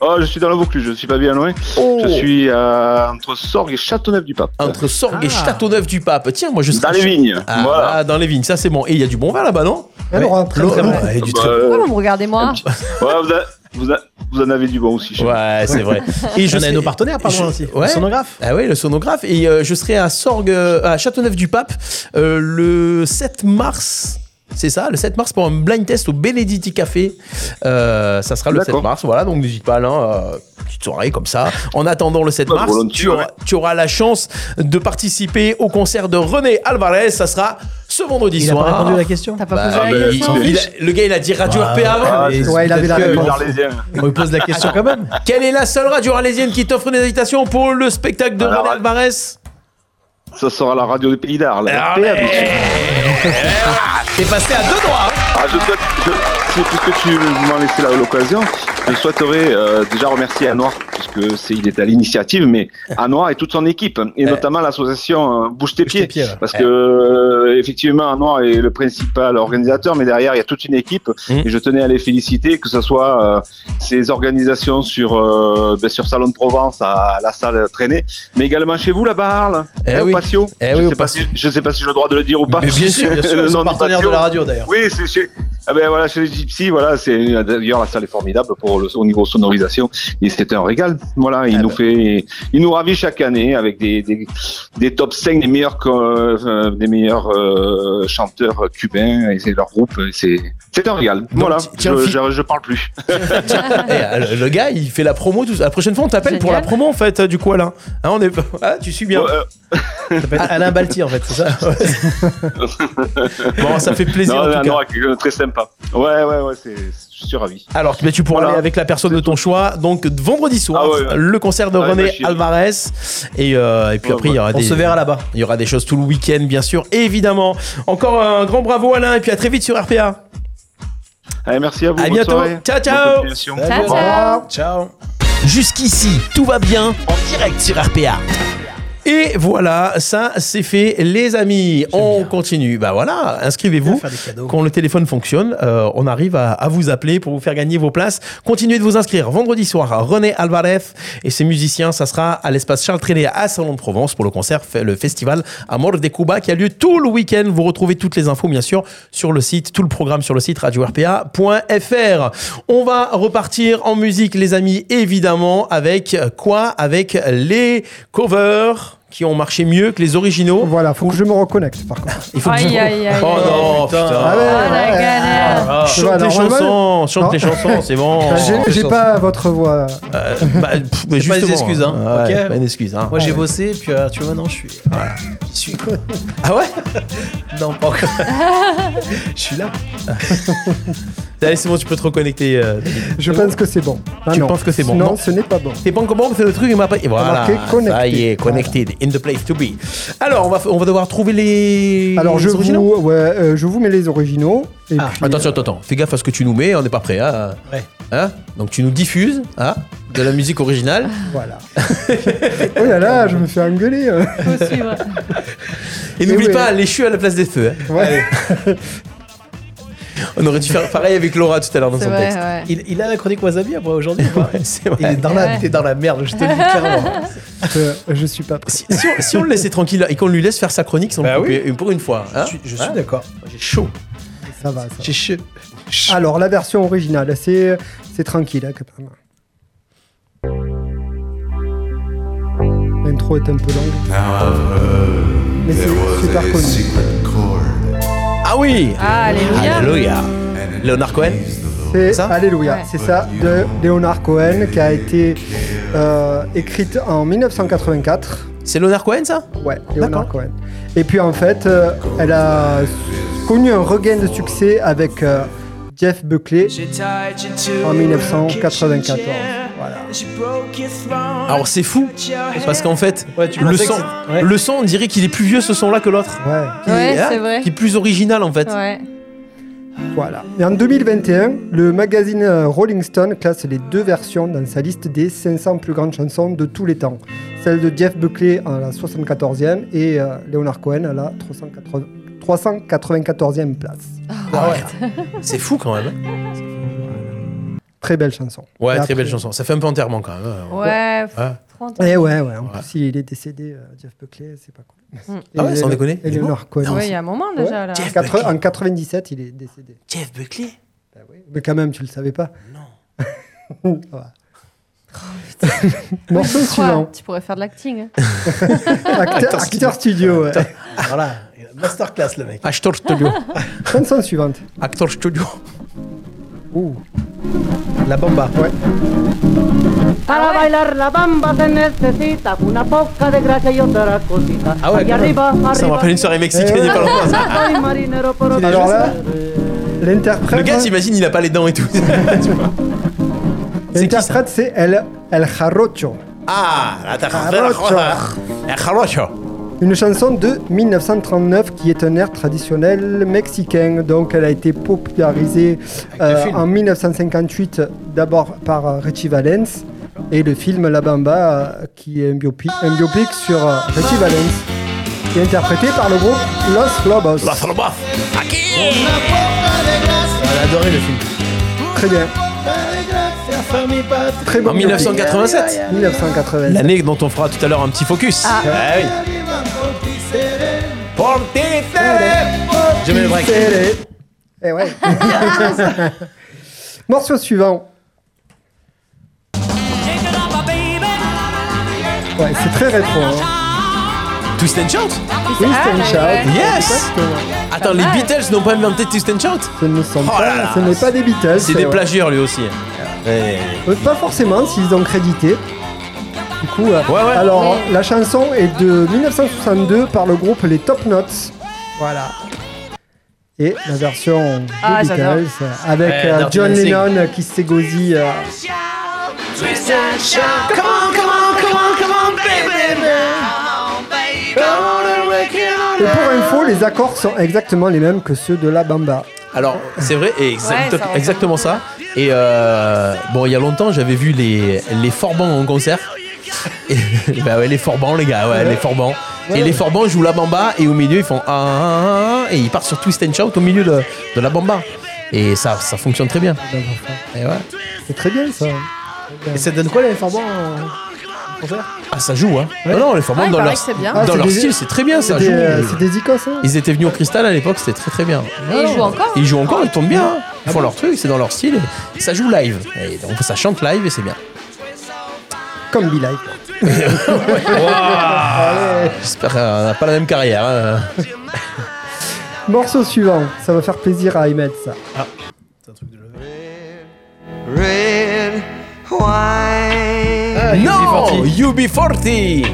Speaker 9: Oh, je suis dans la Vaucluse, je suis pas bien loin.
Speaker 1: Oh,
Speaker 9: Je suis euh, entre Sorgue et Châteauneuf-du-Pape.
Speaker 1: entre Sorgue et
Speaker 4: Ah.
Speaker 1: Châteauneuf du Pape. Tiens, moi je serais
Speaker 9: Dans les vignes.
Speaker 1: Ah,
Speaker 9: voilà.
Speaker 1: ah, dans les vignes, ça c'est bon. Et il y a du bon vin là-bas, non
Speaker 5: Alors, un très
Speaker 1: L'eau-
Speaker 5: très bon.
Speaker 1: ouais, du
Speaker 9: Bah,
Speaker 1: truc.
Speaker 9: euh,
Speaker 3: Pourquoi vous me regardez moi
Speaker 9: ouais, vous, avez, Vous, a- vous en avez du bon aussi. chez vous.
Speaker 1: Ouais, c'est vrai.
Speaker 4: On a
Speaker 1: serai-
Speaker 4: nos partenaires, pas
Speaker 1: je-
Speaker 4: loin aussi.
Speaker 1: Ouais.
Speaker 4: Le sonographe.
Speaker 1: Ah oui, le sonographe. Et euh, je serai à Sorgue, euh, à Châteauneuf-du-Pape, euh, le 7 mars. C'est ça, le 7 mars pour un blind test au Benedetti Café. Euh, ça sera le 7
Speaker 9: D'accord.
Speaker 1: mars, voilà, donc n'hésite pas, Alain, euh, petite soirée comme ça. En attendant le 7
Speaker 9: Bah,
Speaker 1: mars,
Speaker 9: volontiers,
Speaker 1: tu auras,
Speaker 9: ouais.
Speaker 1: tu auras la chance de participer au concert de René Alvarez. Ça sera ce vendredi
Speaker 4: Il a
Speaker 1: soir.
Speaker 4: pas répondu à la question.
Speaker 3: T'as pas
Speaker 1: Bah,
Speaker 3: posé la
Speaker 9: ah ben,
Speaker 3: question
Speaker 9: il-
Speaker 1: Il a- le gars, il a dit Radio
Speaker 4: Ah,
Speaker 1: RP avant.
Speaker 9: Ah, c'est-
Speaker 5: Ouais, il avait la
Speaker 9: c'est
Speaker 5: réponse.
Speaker 9: les Arlésiens.
Speaker 4: On lui pose la question quand même.
Speaker 1: Quelle est la seule radio arlésienne qui t'offre des invitations pour le spectacle de
Speaker 9: Alors,
Speaker 1: René
Speaker 9: ouais.
Speaker 1: Alvarez
Speaker 9: Ça sort à la radio des Pays d'Arles.
Speaker 1: Ah,
Speaker 9: RPA,
Speaker 1: mais-
Speaker 9: bien sûr.
Speaker 1: T'es passé à deux doigts. hein.
Speaker 9: Ah, je souhaite- je- c'est puisque tu m'en laissais la- l'occasion, je souhaiterais euh, déjà remercier Anouar, puisque c'est il est à l'initiative, mais
Speaker 4: Ah.
Speaker 9: Anouar et toute son équipe, et notamment l'association euh, Bouge tes
Speaker 4: Bouge
Speaker 9: pieds,
Speaker 4: Eh. tes pieds, ouais.
Speaker 9: parce que euh, effectivement Anouar est le principal organisateur, mais derrière il y a toute une équipe,
Speaker 1: Mm.
Speaker 9: et je tenais à les féliciter, que ce soit euh, ces organisations sur euh, ben, sur Salon de Provence à, la salle traînée, mais également chez vous là-bas, à Arles,
Speaker 1: Eh
Speaker 9: hein,
Speaker 1: oui.
Speaker 9: au patio.
Speaker 1: Eh
Speaker 9: je,
Speaker 1: oui, au
Speaker 9: sais pas
Speaker 1: patio.
Speaker 9: si, je sais pas si j'ai le droit de le dire ou pas.
Speaker 4: Mais bien sûr, bien
Speaker 9: Le
Speaker 4: sûr,
Speaker 9: nom
Speaker 4: son
Speaker 9: du
Speaker 4: partenaire de
Speaker 9: patio.
Speaker 4: la radio d'ailleurs.
Speaker 9: Oui, c'est chez... Ah ben voilà, chez les Gypsy, voilà, c'est d'ailleurs la salle est formidable pour le au niveau sonorisation et c'est un régal. Voilà, il
Speaker 1: Ah
Speaker 9: nous
Speaker 1: ben.
Speaker 9: fait, il nous ravit chaque année avec des des, des top 5 des meilleurs co- euh, des meilleurs euh, chanteurs cubains et c'est leur groupe, et c'est c'est un régal. voilà,
Speaker 1: ti- tiens,
Speaker 9: je,
Speaker 1: fi-
Speaker 9: je, je parle plus.
Speaker 1: Eh, euh, le- le gars, il fait la promo. Tout... La prochaine fois, on t'appelle pour la
Speaker 3: Génial.
Speaker 1: promo, en fait, euh, du coup, Alain. Hein, on est... Ah, tu suis bien.
Speaker 9: Bon, euh,
Speaker 4: Ça s'appelle Alain Balti en fait, c'est ça
Speaker 1: Bon, ça fait plaisir,
Speaker 9: non,
Speaker 1: en tout
Speaker 9: non,
Speaker 1: cas.
Speaker 9: non, quelqu'un de très sympa. Ouais, ouais, ouais, c'est, je suis ravi.
Speaker 1: Alors, mais tu pourras
Speaker 9: Voilà.
Speaker 1: aller avec la personne de ton choix. Donc, vendredi soir,
Speaker 9: Ah ouais, ouais.
Speaker 1: le concert de
Speaker 9: Ouais,
Speaker 1: René
Speaker 9: ma chérie.
Speaker 1: Alvarez. Et, euh, et puis
Speaker 9: Ouais,
Speaker 1: après, il y aura
Speaker 4: On
Speaker 1: des...
Speaker 4: se verra là-bas.
Speaker 1: Il y aura des choses tout le week-end, bien sûr, évidemment. Encore un grand bravo, Alain, et puis à très vite sur RPA.
Speaker 9: Allez, merci à vous.
Speaker 1: À
Speaker 9: bonne
Speaker 1: bientôt.
Speaker 9: soirée.
Speaker 1: Ciao,
Speaker 9: Bonne
Speaker 1: ciao.
Speaker 9: continuation.
Speaker 3: Ciao,
Speaker 9: Au revoir.
Speaker 3: ciao.
Speaker 4: Ciao.
Speaker 1: Jusqu'ici, tout va bien en direct sur RPA. Et voilà, ça c'est fait, les amis. On continue. Bah voilà, inscrivez-vous.
Speaker 4: Faire des cadeaux.
Speaker 1: Quand le téléphone fonctionne, euh, on arrive à, à vous appeler pour vous faire gagner vos places. Continuez de vous inscrire. Vendredi soir, René Alvarez et ses musiciens, ça sera à l'espace Charles Trenet à Salon de Provence pour le concert, fait- le festival Amor de Cuba qui a lieu tout le week-end. Vous retrouvez toutes les infos, bien sûr, sur le site, tout le programme sur le site radio-rpa.fr. On va repartir en musique, les amis, évidemment, avec quoi Avec les covers qui ont marché mieux que les originaux.
Speaker 5: Voilà, faut que je me reconnecte par contre.
Speaker 1: Il faut que je-
Speaker 3: Aïe, aïe, aïe,
Speaker 1: Oh
Speaker 3: aïe.
Speaker 1: non, putain.
Speaker 5: Ah ouais,
Speaker 3: Oh la
Speaker 5: ouais.
Speaker 3: galère
Speaker 1: Ah,
Speaker 4: Ah.
Speaker 1: Chante les
Speaker 5: Voilà, normal.
Speaker 1: chansons, chante
Speaker 5: Non.
Speaker 1: les chansons, Oh, c'est bon.
Speaker 5: Bah, hein. j'ai- J'ai pas votre voix.
Speaker 1: Euh, bah, pff, mais
Speaker 4: C'est pas des
Speaker 1: justement,
Speaker 4: excuses, hein,
Speaker 1: Ah ouais,
Speaker 4: ok
Speaker 1: c'est pas une excuse. hein.
Speaker 4: Moi j'ai bossé, puis euh, tu vois, non, je suis. Voilà. Je suis quoi
Speaker 1: Ah ouais
Speaker 4: Non, pas encore. Je suis là.
Speaker 1: Allez, c'est bon, tu peux te reconnecter. euh,
Speaker 5: Je pense que c'est bon. Ah Non,
Speaker 1: Tu
Speaker 5: non.
Speaker 1: penses que c'est bon, non
Speaker 5: Non, ce n'est pas bon.
Speaker 1: C'est bon, comment c'est le truc, il m'a pas. Et Voilà,
Speaker 5: marqué
Speaker 1: ça
Speaker 5: connecté.
Speaker 1: y est, connected, in the place to be. Alors, on va, on va devoir trouver les.
Speaker 5: Alors je
Speaker 1: les originaux.
Speaker 5: vous, ouais, euh, je vous mets les originaux. Et
Speaker 4: Ah,
Speaker 5: puis, euh,
Speaker 1: Attention, attends, attends, fais gaffe à ce que tu nous mets, on n'est pas prêt. Hein.
Speaker 4: Ouais.
Speaker 1: Hein Donc, tu nous diffuses hein, de la musique originale.
Speaker 5: Voilà. oh là là, je me fais engueuler. euh.
Speaker 3: Faut suivre.
Speaker 1: Et
Speaker 5: Eh
Speaker 1: n'oublie
Speaker 5: oui.
Speaker 1: pas, les choux à la place des feux. hein.
Speaker 5: Ouais.
Speaker 1: On aurait dû faire pareil avec Laura tout à l'heure dans
Speaker 3: C'est
Speaker 1: son
Speaker 3: vrai,
Speaker 1: texte.
Speaker 3: ouais.
Speaker 4: Il, il a la chronique Wasabi après aujourd'hui ou pas
Speaker 1: C'est
Speaker 4: Il
Speaker 1: vrai.
Speaker 4: est dans la,
Speaker 3: Ouais.
Speaker 4: t'es dans la merde, je te le dis clairement.
Speaker 5: Euh, je suis pas prêt.
Speaker 1: Si, si on, si on le laissait tranquille et qu'on lui laisse faire sa chronique sans
Speaker 4: Bah
Speaker 1: le couper, pour une fois. hein.
Speaker 4: je suis, je suis
Speaker 1: Hein
Speaker 4: d'accord.
Speaker 1: J'ai chaud.
Speaker 5: Ça va. ça va.
Speaker 4: J'ai chaud.
Speaker 5: Alors la version originale, c'est c'est tranquille hein, quand même. L'intro est un peu longue. Mais c'est super connu.
Speaker 1: Ah oui
Speaker 3: Ah, alléluia
Speaker 1: Alléluia Leonard Cohen
Speaker 5: C'est
Speaker 1: Ça
Speaker 5: Alléluia,
Speaker 3: Ouais.
Speaker 5: c'est ça, de Leonard Cohen, qui a été euh, écrite en 1984.
Speaker 1: C'est Leonard Cohen ça
Speaker 5: Ouais, Leonard Cohen. Et puis en fait, euh, elle a connu un regain de succès avec euh, Jeff Buckley en 1994. Voilà.
Speaker 1: Alors c'est fou parce qu'en fait
Speaker 4: Ouais, tu
Speaker 1: le
Speaker 4: pensais que
Speaker 1: son,
Speaker 4: c'est- ouais.
Speaker 1: le son on dirait qu'il est plus vieux ce son là que l'autre.
Speaker 5: Ouais,
Speaker 1: Qui est-
Speaker 3: Ouais, c'est
Speaker 1: hein,
Speaker 3: vrai.
Speaker 1: Qui est plus original en fait.
Speaker 3: Ouais.
Speaker 5: voilà. Et en 2021, le magazine euh, Rolling Stone classe les deux versions dans sa liste des 500 plus grandes chansons de tous les temps. Celle de Jeff Buckley à la 74e et euh, Leonard Cohen à la 380 394e place.
Speaker 1: Ah ouais. C'est fou quand même. hein.
Speaker 5: Très belle chanson.
Speaker 1: Ouais,
Speaker 5: Et
Speaker 1: très
Speaker 5: après-
Speaker 1: belle chanson. Ça fait un peu enterrement quand même. hein.
Speaker 3: Ouais. pff,
Speaker 1: Ouais.
Speaker 3: trente-
Speaker 5: Eh ouais, ouais. En
Speaker 1: Ouais.
Speaker 5: plus, il est décédé, euh, Jeff Buckley, c'est pas cool.
Speaker 3: Mm.
Speaker 1: Ah ouais, sans déconner, il est
Speaker 5: Eleanor Cohen.
Speaker 3: Ouais, il y a un moment déjà là.
Speaker 1: Jeff
Speaker 5: En quatre-
Speaker 1: Buckley.
Speaker 5: En 97, il est décédé.
Speaker 1: Jeff Buckley
Speaker 5: Bah oui, Mais quand même, tu le savais pas.
Speaker 1: Non.
Speaker 5: Morceau
Speaker 3: Quoi
Speaker 5: suivant.
Speaker 3: Tu pourrais faire de l'acting. hein.
Speaker 5: Acteur,
Speaker 4: Acteur
Speaker 5: acteur studio. ouais.
Speaker 4: Voilà, masterclass le mec.
Speaker 1: Acteur studio.
Speaker 5: Chanson suivante.
Speaker 1: Acteur studio.
Speaker 5: Ouh.
Speaker 4: La bamba.
Speaker 5: Ouais.
Speaker 10: Para bailar la bamba se necesita una poca de gracia y otra cosita.
Speaker 4: Ah ouais,
Speaker 10: Allá
Speaker 4: quand même.
Speaker 10: arriba, arriba.
Speaker 1: Ça me rappelle une soirée mexicaine
Speaker 5: Eh
Speaker 1: il y a
Speaker 5: ouais.
Speaker 1: pas longtemps, ça.
Speaker 10: Soy marinero por otra
Speaker 5: Alors là,
Speaker 1: Le
Speaker 5: l'interprète,
Speaker 1: gars, t'imagines, il a pas les dents et tout. Tu vois. c'est qui, ça
Speaker 5: l'interprète c'est El, El Jarocho.
Speaker 1: ah, la
Speaker 5: Jarocho.
Speaker 1: La jarocho.
Speaker 5: Une chanson de 1939 qui est un air traditionnel mexicain. Donc elle a été popularisée euh,
Speaker 4: le film.
Speaker 5: en 1958 d'abord par euh, Richie Valens et le film La Bamba euh, qui est un biopic, un biopic sur euh, Richie Valens qui est interprété par le groupe Los Lobos.
Speaker 1: La jarocho. Aquí.
Speaker 4: Elle a adoré le film.
Speaker 5: Très bien. Très bon
Speaker 1: En
Speaker 5: biopic.
Speaker 1: 1987.
Speaker 5: 1987.
Speaker 1: L'année dont on fera tout à l'heure un petit focus. Ah, oui. Porticere.
Speaker 4: Je mets le break.
Speaker 5: Eh ouais. Morceau suivant. Ouais, c'est très rétro. Hein.
Speaker 1: Twist and Shout
Speaker 5: Oui, c'est une
Speaker 3: Ah, ouais.
Speaker 5: shout.
Speaker 1: Yes Attends, les Beatles n'ont Ah, pas inventé Twist and Shout
Speaker 5: Ce ne sont
Speaker 1: Oh
Speaker 5: pas,
Speaker 1: là là.
Speaker 5: ce n'est pas des Beatles.
Speaker 1: C'est des
Speaker 5: ouais.
Speaker 1: plagieurs lui aussi. Eh.
Speaker 5: Euh, Pas forcément s'ils ont crédité. Du coup, euh,
Speaker 1: Ouais, ouais.
Speaker 5: alors la chanson est de 1962 par le groupe Les Top Notes. Voilà. Et la version des
Speaker 3: Ah,
Speaker 5: Beatles
Speaker 3: j'adore.
Speaker 5: euh, avec
Speaker 1: Ouais,
Speaker 5: euh,
Speaker 1: Dirty
Speaker 5: John
Speaker 1: Dancing.
Speaker 5: Lennon qui s'égosille. euh, Et pour info, les accords sont exactement les mêmes que ceux de la bamba.
Speaker 1: Alors, c'est vrai, et exact-
Speaker 3: Ouais, ça ressemble.
Speaker 1: exactement ça. Et euh, bon, il y a longtemps, j'avais vu les, les Forbans en concert. Et- bah ouais, les Forbans, les gars, ouais, les Forbans. Et les Forbans jouent la bamba et au milieu, ils font ah, ah, ah, ah, et ils partent sur Twist and Shout au milieu de, de la bamba. Et ça, ça fonctionne très bien. Et ouais.
Speaker 5: C'est très bien ça.
Speaker 4: Et ça donne quoi les formants euh,
Speaker 1: Ah, ça joue, hein. Non, non, les Forbans,
Speaker 3: Ouais, il
Speaker 1: dans
Speaker 3: paraît
Speaker 1: leur,
Speaker 3: que c'est bien.
Speaker 5: Ah,
Speaker 1: dans
Speaker 5: c'est
Speaker 1: leur
Speaker 5: des-
Speaker 1: style, c'est très bien, ça
Speaker 5: C'est des,
Speaker 1: joue.
Speaker 5: euh, c'est des icônes, ça
Speaker 1: Ils étaient venus au cristal à l'époque, c'était très très bien.
Speaker 3: Et ils jouent encore hein. Ah
Speaker 1: Ils jouent encore, ils tombent bien. hein. Ils font leur truc, c'est dans leur style. Et ça joue live. Et donc ça chante live et c'est bien.
Speaker 5: Comme Be Like.
Speaker 1: J'espère qu'on n'a pas la même carrière. hein.
Speaker 5: Morceau suivant, ça va faire plaisir à Ahmed ça.
Speaker 7: Red wine,
Speaker 4: Ah,
Speaker 1: non
Speaker 4: UB40.
Speaker 1: UB40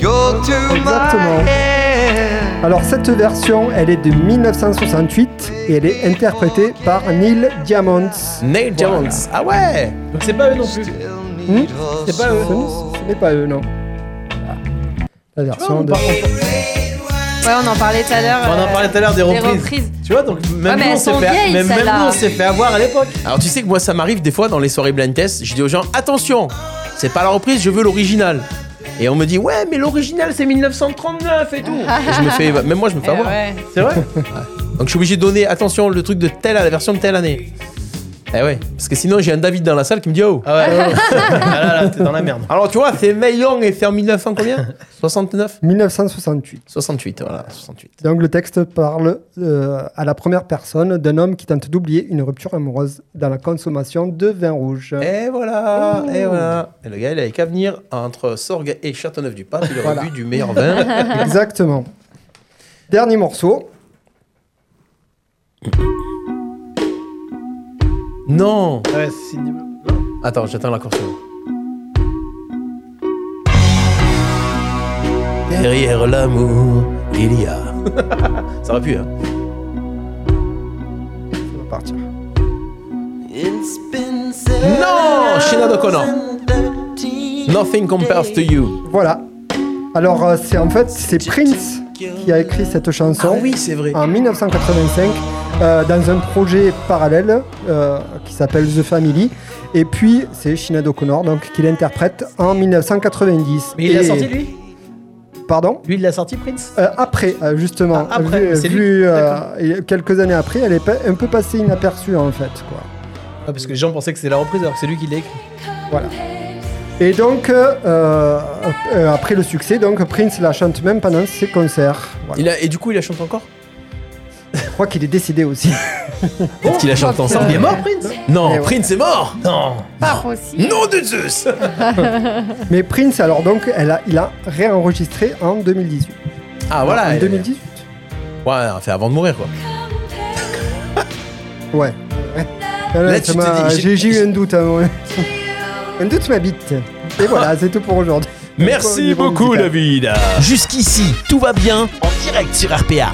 Speaker 7: go to
Speaker 5: Exactement.
Speaker 7: my head.
Speaker 5: Alors cette version, elle est de 1968 et elle est interprétée par Neil Diamond.
Speaker 1: Neil Jones. Ah ouais
Speaker 4: Donc c'est pas eux non plus.
Speaker 5: Hmm
Speaker 4: C'est pas eux.
Speaker 5: Ce n'est- ce n'est pas eux, non. La version de...
Speaker 3: Ouais, on en parlait tout à l'heure.
Speaker 4: On en
Speaker 3: euh,
Speaker 4: parlait tout à l'heure
Speaker 3: des
Speaker 4: des reprises.
Speaker 3: reprises.
Speaker 4: Tu vois, donc
Speaker 3: mais
Speaker 4: même, nous, on
Speaker 3: elles
Speaker 4: s'est
Speaker 3: sont
Speaker 4: fait,
Speaker 3: vieilles,
Speaker 4: même, même
Speaker 3: celles-là.
Speaker 4: nous, on s'est fait avoir à l'époque.
Speaker 1: Alors tu sais que moi ça m'arrive des fois dans les soirées blind test, je dis aux gens attention, c'est pas la reprise, je veux l'original. Et on me dit ouais mais l'original c'est 1939 et tout.
Speaker 3: Ah.
Speaker 1: Et je me fais bah, même moi je me fais
Speaker 3: Eh
Speaker 1: avoir.
Speaker 3: ouais.
Speaker 4: C'est vrai
Speaker 1: Donc je suis obligé de donner attention le truc de telle à la version de telle année. Eh ouais, parce que sinon j'ai un David dans la salle qui me dit oh.
Speaker 4: Ah ouais. ah là là, t'es dans la merde.
Speaker 1: Alors tu vois, c'est May Young et c'est en 1900 combien 69
Speaker 5: 1968.
Speaker 1: 68, voilà, 68.
Speaker 5: Donc le texte parle euh, à la première personne d'un homme qui tente d'oublier une rupture amoureuse dans la consommation de vin rouge.
Speaker 4: Eh,
Speaker 1: Et voilà, et voilà. Et le gars, il avait qu'à venir entre Sorgue et Châteauneuf-du-Pape, il aurait
Speaker 5: Voilà.
Speaker 1: bu du meilleur vin.
Speaker 5: Exactement. Dernier morceau.
Speaker 1: non
Speaker 4: Ouais, c'est
Speaker 1: Attends, j'attends la course. Derrière l'amour, il y a... Ça va plus, hein
Speaker 5: On va partir.
Speaker 1: Non Sheena O'Connor Nothing compares to you.
Speaker 5: Voilà. Alors euh, c'est en fait c'est Prince qui a écrit cette chanson.
Speaker 1: Ah oui, c'est vrai.
Speaker 5: en 1985 euh, dans un projet parallèle euh, qui s'appelle The Family. Et puis c'est Shinado O'Connor donc qui l'interprète en 1990.
Speaker 4: Mais il l'a
Speaker 5: Et-
Speaker 4: sorti lui
Speaker 5: Pardon.
Speaker 4: Lui, il l'a sorti Prince
Speaker 5: Euh, après, euh, justement,
Speaker 4: Ah, après,
Speaker 5: vu,
Speaker 4: c'est lui.
Speaker 5: vu, euh, et quelques années après, elle est pa- un peu passée inaperçue en fait. Quoi.
Speaker 4: ah, Parce que les gens pensaient que c'était la reprise alors que c'est lui qui l'a écrit.
Speaker 5: Et donc, euh, euh, euh, après le succès, donc Prince la chante même pendant ses concerts. Voilà.
Speaker 1: Il a, et du coup, il la chante encore
Speaker 5: crois qu'il est décédé aussi.
Speaker 1: Peut-être qu'il a chanté ensemble.
Speaker 4: Il est mort, Prince
Speaker 1: Non,
Speaker 5: Eh ouais.
Speaker 1: Prince est mort
Speaker 4: Non.
Speaker 3: Pas possible.
Speaker 1: Non de Zeus
Speaker 5: Mais Prince, alors donc, elle a, il a réenregistré en 2018.
Speaker 1: Ah voilà
Speaker 5: En
Speaker 1: elle-
Speaker 5: 2018
Speaker 1: Ouais, fait avant de mourir quoi.
Speaker 5: Ouais. Ah non,
Speaker 1: Là,
Speaker 5: ça
Speaker 1: tu te
Speaker 5: m'a-
Speaker 1: dis, j'ai-
Speaker 5: J'ai j'ai eu un doute. à un moment. un doute m'habite. Et voilà, c'est tout pour aujourd'hui. Au
Speaker 1: Merci
Speaker 5: niveau
Speaker 1: beaucoup
Speaker 5: musical.
Speaker 1: David Jusqu'ici, tout va bien en direct sur RPA.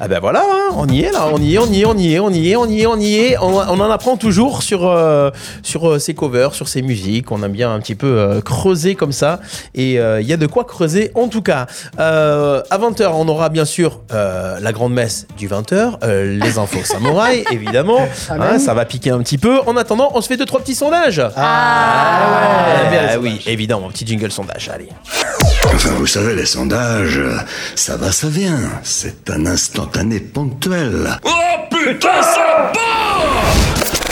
Speaker 1: Ah ben voilà, hein, on y est là, on y est, on y est, on y est, on y est, on y est, on y est. On, on en apprend toujours sur euh, sur euh, ces covers, sur ces musiques. On aime bien un petit peu euh, creuser comme ça. Et euh, il y a de quoi creuser en tout cas. Euh, à 20h, on aura bien sûr euh, la grande messe du 20h, euh, les infos samouraï, évidemment.
Speaker 5: Amen.
Speaker 1: Hein, ça va piquer un petit peu. En attendant, on se fait deux trois petits sondages. Ah oui, évidemment, petit jingle sondage, allez.
Speaker 11: Enfin, vous savez, les sondages, ça va, ça vient. C'est un instantané ponctuel.
Speaker 2: Oh putain, ça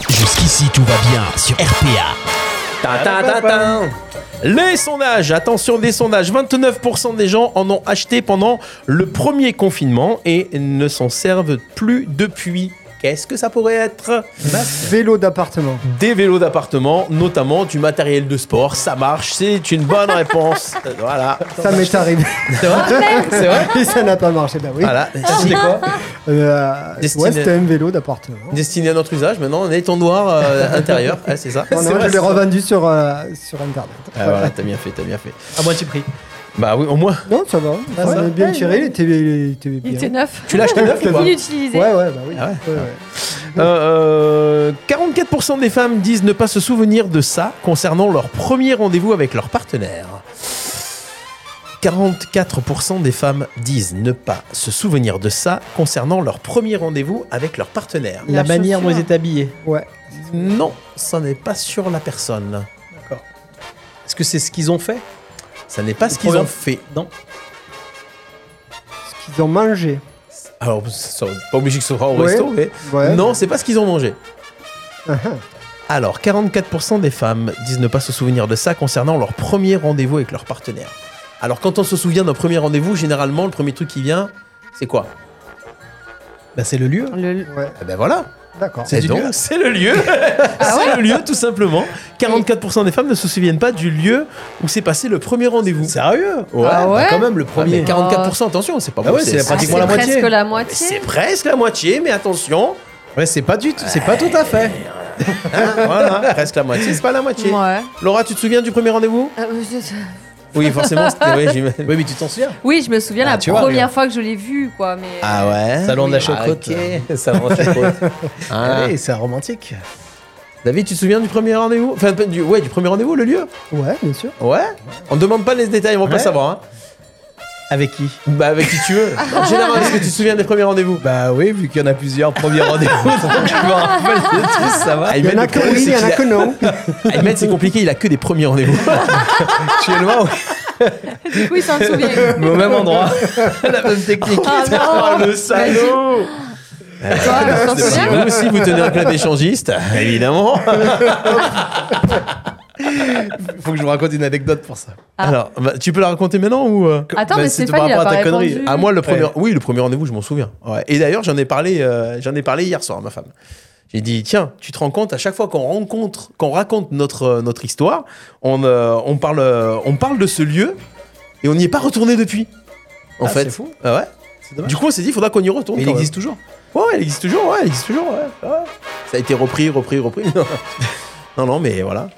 Speaker 1: Jusqu'ici, tout va bien sur RPA. Les sondages, attention des sondages, 29% des gens en ont acheté pendant le premier confinement et ne s'en servent plus depuis. Qu'est-ce que ça pourrait être
Speaker 5: Vélo d'appartement.
Speaker 1: Des vélos d'appartement, notamment du matériel de sport, ça marche, c'est une bonne réponse. voilà.
Speaker 5: Ça m'est arrivé.
Speaker 1: C'est vrai C'est vrai Ah.
Speaker 5: Et ça n'a pas marché, bah oui.
Speaker 1: Voilà.
Speaker 5: C'était quoi Euh,
Speaker 1: Destiné-
Speaker 5: Ouais, c'était un vélo d'appartement.
Speaker 1: Destiné à notre usage, maintenant on est étendoir euh, intérieur, Ouais, c'est ça.
Speaker 5: Bon, non, je l'ai revendu sur, euh, sur Internet.
Speaker 1: Ah, voilà, t'as bien fait, t'as bien fait.
Speaker 4: À moitié prix.
Speaker 1: Bah oui, au moins.
Speaker 5: Non, ça va.
Speaker 4: Ah, ça
Speaker 5: on
Speaker 4: va.
Speaker 5: est bien tiré, il était, il était
Speaker 3: Il
Speaker 5: bien.
Speaker 3: était neuf.
Speaker 1: Tu l'as acheté neuf ou pas
Speaker 3: Inutilisé.
Speaker 5: Ouais, ouais, bah oui.
Speaker 1: Ah ouais.
Speaker 5: Ouais, ouais.
Speaker 1: Euh, 44% des femmes disent ne pas se souvenir de ça concernant leur premier rendez-vous avec leur partenaire. 44% des femmes disent ne pas se souvenir de ça concernant leur premier rendez-vous avec leur partenaire.
Speaker 4: La
Speaker 3: La
Speaker 4: manière dont ils
Speaker 3: chaussure.
Speaker 4: étaient habillés.
Speaker 1: Non, ça n'est pas sur la personne.
Speaker 4: Est-ce que c'est ce qu'ils ont fait
Speaker 1: Ça n'est pas ce
Speaker 4: Le
Speaker 1: qu'ils
Speaker 4: premier-
Speaker 1: ont fait.
Speaker 4: Non.
Speaker 5: Ce qu'ils ont mangé.
Speaker 1: Alors, ça- pas obligé que ce soit au
Speaker 5: Ouais.
Speaker 1: resto, mais.
Speaker 5: Ouais.
Speaker 1: Non, c'est pas ce qu'ils ont mangé.
Speaker 4: Uh-huh.
Speaker 5: Ah, ah.
Speaker 1: Alors, 44% des femmes disent ne pas se souvenir de ça concernant leur premier rendez-vous avec leur partenaire. Alors, quand on se souvient d'un premier rendez-vous, généralement, le premier truc qui vient, c'est quoi
Speaker 4: Bah, c'est le lieu.
Speaker 3: Le-
Speaker 5: Ouais,
Speaker 1: Eh ben voilà
Speaker 5: d'accord.
Speaker 1: C'est
Speaker 4: du
Speaker 1: donc,
Speaker 4: lieu.
Speaker 1: c'est le lieu Ah C'est le lieu, tout simplement. 44% des femmes ne se souviennent pas du lieu où s'est passé le premier rendez-vous.
Speaker 4: Sérieux
Speaker 1: Ouais,
Speaker 3: Ah ouais
Speaker 4: Bah, Quand même, le
Speaker 1: Ah, mais
Speaker 4: premier.
Speaker 1: 44%, attention, c'est pas
Speaker 4: Bah
Speaker 1: bon,
Speaker 4: ouais, c'est
Speaker 3: Ah, c'est
Speaker 4: pratiquement la moitié.
Speaker 3: presque la
Speaker 1: Mais
Speaker 3: moitié.
Speaker 1: C'est presque la moitié, mais attention
Speaker 4: Ouais, c'est pas du tout, c'est pas tout à fait.
Speaker 1: hein, Voilà, presque la moitié, c'est pas la moitié.
Speaker 3: Ouais.
Speaker 1: Laura, tu te souviens du premier rendez-vous
Speaker 3: Euh, je-
Speaker 1: Oui, forcément, c'était... oui, j'imagine.
Speaker 4: Oui, mais tu t'en souviens
Speaker 3: Oui, je me souviens
Speaker 4: Ah,
Speaker 3: la
Speaker 4: tu vois,
Speaker 3: première fois que je l'ai vu, quoi. Mais
Speaker 1: Ah ouais
Speaker 4: Salon de la
Speaker 1: Oui.
Speaker 4: chocotte.
Speaker 1: Ah, ok, Salon de la chocotte. Ah.
Speaker 4: Allez, c'est romantique.
Speaker 1: David, tu te souviens du premier rendez-vous Enfin, du, ouais, du premier rendez-vous, le lieu
Speaker 5: Ouais, bien sûr.
Speaker 1: Ouais On demande pas les détails, on va pas
Speaker 4: Ouais.
Speaker 1: savoir. Hein.
Speaker 4: Avec qui
Speaker 1: Bah, avec qui tu veux. En général, est-ce que tu te souviens des premiers rendez-vous
Speaker 4: Bah oui, vu qu'il y en a plusieurs premiers rendez-vous, donc je me rappelle de tous, ça va.
Speaker 5: Il y en a que oui, il y en a que non.
Speaker 1: Ahmed, c'est compliqué, il a que des premiers rendez-vous.
Speaker 4: Tu es loin,
Speaker 3: du coup, il s'en souvient.
Speaker 4: mais au même endroit. La même technique.
Speaker 3: Ah non
Speaker 1: le salaud
Speaker 3: Toi, tu t'en
Speaker 1: Si
Speaker 3: souviens
Speaker 1: vous aussi, vous tenez un club d'échangistes, évidemment.
Speaker 4: Faut que je vous raconte une anecdote pour ça.
Speaker 3: Ah.
Speaker 1: Alors, bah, tu peux la raconter maintenant ou euh,
Speaker 3: Attends,
Speaker 4: Bah,
Speaker 3: mais
Speaker 4: c'est tout
Speaker 3: Stéphane,
Speaker 4: par
Speaker 3: il a
Speaker 4: rapport à
Speaker 3: pas
Speaker 4: ta connerie.
Speaker 3: répondu.
Speaker 1: Ah moi le premier,
Speaker 4: Ouais.
Speaker 1: oui le premier rendez-vous je m'en souviens. Ouais. Et d'ailleurs j'en ai parlé, euh, j'en ai parlé hier soir à ma femme. J'ai dit tiens tu te rends compte à chaque fois qu'on rencontre, qu'on raconte notre euh, notre histoire, on euh, on parle euh, on parle de ce lieu et on n'y est pas retourné depuis. En
Speaker 4: Ah,
Speaker 1: fait.
Speaker 4: c'est fou.
Speaker 1: Ah ouais.
Speaker 4: C'est dommage.
Speaker 1: Du coup on s'est dit il faudra qu'on y retourne.
Speaker 4: Mais il
Speaker 1: quand
Speaker 4: existe toujours.
Speaker 1: même. Ouais ouais, il existe toujours ouais il existe toujours ouais, Ah ouais. Ça a été repris repris repris. non non mais voilà.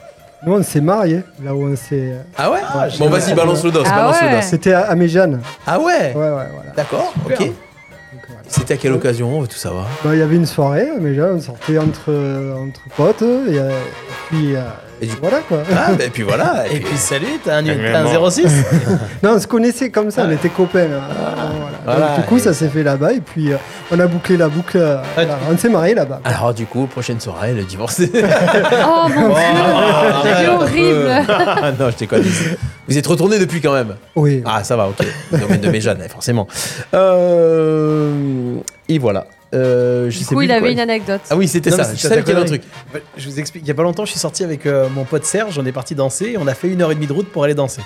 Speaker 5: Nous, on s'est mariés, là où on s'est.
Speaker 1: Ah ouais.
Speaker 4: j'ai-
Speaker 1: bon vas-y balance le dos
Speaker 3: Ah
Speaker 1: balance le
Speaker 3: ouais.
Speaker 1: dos.
Speaker 5: C'était à à Méjeanne.
Speaker 1: Ah ouais.
Speaker 5: Ouais, ouais, voilà.
Speaker 1: D'accord ok.
Speaker 4: Super.
Speaker 5: Donc, voilà.
Speaker 1: C'était à quelle occasion on veut tout savoir.
Speaker 5: Bah, Il y avait une soirée, à Méjeanne, on sortait entre, entre potes, et, euh, et puis. euh,
Speaker 1: Et du-
Speaker 5: Voilà quoi.
Speaker 1: Ah bah, et puis voilà.
Speaker 4: Et puis salut, t'as un,
Speaker 1: Mais
Speaker 4: t'as un
Speaker 1: bon.
Speaker 4: 06
Speaker 5: Non, on se connaissait comme ça, on était copains. hein. Voilà.
Speaker 1: Ah. Voilà,
Speaker 5: Donc, du coup,
Speaker 1: et-
Speaker 5: ça s'est fait là-bas, et puis euh, on a bouclé la boucle. euh,
Speaker 4: Ah,
Speaker 5: voilà, on s'est mariés là-bas.
Speaker 1: Alors du coup, prochaine soirée, le divorce.
Speaker 3: Oh mon dieu, c'est horrible.
Speaker 1: non, je déconne. Vous êtes retourné depuis quand même.
Speaker 5: Oui.
Speaker 1: Ah, ça va, ok. Vous emmène de mes jeunes, eh, forcément. Euh, Et voilà. Euh, je
Speaker 3: Du
Speaker 1: sais
Speaker 3: coup,
Speaker 1: plus
Speaker 3: il
Speaker 1: de
Speaker 3: avait
Speaker 1: quoi.
Speaker 3: une anecdote.
Speaker 1: Ah oui, c'était
Speaker 4: Non, mais
Speaker 1: ça.
Speaker 4: c'est
Speaker 1: Je
Speaker 4: ça,
Speaker 1: savais
Speaker 4: ta
Speaker 1: qu'il y avait un
Speaker 4: connerie.
Speaker 1: truc.
Speaker 4: Bah, Je vous explique, il y a pas longtemps, je suis sorti avec euh, mon pote Serge, on est parti danser, et on a fait une heure et demie de route pour aller danser.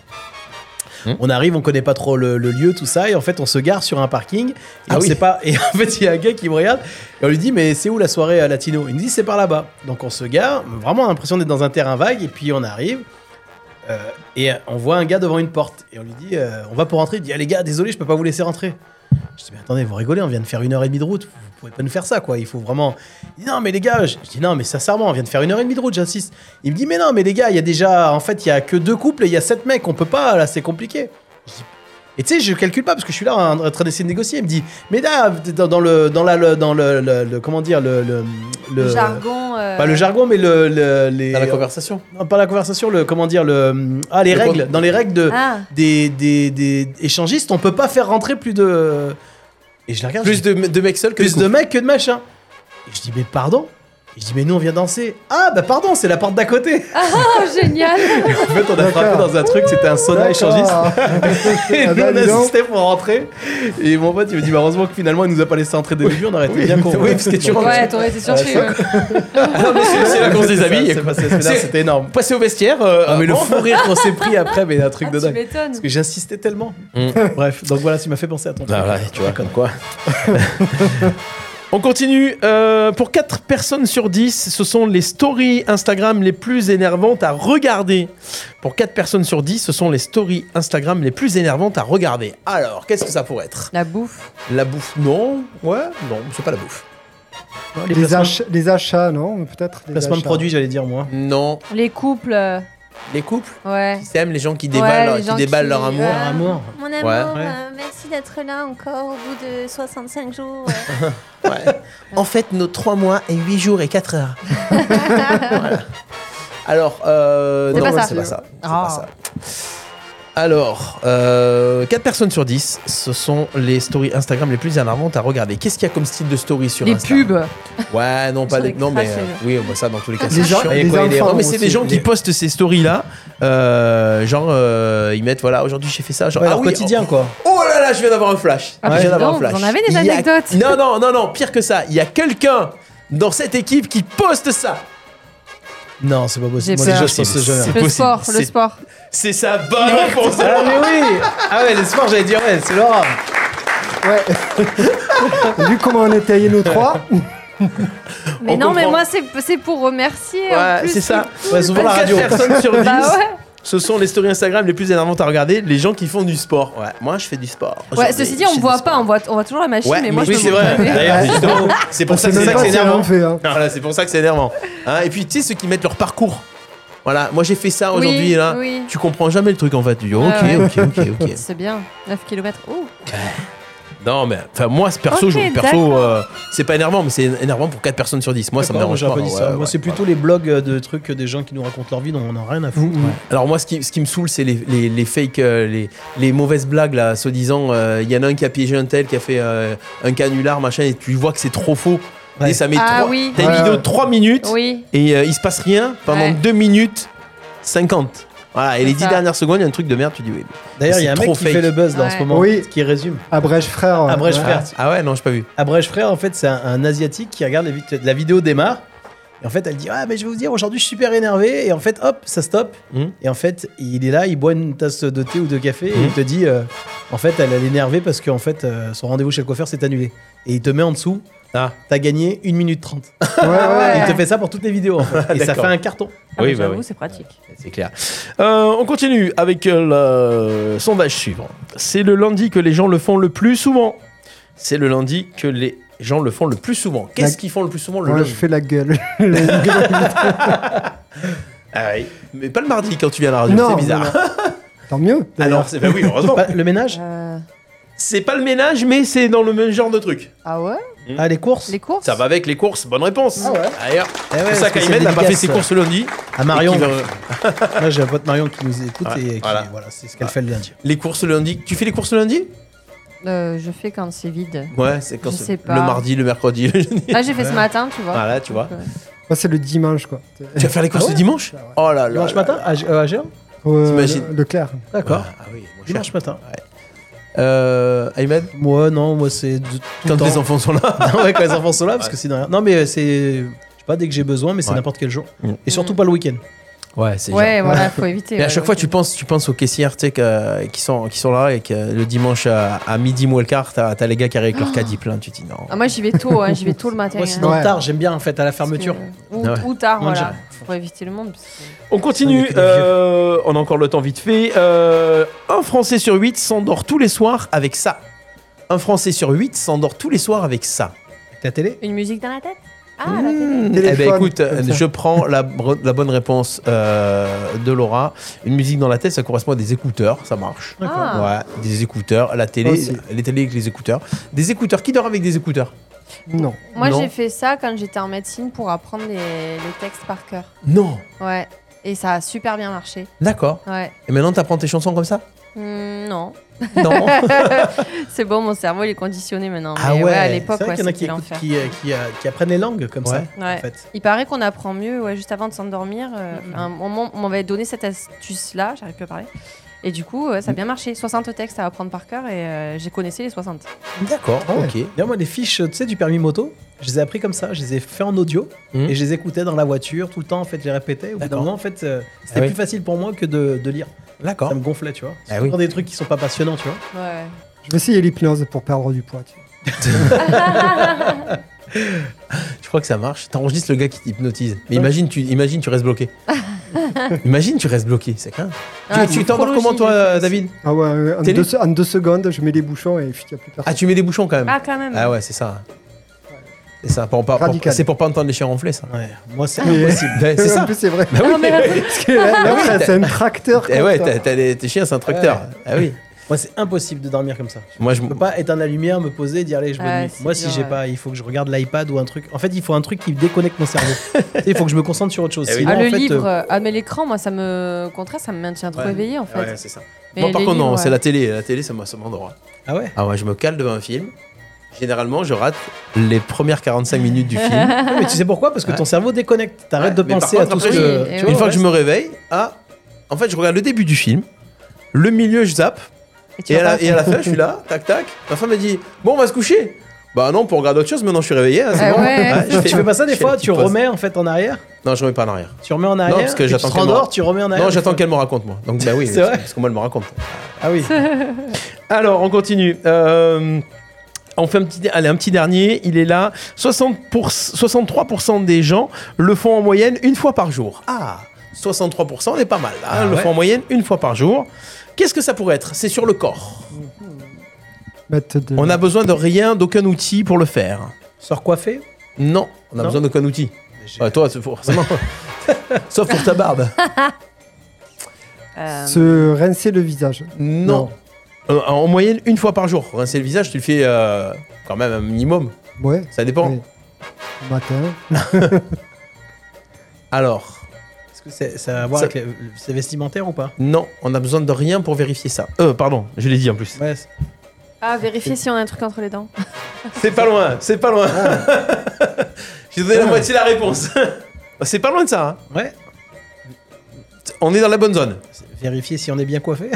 Speaker 1: Hmm.
Speaker 4: On arrive, on connaît pas trop le, le lieu, tout ça, et en fait, on se gare sur un parking. Et
Speaker 1: Ah
Speaker 4: on
Speaker 1: oui.
Speaker 4: sait pas. Et en fait, il y a un gars qui me regarde et on lui dit mais c'est où la soirée euh, latino Il nous dit c'est par là-bas. Donc on se gare, vraiment l'impression d'être dans un terrain vague, et puis on arrive. euh, et on voit un gars devant une porte et on lui dit euh, on va pour rentrer il dit ah, les gars désolé je peux pas vous laisser rentrer je dis mais attendez vous rigolez on vient de faire une heure et demie de route vous pouvez pas nous faire ça quoi il faut vraiment il dit non mais les gars je je dis non mais sincèrement on vient de faire une heure et demie de route j'insiste il me dit mais non mais les gars il y a déjà en fait il y a que deux couples et il y a sept mecs on peut pas là c'est compliqué et tu sais, je calcule pas parce que je suis là en en train d'essayer de négocier. Il me dit, mais là, dans, dans le, dans la, le- dans le, le- le- comment dire, le, le,
Speaker 3: Le jargon. euh,
Speaker 4: pas le jargon, mais le, le- les.
Speaker 1: Dans la conversation.
Speaker 4: Non, pas la conversation, le comment dire, le ah les
Speaker 1: Le
Speaker 4: règles.
Speaker 1: con-
Speaker 4: Dans les règles de
Speaker 3: Ah.
Speaker 4: des, des, des échangistes, on peut pas faire rentrer plus de. Et je la regarde.
Speaker 1: Plus
Speaker 4: je dis,
Speaker 1: de, de mecs seuls que
Speaker 4: plus de mecs que de machins. Et je dis mais pardon. Et je dis mais nous on vient danser. Ah bah pardon, c'est la porte d'à côté.
Speaker 3: Ah, génial
Speaker 4: Et en fait on a frappé
Speaker 5: D'accord.
Speaker 4: dans un truc, c'était un sauna échangiste. Et
Speaker 5: Ah
Speaker 4: nous,
Speaker 5: bah,
Speaker 4: on
Speaker 5: dis donc.
Speaker 4: insistait pour rentrer. Et mon pote, il me dit, bah, heureusement que finalement, il nous a pas laissé entrer dès le début, on aurait été bien con.
Speaker 1: oui, parce que tu rentres-
Speaker 3: Ouais, t'aurais été surpris. ouais.
Speaker 1: c'est la course des amis.
Speaker 4: C'est passé, c'est- là,
Speaker 1: C'est-
Speaker 4: C'était énorme.
Speaker 1: Passer au vestiaire. euh,
Speaker 4: Ah, mais le
Speaker 1: avant.
Speaker 4: fou rire qu'on s'est pris après, mais un truc
Speaker 3: Ah,
Speaker 4: de
Speaker 3: tu
Speaker 4: dingue.
Speaker 3: m'étonnes.
Speaker 4: Parce que j'insistais tellement.
Speaker 1: Mm.
Speaker 4: Bref, donc voilà, tu m'as fait penser à ton
Speaker 1: Ah,
Speaker 4: truc.
Speaker 1: ouais, tu vois, comme quoi. On continue. Euh, pour 4 personnes sur 10, ce sont les stories Instagram les plus énervantes à regarder. Pour 4 personnes sur 10, ce sont les stories Instagram les plus énervantes à regarder. Alors, qu'est-ce que ça pourrait être
Speaker 3: La bouffe.
Speaker 1: La bouffe Non Ouais Non, c'est pas la bouffe.
Speaker 4: Les
Speaker 5: les,
Speaker 4: placements,
Speaker 5: ach- les achats, non Peut-être. les
Speaker 4: placements de
Speaker 5: achats.
Speaker 4: produits, j'allais dire, moi.
Speaker 1: Non.
Speaker 3: Les couples. euh,
Speaker 1: Les couples
Speaker 3: Ouais.
Speaker 1: qui s'aiment, les gens qui
Speaker 3: Ouais,
Speaker 1: déballent,
Speaker 3: les
Speaker 1: qui
Speaker 3: gens
Speaker 1: déballent
Speaker 3: qui-
Speaker 1: leur amour.
Speaker 3: ouais.
Speaker 4: Par amour.
Speaker 12: Mon
Speaker 1: Ouais.
Speaker 12: amour,
Speaker 4: Ouais.
Speaker 12: euh, merci d'être là encore au bout de 65 jours. euh.
Speaker 1: En fait, nos 3 mois et 8 jours et 4 heures. Voilà. Alors, euh,
Speaker 3: C'est
Speaker 1: non,
Speaker 3: pas ça.
Speaker 1: c'est pas ça. C'est
Speaker 3: Ah.
Speaker 1: pas ça. Alors, euh, 4 personnes sur 10, ce sont les stories Instagram les plus énervantes à regarder. Qu'est-ce qu'il y a comme style de story sur
Speaker 3: Les
Speaker 1: Insta
Speaker 3: pubs.
Speaker 1: Ouais, non, pas
Speaker 3: Sur
Speaker 1: les.
Speaker 3: les
Speaker 1: Non, mais.
Speaker 3: crashs,
Speaker 1: euh, oui, bah, ça, dans tous les cas,
Speaker 5: Les
Speaker 1: c'est
Speaker 5: gens-
Speaker 1: chiant.
Speaker 5: les
Speaker 1: Et quoi, il est-
Speaker 5: enfants
Speaker 1: Non, mais c'est des
Speaker 5: aussi,
Speaker 1: gens qui
Speaker 5: les-
Speaker 1: postent ces stories-là. euh, genre, euh, ils mettent, voilà, aujourd'hui j'ai fait ça. Genre,
Speaker 4: Ouais,
Speaker 1: ah
Speaker 4: leur
Speaker 1: oui,
Speaker 4: quotidien, quoi.
Speaker 1: Oh là là, je viens d'avoir un flash.
Speaker 3: Ah,
Speaker 1: je
Speaker 3: dis
Speaker 1: viens d'avoir
Speaker 3: donc, vous en avez des
Speaker 1: Il y a-
Speaker 3: anecdotes.
Speaker 1: Non, non, non, non, pire que ça. Il y a quelqu'un dans cette équipe qui poste ça.
Speaker 4: Non, c'est pas
Speaker 3: J'ai
Speaker 4: possible. Moi,
Speaker 3: peur.
Speaker 4: déjà, je pense que je-
Speaker 1: C'est
Speaker 3: Le
Speaker 1: possible,
Speaker 3: sport,
Speaker 1: c'est-
Speaker 3: le sport.
Speaker 1: C'est sa bonne réponse.
Speaker 4: Ah, mais oui Ah, ouais, les sports, j'allais dire, ouais, c'est l'horreur.
Speaker 5: Vu comment on est taillés nous trois,
Speaker 3: Mais
Speaker 1: On
Speaker 3: non, mais
Speaker 1: comprend.
Speaker 3: moi, c'est c'est pour remercier. en
Speaker 1: Ouais,
Speaker 3: plus.
Speaker 1: c'est ça.
Speaker 4: Ouais, souvent la
Speaker 1: 24
Speaker 4: radio.
Speaker 1: personnes sur 10.
Speaker 3: Bah ouais.
Speaker 1: Ce sont les stories Instagram les plus énervantes à regarder, les gens qui font du sport. Ouais, moi je fais du sport.
Speaker 3: Ouais,
Speaker 1: Aujourd'hui,
Speaker 3: ceci dit, on
Speaker 1: j'ai
Speaker 3: voit
Speaker 1: du
Speaker 3: pas, on voit, on voit toujours la machine,
Speaker 1: sport. Ouais,
Speaker 3: mais moi,
Speaker 1: oui,
Speaker 3: je me
Speaker 1: c'est
Speaker 3: vois
Speaker 1: vrai.
Speaker 3: pas.
Speaker 1: D'ailleurs, justement, c'est
Speaker 5: on
Speaker 1: pour Bah, ça
Speaker 5: sait
Speaker 1: que c'est
Speaker 5: même
Speaker 1: ça que
Speaker 5: pas
Speaker 1: c'est
Speaker 5: si
Speaker 1: énervant.
Speaker 5: on fait. hein.
Speaker 1: Voilà, c'est pour ça que c'est énervant. Hein, et puis tu sais, ceux qui mettent leur parcours. Voilà, moi j'ai fait ça aujourd'hui
Speaker 3: Oui,
Speaker 1: là.
Speaker 3: oui.
Speaker 1: Tu comprends jamais le truc en fait. Tu dis ok,
Speaker 3: Ah ouais.
Speaker 1: ok, ok, ok.
Speaker 3: C'est bien, 9 km. Oh,
Speaker 1: Non, mais enfin moi, c'est perso,
Speaker 3: Ok,
Speaker 1: je- perso, euh, c'est pas énervant, mais c'est énervant pour 4 personnes sur 10. Moi, ça me
Speaker 4: D'accord,
Speaker 1: dérange pas.
Speaker 4: j'aurais pas dit
Speaker 1: ouais,
Speaker 4: ça.
Speaker 1: ouais,
Speaker 4: Moi, c'est
Speaker 1: ouais.
Speaker 4: plutôt les blogs euh, de trucs des gens qui nous racontent leur vie, dont on n'a rien à foutre.
Speaker 1: Alors moi, ce qui, ce qui me saoule, c'est les, les, les fakes, euh, les, les mauvaises blagues là, soi-disant. euh, Il y en a un qui a piégé un tel, qui a fait euh, un canular, machin, et tu vois que c'est trop faux.
Speaker 4: Ouais.
Speaker 1: Et ça met
Speaker 3: Ah
Speaker 1: trois-
Speaker 3: oui.
Speaker 1: T'as une
Speaker 5: Ouais.
Speaker 1: vidéo de 3 minutes
Speaker 3: oui.
Speaker 1: et euh, il se passe rien pendant
Speaker 3: Ouais.
Speaker 1: 2 minutes 50. Voilà, et
Speaker 3: C'est
Speaker 1: les 10
Speaker 3: ça.
Speaker 1: dernières secondes, il y a un truc de merde, tu dis oui. mais-
Speaker 4: D'ailleurs, il y a un
Speaker 1: C'est
Speaker 4: mec
Speaker 1: trop
Speaker 4: qui
Speaker 1: fake.
Speaker 4: fait le buzz là, en ce
Speaker 3: Ouais.
Speaker 4: moment,
Speaker 5: Oui.
Speaker 4: qui résume.
Speaker 5: à Brèche frère.
Speaker 4: À Brèche frère.
Speaker 1: Ah ouais, non, j'ai pas vu.
Speaker 4: À Brèche frère, en fait, c'est un, un asiatique qui regarde la, vid- la vidéo démarre. Et en fait, elle dit ah mais je vais vous dire aujourd'hui je suis super énervé et en fait hop ça stoppe
Speaker 1: Mhm.
Speaker 4: et en fait il est là il boit une tasse de thé ou de café et
Speaker 1: Mhm.
Speaker 4: il te dit euh, en fait elle elle est énervée parce qu'en fait euh, son rendez-vous chez le coiffeur s'est annulé et il te met en dessous
Speaker 1: Ah.
Speaker 4: t'as gagné 1 minute 30
Speaker 5: Ouais, ouais, ouais.
Speaker 4: il te fait ça pour toutes les vidéos en fait. et ça
Speaker 1: D'accord.
Speaker 4: fait un carton
Speaker 3: Ah,
Speaker 1: Oui,
Speaker 3: bah,
Speaker 1: bah
Speaker 3: j'avoue,
Speaker 1: oui.
Speaker 3: c'est pratique.
Speaker 1: C'est clair. Euh, on continue avec euh, le sondage suivant. C'est le lundi que les gens le font le plus souvent. C'est le lundi que les gens le font le plus souvent. Qu'est-ce
Speaker 5: La-
Speaker 1: qu'ils font le plus souvent le
Speaker 5: Ouais,
Speaker 1: lundi
Speaker 5: je fais la gueule.
Speaker 1: Ah oui. Mais pas le mardi quand tu viens à la radio,
Speaker 5: Non,
Speaker 1: c'est bizarre.
Speaker 5: non, non. Tant mieux.
Speaker 1: Alors, c'est bah oui, heureusement.
Speaker 4: Pas- le ménage
Speaker 3: Euh,
Speaker 1: C'est pas le ménage, mais c'est dans le même genre de truc.
Speaker 3: Ah ouais
Speaker 4: ah les courses
Speaker 3: Les courses
Speaker 1: Ça va avec les courses, bonne réponse.
Speaker 4: Ah ouais.
Speaker 1: D'ailleurs,
Speaker 4: Eh ouais,
Speaker 1: c'est
Speaker 4: parce
Speaker 1: ça
Speaker 4: que c'est
Speaker 1: qu'Aymen n'a pas fait
Speaker 4: dédicace.
Speaker 1: ses courses le lundi.
Speaker 4: à Marion
Speaker 1: et qu'il va-
Speaker 4: Là, j'ai un pote Marion qui nous écoute
Speaker 1: Ouais,
Speaker 4: et qui,
Speaker 1: voilà.
Speaker 4: voilà, c'est ce qu'elle fait le lundi.
Speaker 1: Les courses le lundi. Tu fais les courses le lundi
Speaker 3: Euh, Je fais quand c'est vide.
Speaker 1: Ouais, c'est quand
Speaker 3: Je
Speaker 1: c'est
Speaker 3: sais pas.
Speaker 1: le mardi, le mercredi, le jeudi.
Speaker 3: Là, j'ai fait ce matin, tu vois.
Speaker 1: Voilà, Ah tu vois.
Speaker 3: Donc, euh,
Speaker 5: Moi, c'est le dimanche, quoi.
Speaker 1: Tu vas faire les courses
Speaker 4: Ah ouais
Speaker 1: le dimanche
Speaker 5: Ah ouais.
Speaker 1: Oh là là.
Speaker 4: Dimanche
Speaker 1: là
Speaker 4: matin
Speaker 1: là.
Speaker 4: à, euh, à Géant
Speaker 5: Euh,
Speaker 1: T'imagines.
Speaker 5: le- Leclerc.
Speaker 4: D'accord.
Speaker 1: Ah oui, moi, je
Speaker 4: Dimanche matin.
Speaker 1: Euh, Ayman,
Speaker 4: Moi, non, moi, c'est de- tout le
Speaker 1: quand
Speaker 4: temps.
Speaker 1: les enfants sont là.
Speaker 4: Non, ouais, quand les enfants sont là, parce que sinon. Non, mais c'est. Je euh, sais pas, dès que j'ai besoin, mais c'est
Speaker 1: Ouais.
Speaker 4: n'importe quel jour.
Speaker 1: Mm.
Speaker 4: Et surtout pas le week-end.
Speaker 1: Ouais, c'est
Speaker 3: Ouais,
Speaker 1: genre-
Speaker 3: voilà, faut éviter,
Speaker 1: Mais à
Speaker 3: ouais,
Speaker 1: chaque
Speaker 3: ouais.
Speaker 1: fois, tu penses, tu penses aux caissières tu sais, que- qui, sont, qui sont là et que le dimanche à, à midi, moins le quart, t'as t'as les gars qui arrivent avec leur
Speaker 3: Oh.
Speaker 1: caddie plein. Tu te dis non.
Speaker 3: Ah, moi, j'y vais tôt, hein, j'y vais tôt le matin.
Speaker 4: Moi,
Speaker 3: hein. euh,
Speaker 4: c'est dans le tard, j'aime bien en fait à la fermeture.
Speaker 3: Ou,
Speaker 1: Ah ouais.
Speaker 3: ou tard,
Speaker 1: Moi,
Speaker 3: voilà. Pour éviter le monde. parce que-
Speaker 1: On continue, euh, on a encore le temps vite fait. Euh, un Français sur huit s'endort tous les soirs avec ça. Un Français sur huit s'endort tous les soirs avec ça.
Speaker 4: La télé
Speaker 3: Une musique dans la tête Ah, la
Speaker 4: Mmh,
Speaker 3: télé.
Speaker 1: Eh
Speaker 4: Téléphone,
Speaker 1: ben écoute,
Speaker 4: comme ça.
Speaker 1: je prends la, bro- la bonne réponse euh, de Laura. Une musique dans la tête, ça correspond à des écouteurs, ça marche.
Speaker 3: D'accord. Ah.
Speaker 1: Ouais, des écouteurs, la télé,
Speaker 5: Aussi.
Speaker 1: les télés avec les écouteurs. Des écouteurs, qui dort avec des écouteurs
Speaker 5: Non.
Speaker 3: Moi,
Speaker 1: Non.
Speaker 3: j'ai fait ça quand j'étais en médecine pour apprendre les, les textes par cœur.
Speaker 1: Non,
Speaker 3: Ouais. Et ça a super bien marché.
Speaker 1: d'accord.
Speaker 3: Ouais.
Speaker 1: Et maintenant, t'apprends tes chansons comme ça
Speaker 3: Hmm, non.
Speaker 1: Non.
Speaker 3: c'est bon, mon cerveau il est conditionné maintenant.
Speaker 4: Ah
Speaker 3: Mais
Speaker 4: ouais,
Speaker 3: à
Speaker 4: c'est
Speaker 3: l'époque,
Speaker 4: vrai
Speaker 3: ouais,
Speaker 4: qu'il y en a
Speaker 3: c'était
Speaker 4: qui, écoutent-
Speaker 3: l'enfer.
Speaker 4: qui, euh, qui, euh, qui apprennent les langues comme ça.
Speaker 3: Ouais.
Speaker 4: En fait. Mmh,
Speaker 3: Il paraît qu'on apprend mieux ouais, juste avant de s'endormir. euh, Un moment, on m'avait donné cette astuce-là, j'arrive plus à parler. Et du coup,
Speaker 4: Mmh.
Speaker 3: euh, ça a bien marché. 60 textes à apprendre par cœur et euh, j'ai connaissé les 60.
Speaker 1: D'accord,
Speaker 4: Ah
Speaker 1: ok.
Speaker 4: D'ailleurs, moi, les fiches, tu sais, du permis moto, je les ai appris comme ça, je les ai fait en audio
Speaker 1: Mhm.
Speaker 4: et je les écoutais dans la voiture tout le temps. En fait, je les répétais. Au bout d'un moment, en fait, euh, c'était
Speaker 1: Ah oui.
Speaker 4: plus facile pour moi que de, de lire.
Speaker 1: D'accord.
Speaker 4: Ça me gonflait, tu vois.
Speaker 1: Ah
Speaker 4: C'est
Speaker 1: oui.
Speaker 4: toujours des trucs qui sont pas passionnants, tu vois.
Speaker 3: Ouais.
Speaker 5: Je vais essayer l'hypnose pour perdre du poids. tu vois.
Speaker 1: Je crois que ça marche. T'enregistres le gars qui t'hypnotise. Mais imagine, tu, imagine, tu restes bloqué. imagine, tu restes bloqué, c'est clair.
Speaker 5: Ah,
Speaker 1: tu
Speaker 5: c'est
Speaker 1: tu t'endors
Speaker 5: chronologique,
Speaker 1: comment, toi, euh, David
Speaker 5: Ah ouais, euh, en
Speaker 1: Télé
Speaker 5: deux, se- en deux secondes, je mets les bouchons et il n'y a plus personne.
Speaker 1: Ah, tu mets des bouchons quand même.
Speaker 3: Ah, quand même.
Speaker 1: Ah ouais, c'est ça. C'est ça. Pour, pas- pour-
Speaker 5: Radical.
Speaker 1: c'est pour pas entendre les chiens ronfler, ça.
Speaker 4: Moi, c'est
Speaker 5: Mais-
Speaker 4: impossible.
Speaker 1: Ah, Ouais, c'est
Speaker 5: En
Speaker 1: ça.
Speaker 5: plus, c'est vrai.
Speaker 1: Bah oui.
Speaker 5: Non, mais la- Parce que là,
Speaker 1: Bah oui,
Speaker 5: là,
Speaker 1: t'as-
Speaker 5: c'est un tracteur.
Speaker 1: Eh ouais,
Speaker 5: quoi,
Speaker 1: t'as- t'as des- tes chiens, c'est un tracteur.
Speaker 4: Ouais.
Speaker 1: Ah oui.
Speaker 4: Moi, c'est impossible de dormir comme ça.
Speaker 1: Moi, je.
Speaker 4: Je peux pas éteindre la lumière, me poser, dire allez, je
Speaker 3: Ah,
Speaker 4: me nuit.
Speaker 3: c'est
Speaker 4: Moi,
Speaker 3: dur,
Speaker 4: si j'ai
Speaker 3: ouais.
Speaker 4: pas, il faut que je regarde l'iPad ou un truc. En fait, il faut un truc qui déconnecte mon cerveau. Tu sais, il faut que je me concentre sur autre chose.
Speaker 1: Eh oui.
Speaker 4: Sinon,
Speaker 3: Ah,
Speaker 4: en
Speaker 3: le
Speaker 4: fait,
Speaker 3: livre,
Speaker 4: euh,
Speaker 3: euh, ah, mais l'écran, moi, ça me. Au contraire, ça me maintient trop
Speaker 1: Ouais.
Speaker 3: éveillé en fait.
Speaker 1: Ouais, c'est ça.
Speaker 3: Mais
Speaker 1: Moi, par
Speaker 3: les
Speaker 1: contre, non,
Speaker 3: livres,
Speaker 1: c'est
Speaker 3: ouais.
Speaker 1: la télé. La télé, ça m'a- ça m'endort.
Speaker 4: Ah ouais
Speaker 1: Ah ouais, je me cale devant un film. Généralement, je rate les premières 45 minutes du film.
Speaker 4: Ouais, Ah, mais tu sais pourquoi Parce que ton
Speaker 1: Ouais.
Speaker 4: cerveau déconnecte. T'arrêtes de
Speaker 1: Ah. Mais par
Speaker 4: penser
Speaker 1: contre,
Speaker 4: à tout ce
Speaker 1: après,
Speaker 4: que.
Speaker 1: je-
Speaker 3: Et
Speaker 4: tu
Speaker 1: Une
Speaker 4: vois,
Speaker 1: fois
Speaker 4: ouais.
Speaker 1: que je me réveille, ah, en fait, je regarde le début du film, le milieu, je zappe,
Speaker 3: tu
Speaker 1: et à,
Speaker 3: vas
Speaker 1: la,
Speaker 3: pas-
Speaker 1: et à la fin, je suis là, tac, tac. Ma femme me dit, bon, on va se coucher. Bah non, pour regarder autre chose, maintenant je suis réveillé. hein, c'est
Speaker 3: Ah
Speaker 1: bon.
Speaker 3: ouais.
Speaker 1: Ouais, je
Speaker 4: tu fais pas ça des
Speaker 1: je fais
Speaker 4: fois,
Speaker 1: la petite
Speaker 4: tu
Speaker 1: pause.
Speaker 4: remets en fait en arrière,
Speaker 1: Non, je remets pas en arrière.
Speaker 4: tu remets en arrière,
Speaker 1: parce que
Speaker 4: et
Speaker 1: j'attends
Speaker 4: tu te
Speaker 1: qu'elle me-
Speaker 4: rendors, tu remets en arrière.
Speaker 1: Non, j'attends qu'elle me raconte, moi. Donc, bah oui,
Speaker 4: C'est
Speaker 1: c'est-
Speaker 4: vrai
Speaker 1: parce que moi, elle me raconte.
Speaker 4: Ah oui.
Speaker 1: Alors, on continue. Euh, on fait un petit, allez, un petit dernier. Il est là. 60 pour- 63% des gens le font en moyenne une fois par jour. Ah, 63%, on est pas mal. hein,
Speaker 4: Ah
Speaker 1: le
Speaker 4: ouais.
Speaker 1: font en moyenne une fois par jour. Qu'est-ce que ça pourrait être C'est sur le corps.
Speaker 5: Mettre de-
Speaker 1: On n'a besoin de rien, d'aucun outil pour le faire.
Speaker 4: Sors coiffé.
Speaker 1: Non, on a
Speaker 4: Non.
Speaker 1: besoin d'aucun outil.
Speaker 4: j'ai-
Speaker 1: Ouais, toi, c'est forcément. Sauf pour ta barbe.
Speaker 3: Euh,
Speaker 5: Se rincer le visage.
Speaker 1: Non. Euh, En, moyenne, une fois par jour. Rincer le visage, tu le fais euh, quand même un minimum.
Speaker 5: Ouais.
Speaker 1: Ça dépend.
Speaker 5: Oui. Matin.
Speaker 1: Alors,
Speaker 4: Est-ce que c'est- ça a à voir
Speaker 1: Ça-
Speaker 4: avec les- c'est vestimentaire ou pas
Speaker 1: non, on a besoin de rien pour vérifier ça. Euh, pardon, je l'ai dit en plus.
Speaker 4: Ouais. c'est-
Speaker 3: Ah, vérifier si on a un truc entre les dents.
Speaker 1: C'est pas loin, c'est pas loin. J'ai donné la moitié de la réponse. c'est pas loin de ça. hein.
Speaker 4: ouais.
Speaker 1: On est dans la bonne zone.
Speaker 4: Vérifier si on est bien coiffé.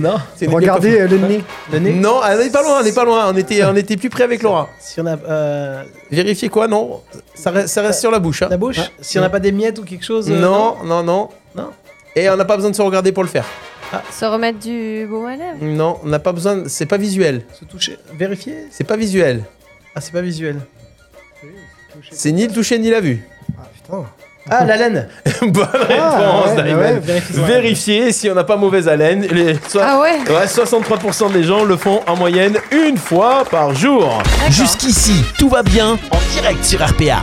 Speaker 4: non.
Speaker 1: C'est une
Speaker 5: Regardez euh, le nez.
Speaker 4: Le nez.
Speaker 1: Non, ah, on n'est pas loin, on n'est pas loin. On était, on était plus près avec Laura.
Speaker 4: Si on a euh,
Speaker 1: Vérifier quoi, non ça reste, ça reste sur la bouche. hein.
Speaker 4: la bouche.
Speaker 1: Ah.
Speaker 4: Si on n'a pas des miettes ou quelque chose. euh,
Speaker 1: Non, non, non.
Speaker 4: Non.
Speaker 1: Et on n'a pas besoin de se regarder pour le faire.
Speaker 3: Bah, Se remettre du baume à lèvres.
Speaker 1: Non, on n'a pas besoin. de- C'est pas visuel.
Speaker 4: Se toucher. Vérifier.
Speaker 1: C'est pas visuel.
Speaker 4: Ah c'est pas visuel.
Speaker 1: C'est ni le toucher ni la vue.
Speaker 5: Ah putain.
Speaker 4: Ah la laine.
Speaker 1: Bonne
Speaker 5: Ah,
Speaker 1: réponse,
Speaker 5: ouais,
Speaker 1: Diamond.
Speaker 5: ouais, hein.
Speaker 4: Vérifier.
Speaker 1: Vérifier si on n'a pas mauvaise haleine. Les- soit-
Speaker 3: Ah ouais
Speaker 1: Ouais, 63% des gens le font en moyenne une fois par jour. Jusqu'ici, tout va bien en direct sur RPA.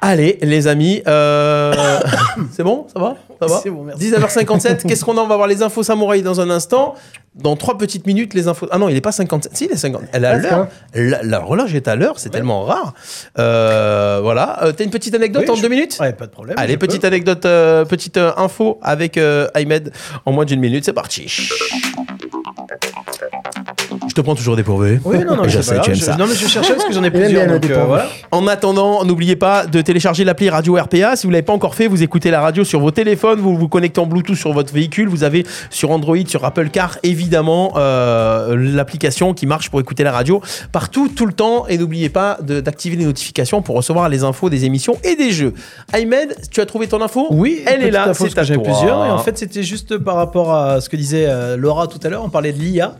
Speaker 1: Allez, les amis, euh, c'est bon Ça va Ça va
Speaker 4: C'est bon, merci.
Speaker 1: 19h57, qu'est-ce qu'on a On va voir les infos samouraï dans un instant. Dans trois petites minutes, les infos. Ah non, il n'est pas 57. Si, il est 50. Elle a
Speaker 5: Ouais, c'est
Speaker 1: l'heure.
Speaker 4: hein.
Speaker 1: La, la horloge est à l'heure, c'est tellement rare. Euh, voilà. Euh, T'as une petite anecdote
Speaker 4: Oui,
Speaker 1: en
Speaker 4: je-
Speaker 1: deux minutes
Speaker 4: Ouais pas de problème.
Speaker 1: Allez,
Speaker 4: je peux.
Speaker 1: petite anecdote, euh, petite euh, info avec euh, Ahmed en moins d'une minute, c'est parti. Je te prends toujours des pourvus.
Speaker 4: Oui, non, non,
Speaker 1: Et
Speaker 4: mais
Speaker 1: je
Speaker 4: c'est
Speaker 1: sais,
Speaker 4: pas
Speaker 1: tu
Speaker 4: grave,
Speaker 1: aimes
Speaker 4: je-
Speaker 1: ça.
Speaker 4: non, mais je cherchais parce que j'en ai plusieurs, donc, euh, voilà.
Speaker 1: En attendant, n'oubliez pas de télécharger l'appli Radio RPA. Si vous ne l'avez pas encore fait, vous écoutez la radio sur vos téléphones, vous vous connectez en Bluetooth sur votre véhicule. Vous avez sur Android, sur Apple Car, évidemment, euh, l'application qui marche pour écouter la radio partout, tout le temps. Et n'oubliez pas de- d'activer les notifications pour recevoir les infos des émissions et des jeux. Ahmed, tu as trouvé ton info
Speaker 4: Oui,
Speaker 1: elle est
Speaker 4: petite
Speaker 1: là,
Speaker 4: info,
Speaker 1: c'est
Speaker 4: parce que
Speaker 1: à
Speaker 4: j'en ai
Speaker 1: toi.
Speaker 4: plusieurs. Et en fait, c'était juste par rapport à ce que disait euh, Laura tout à l'heure. On parlait de l'IA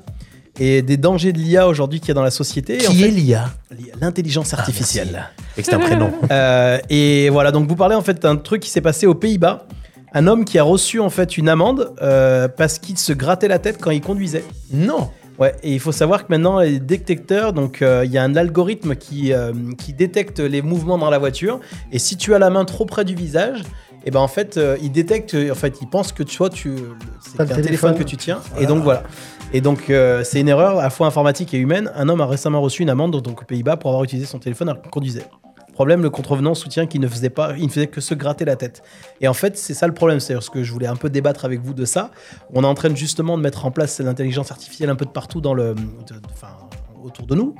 Speaker 4: et des dangers de l'IA aujourd'hui qu'il y a dans la société. Et en
Speaker 1: qui
Speaker 4: fait,
Speaker 1: est l'IA
Speaker 4: L'intelligence
Speaker 1: Ah,
Speaker 4: artificielle.
Speaker 1: Et que c'est un prénom.
Speaker 4: Euh, et voilà, donc vous parlez en fait d'un truc qui s'est passé aux Pays-Bas. Un homme qui a reçu en fait une amende euh, parce qu'il se grattait la tête quand il conduisait.
Speaker 1: Non.
Speaker 4: Ouais, et il faut savoir que maintenant les détecteurs, donc euh, il y a un algorithme qui, euh, qui détecte les mouvements dans la voiture. Et si tu as la main trop près du visage, et ben en fait euh, il détecte, en fait il pense que tu vois, tu, euh, c'est
Speaker 5: T'as
Speaker 4: un
Speaker 5: le
Speaker 4: téléphone.
Speaker 5: téléphone.
Speaker 4: que tu tiens. Et donc voilà. Et donc euh, c'est une erreur à la fois informatique et humaine. Un homme a récemment reçu une amende donc aux Pays-Bas pour avoir utilisé son téléphone alors qu'il conduisait. Problème, le contrevenant soutient qu'il ne faisait pas, il ne faisait que se gratter la tête. Et en fait, c'est ça le problème. C'est ce que je voulais un peu débattre avec vous de ça. On est en train de, justement de mettre en place l'intelligence artificielle un peu de partout dans le, de- de- enfin, autour de nous.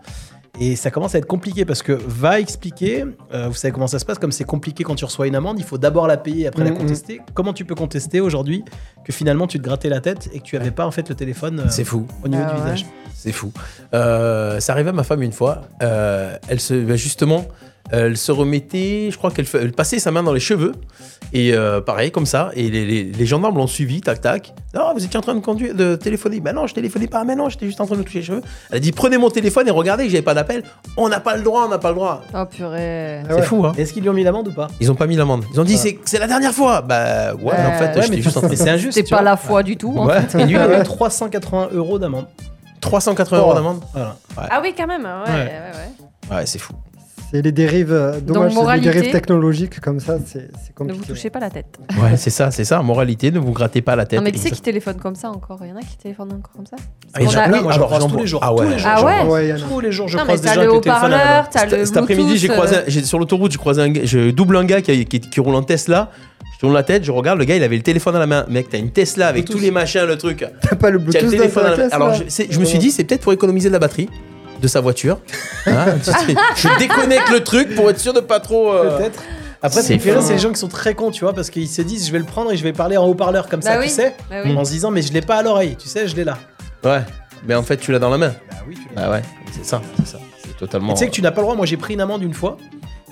Speaker 4: Et ça commence à être compliqué parce que va expliquer, euh, vous savez comment ça se passe, comme c'est compliqué quand tu reçois une amende, il faut d'abord la payer, après la
Speaker 5: Mmh,
Speaker 1: Mhm.
Speaker 4: contester. Comment tu peux contester aujourd'hui que finalement tu te grattais la tête et que tu n'avais pas en fait le téléphone euh,
Speaker 1: C'est fou.
Speaker 4: au niveau
Speaker 3: Ah
Speaker 4: du
Speaker 3: ouais.
Speaker 4: visage
Speaker 1: C'est fou. Euh, ça arrivait à ma femme une fois. Euh, elle se, bah, justement, elle se remettait, je crois qu'elle fa- elle passait sa main dans les cheveux. Et euh, pareil, comme ça. Et les, les- les gendarmes l'ont suivi, tac, tac. Non, vous étiez en train de conduire, de téléphoner. Ben non, je téléphonais pas. Mais non, j'étais juste en train de me toucher les cheveux. Elle a dit prenez mon téléphone et regardez que j'avais pas d'appel. On n'a pas le droit, on n'a pas le droit.
Speaker 3: Oh purée.
Speaker 1: C'est fou, hein.
Speaker 4: Est-ce qu'ils lui ont mis l'amende ou pas
Speaker 1: Ils ont pas mis l'amende. Ils ont dit c'est c'est la dernière fois. Bah Ah. ouais, mais en
Speaker 3: Euh,
Speaker 1: fait,
Speaker 3: ouais,
Speaker 1: j'étais
Speaker 4: mais
Speaker 1: juste en train de-
Speaker 4: c'est injuste,
Speaker 3: C'est
Speaker 4: tu
Speaker 3: pas
Speaker 4: vois.
Speaker 3: la foi du tout. hein. en
Speaker 1: Ouais.
Speaker 3: fait.
Speaker 4: Et lui, il
Speaker 1: hein.
Speaker 4: a eu 380 euros d'amende.
Speaker 1: 380 euros d'amende.
Speaker 4: Voilà.
Speaker 3: Ah oui, quand même. Ouais,
Speaker 1: Ouais.
Speaker 3: ouais, ouais.
Speaker 1: Ouais, c'est fou.
Speaker 5: C'est les dérives, euh, dommage, c'est les
Speaker 3: moralité.
Speaker 5: dérives technologiques comme ça, c'est c'est
Speaker 3: Ne
Speaker 5: compliqué.
Speaker 3: vous touchez pas la tête.
Speaker 1: Ouais, c'est ça, c'est ça. Moralité, ne vous grattez pas la tête.
Speaker 3: Non, mais qui c'est qui téléphone comme ça encore Il y en a qui téléphonent encore comme ça
Speaker 1: Ah, il y en a-
Speaker 3: On a-
Speaker 1: oui,
Speaker 4: Moi, je
Speaker 1: alors,
Speaker 4: croise
Speaker 1: j'en
Speaker 4: tous
Speaker 1: vois-
Speaker 4: les jours.
Speaker 1: Ah ouais.
Speaker 4: Tous les jours,
Speaker 3: Ah
Speaker 4: je
Speaker 3: ouais
Speaker 4: croise.
Speaker 5: Ouais, il y en a.
Speaker 4: Tous les jours, je
Speaker 3: Non,
Speaker 4: croise
Speaker 3: mais
Speaker 4: des
Speaker 3: t'as
Speaker 4: gens
Speaker 3: le
Speaker 4: avec le téléphone à la main.
Speaker 3: haut-parleur, t'as le.
Speaker 1: Cet après-midi, j'ai
Speaker 3: Bluetooth,
Speaker 1: croisé,
Speaker 3: euh,
Speaker 1: un- j'ai- sur l'autoroute, j'ai croisé un, gars- je double un gars qui, a- qui- qui roule en Tesla. Je tourne la tête, je regarde, le gars, il avait le téléphone à la main. Mec, t'as une Tesla avec tous les machins, le truc.
Speaker 5: T'as pas le
Speaker 1: T'as le
Speaker 5: Bluetooth dans
Speaker 1: téléphone
Speaker 5: ta
Speaker 1: à la main.
Speaker 5: classe,
Speaker 1: Alors,
Speaker 5: là
Speaker 1: je, c'est- je me suis dit, c'est peut-être pour économiser de la batterie de sa voiture. Hein, tu sais, je déconnecte le truc pour être sûr de pas trop. euh,
Speaker 4: Peut-être. Après, ce
Speaker 1: C'est
Speaker 4: qui me fait rire,
Speaker 1: fou.
Speaker 4: c'est les gens qui sont très cons, tu vois, parce qu'ils se disent, je vais le prendre et je vais parler en haut-parleur comme ça,
Speaker 3: Bah
Speaker 4: tu
Speaker 3: oui,
Speaker 4: sais,
Speaker 3: bah oui.
Speaker 4: en se disant, mais je l'ai pas à l'oreille, tu sais, je l'ai là.
Speaker 1: Ouais, mais en fait, tu l'as dans la main.
Speaker 4: Bah oui, tu l'as.
Speaker 1: Bah ouais, c'est ça, c'est ça. C'est totalement.
Speaker 4: Et Tu sais que tu n'as pas le droit. Moi, j'ai pris une amende une fois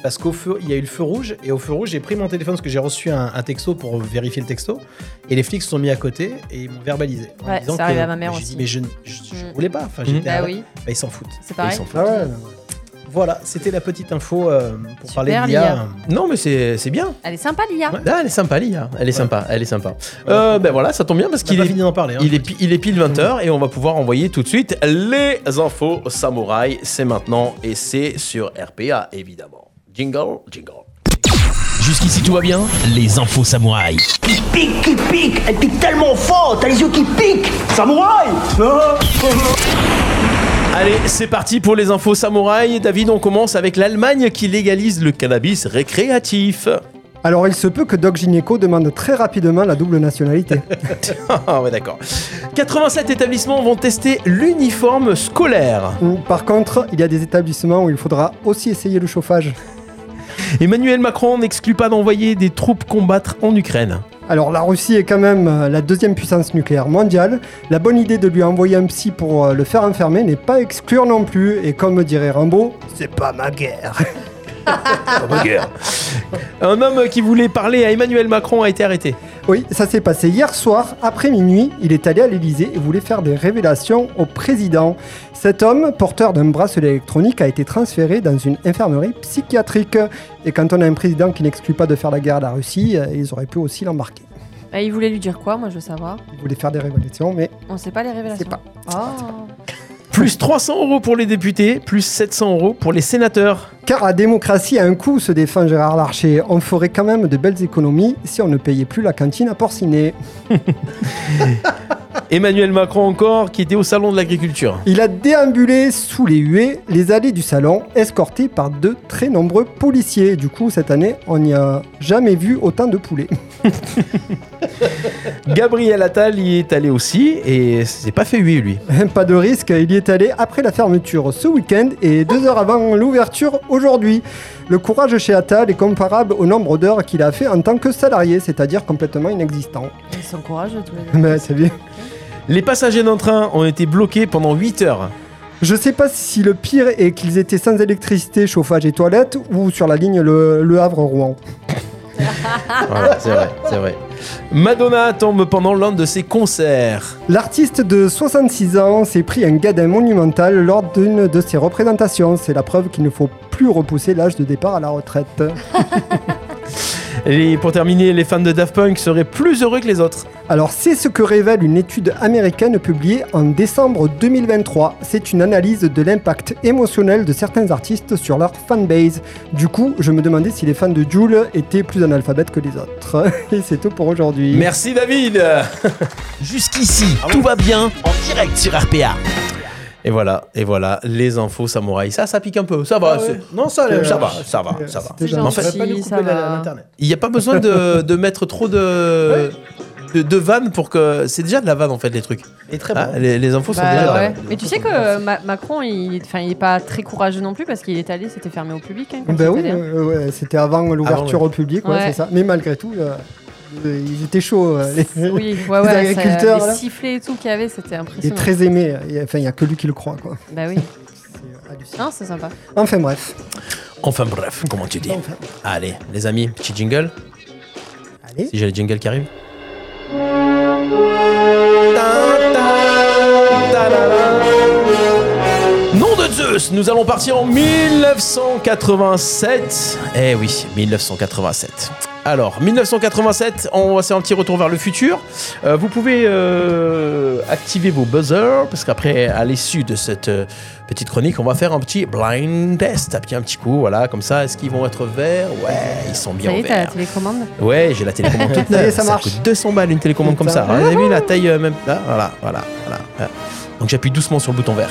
Speaker 4: parce qu'au feu, il y a eu le feu rouge et au feu rouge, j'ai pris mon téléphone parce que j'ai reçu un, un texto pour vérifier le texto et les flics se sont mis à côté et ils m'ont verbalisé. en
Speaker 3: Ouais,
Speaker 4: disant
Speaker 3: ça
Speaker 4: que-
Speaker 3: arrive à ma mère
Speaker 4: j'ai dit,
Speaker 3: aussi.
Speaker 4: mais je, ne- je- je
Speaker 3: Mm.
Speaker 4: voulais pas. Enfin,
Speaker 1: Mm.
Speaker 4: j'étais. à-
Speaker 3: Bah oui,
Speaker 4: bah, ils s'en foutent.
Speaker 3: c'est pareil.
Speaker 5: Ah ouais, non.
Speaker 4: Voilà, c'était la petite info euh, pour
Speaker 3: Super,
Speaker 4: parler de
Speaker 3: l'IA.
Speaker 4: l'IA.
Speaker 1: Non, mais c'est c'est bien.
Speaker 3: Elle est sympa, l'IA.
Speaker 1: Ah, elle est sympa, l'IA. Elle est sympa, elle est sympa.
Speaker 4: Ouais.
Speaker 1: Euh, ben voilà, ça tombe bien parce
Speaker 4: Qu'il
Speaker 1: qu'il
Speaker 4: pas
Speaker 1: est
Speaker 4: fini d'en parler. hein.
Speaker 1: Il est, pi- il est pile 20h et on va pouvoir envoyer tout de suite les infos samouraï. C'est maintenant et c'est sur RPA évidemment. Jingle, jingle.
Speaker 13: Jusqu'ici tout va bien Les infos samouraï.
Speaker 2: Qui pique, qui pique, elle pique tellement fort, t'as les yeux qui piquent Samouraï
Speaker 1: Allez, c'est parti pour les infos samouraï. David, on commence avec l'Allemagne qui légalise le cannabis récréatif.
Speaker 5: Alors, il se peut que Doc Gineco demande très rapidement la double nationalité.
Speaker 1: Ah ouais, d'accord. 87 établissements vont tester l'uniforme scolaire.
Speaker 5: Mm, Par contre, il y a des établissements où il faudra aussi essayer le chauffage.
Speaker 1: Emmanuel Macron n'exclut pas d'envoyer des troupes combattre en Ukraine.
Speaker 5: Alors, la Russie est quand même euh, la deuxième puissance nucléaire mondiale. La bonne idée de lui envoyer un psy pour euh, le faire enfermer n'est pas à exclure non plus. Et comme dirait Rimbaud, c'est pas ma guerre.
Speaker 1: Un homme qui voulait parler à Emmanuel Macron a été arrêté.
Speaker 5: Oui, ça s'est passé hier soir, après minuit. Il est allé à l'Elysée et voulait faire des révélations au président. Cet homme, porteur d'un bracelet électronique, a été transféré dans une infirmerie psychiatrique. Et quand on a un président qui n'exclut pas de faire la guerre à la Russie, euh, ils auraient pu aussi l'embarquer.
Speaker 3: Et il voulait lui dire quoi Moi, je veux savoir.
Speaker 5: Il voulait faire des révélations, mais
Speaker 3: On sait pas les révélations.
Speaker 5: pas.
Speaker 3: Oh.
Speaker 1: Plus 300 euros pour les députés, plus 700 euros pour les sénateurs.
Speaker 5: Car la démocratie a un coût, se défend Gérard Larcher. On ferait quand même de belles économies si on ne payait plus la cantine à porciner.
Speaker 1: Emmanuel Macron encore, qui était au salon de l'agriculture.
Speaker 5: Il a déambulé sous les huées les allées du salon, escorté par de très nombreux policiers. Du coup, cette année, on n'y a jamais vu autant de poulets.
Speaker 1: Gabriel Attal y est allé aussi et s'est pas fait huer lui.
Speaker 5: Pas de risque, il y est allé après la fermeture ce week-end et deux heures avant l'ouverture aujourd'hui. Le courage chez Attal est comparable au nombre d'heures qu'il a fait en tant que salarié, c'est-à-dire complètement inexistant.
Speaker 3: Ils sont courageux tous les deux.
Speaker 5: Mais c'est bien.
Speaker 1: Les passagers d'un train ont été bloqués pendant 8 heures.
Speaker 5: Je sais pas si le pire est qu'ils étaient sans électricité, chauffage et toilettes ou sur la ligne Le, Le Havre-Rouen.
Speaker 1: Voilà, c'est vrai, c'est vrai. Madonna tombe pendant l'un de ses concerts.
Speaker 5: L'artiste de 66 ans s'est pris un gadin monumental lors d'une de ses représentations. C'est la preuve qu'il ne faut plus repousser l'âge de départ à la retraite.
Speaker 1: Et pour terminer, les fans de Daft Punk seraient plus heureux que les autres.
Speaker 5: Alors c'est ce que révèle une étude américaine publiée en décembre 2023. C'est une analyse de l'impact émotionnel de certains artistes sur leur fanbase. Du coup, je me demandais si les fans de Jules étaient plus analphabètes que les autres. Et c'est tout pour aujourd'hui.
Speaker 1: Merci David
Speaker 13: Jusqu'ici,
Speaker 1: Ah
Speaker 13: tout va bien en direct sur RPA.
Speaker 1: Et voilà, et voilà, les infos samouraï. Ça, ça pique un peu. Ça va,
Speaker 4: Ah ouais.
Speaker 1: c'est-
Speaker 4: Non,
Speaker 1: ça,
Speaker 4: ça, allait.
Speaker 1: va, ça va, ça va.
Speaker 4: C'était
Speaker 1: Mais en
Speaker 4: gentil,
Speaker 1: fait,
Speaker 4: pas nous
Speaker 3: ça
Speaker 4: couper la-
Speaker 3: va.
Speaker 4: l'internet.
Speaker 1: il n'y a pas besoin de, de mettre trop de, de, de vannes pour que. C'est déjà de la vanne en fait, les trucs.
Speaker 4: Et très
Speaker 1: Ah,
Speaker 4: bon.
Speaker 1: les, les infos sont
Speaker 3: Bah,
Speaker 1: déjà de la
Speaker 3: ouais.
Speaker 1: vanne.
Speaker 3: Mais tu sais que euh, Ma- Macron, il, enfin, il est pas très courageux non plus parce qu'il est allé, c'était fermé au public. hein, quand il est
Speaker 5: Ben oui,
Speaker 3: allé, hein.
Speaker 5: euh, ouais, c'était avant l'ouverture
Speaker 1: ouais.
Speaker 5: au public, ouais,
Speaker 3: Ouais.
Speaker 5: c'est ça. Mais malgré tout, euh, euh, ils étaient chauds, euh, les,
Speaker 3: Oui,
Speaker 5: les
Speaker 3: ouais, ouais, ça-
Speaker 5: agriculteurs.
Speaker 3: les
Speaker 5: là.
Speaker 3: sifflets et tout qu'il y avait, c'était
Speaker 5: Il est
Speaker 3: impressionnant.
Speaker 5: très aimé. euh, et- Enfin, il n'y a que lui qui le croit, quoi. euh,
Speaker 3: Bah oui. Non, c'est sympa.
Speaker 5: Enfin bref.
Speaker 1: Enfin bref, comment tu dis
Speaker 5: Enfin.
Speaker 1: Allez, les amis, petit jingle.
Speaker 5: Allez.
Speaker 1: Si j'ai le jingle qui arrive. Nom de Zeus, nous allons partir en 1987. Eh oui, 1987. Alors, 1987, on va faire un petit retour vers le futur. Euh, vous pouvez euh, activer vos buzzers, parce qu'après, à l'issue de cette euh, petite chronique, on va faire un petit blind test. Tapez un petit coup, voilà, comme ça, est-ce qu'ils vont être verts Ouais, ils sont bien
Speaker 3: Ça y est, t'as la
Speaker 1: verts.
Speaker 3: télécommande.
Speaker 1: Ouais, j'ai la télécommande toute
Speaker 5: Ça y est,
Speaker 1: neuve.
Speaker 5: ça marche.
Speaker 1: coûte 200 balles une télécommande comme ça.
Speaker 5: Putain.
Speaker 1: Vous avez vu la taille euh, même là, voilà, voilà, voilà. voilà. Donc j'appuie doucement sur le bouton vert.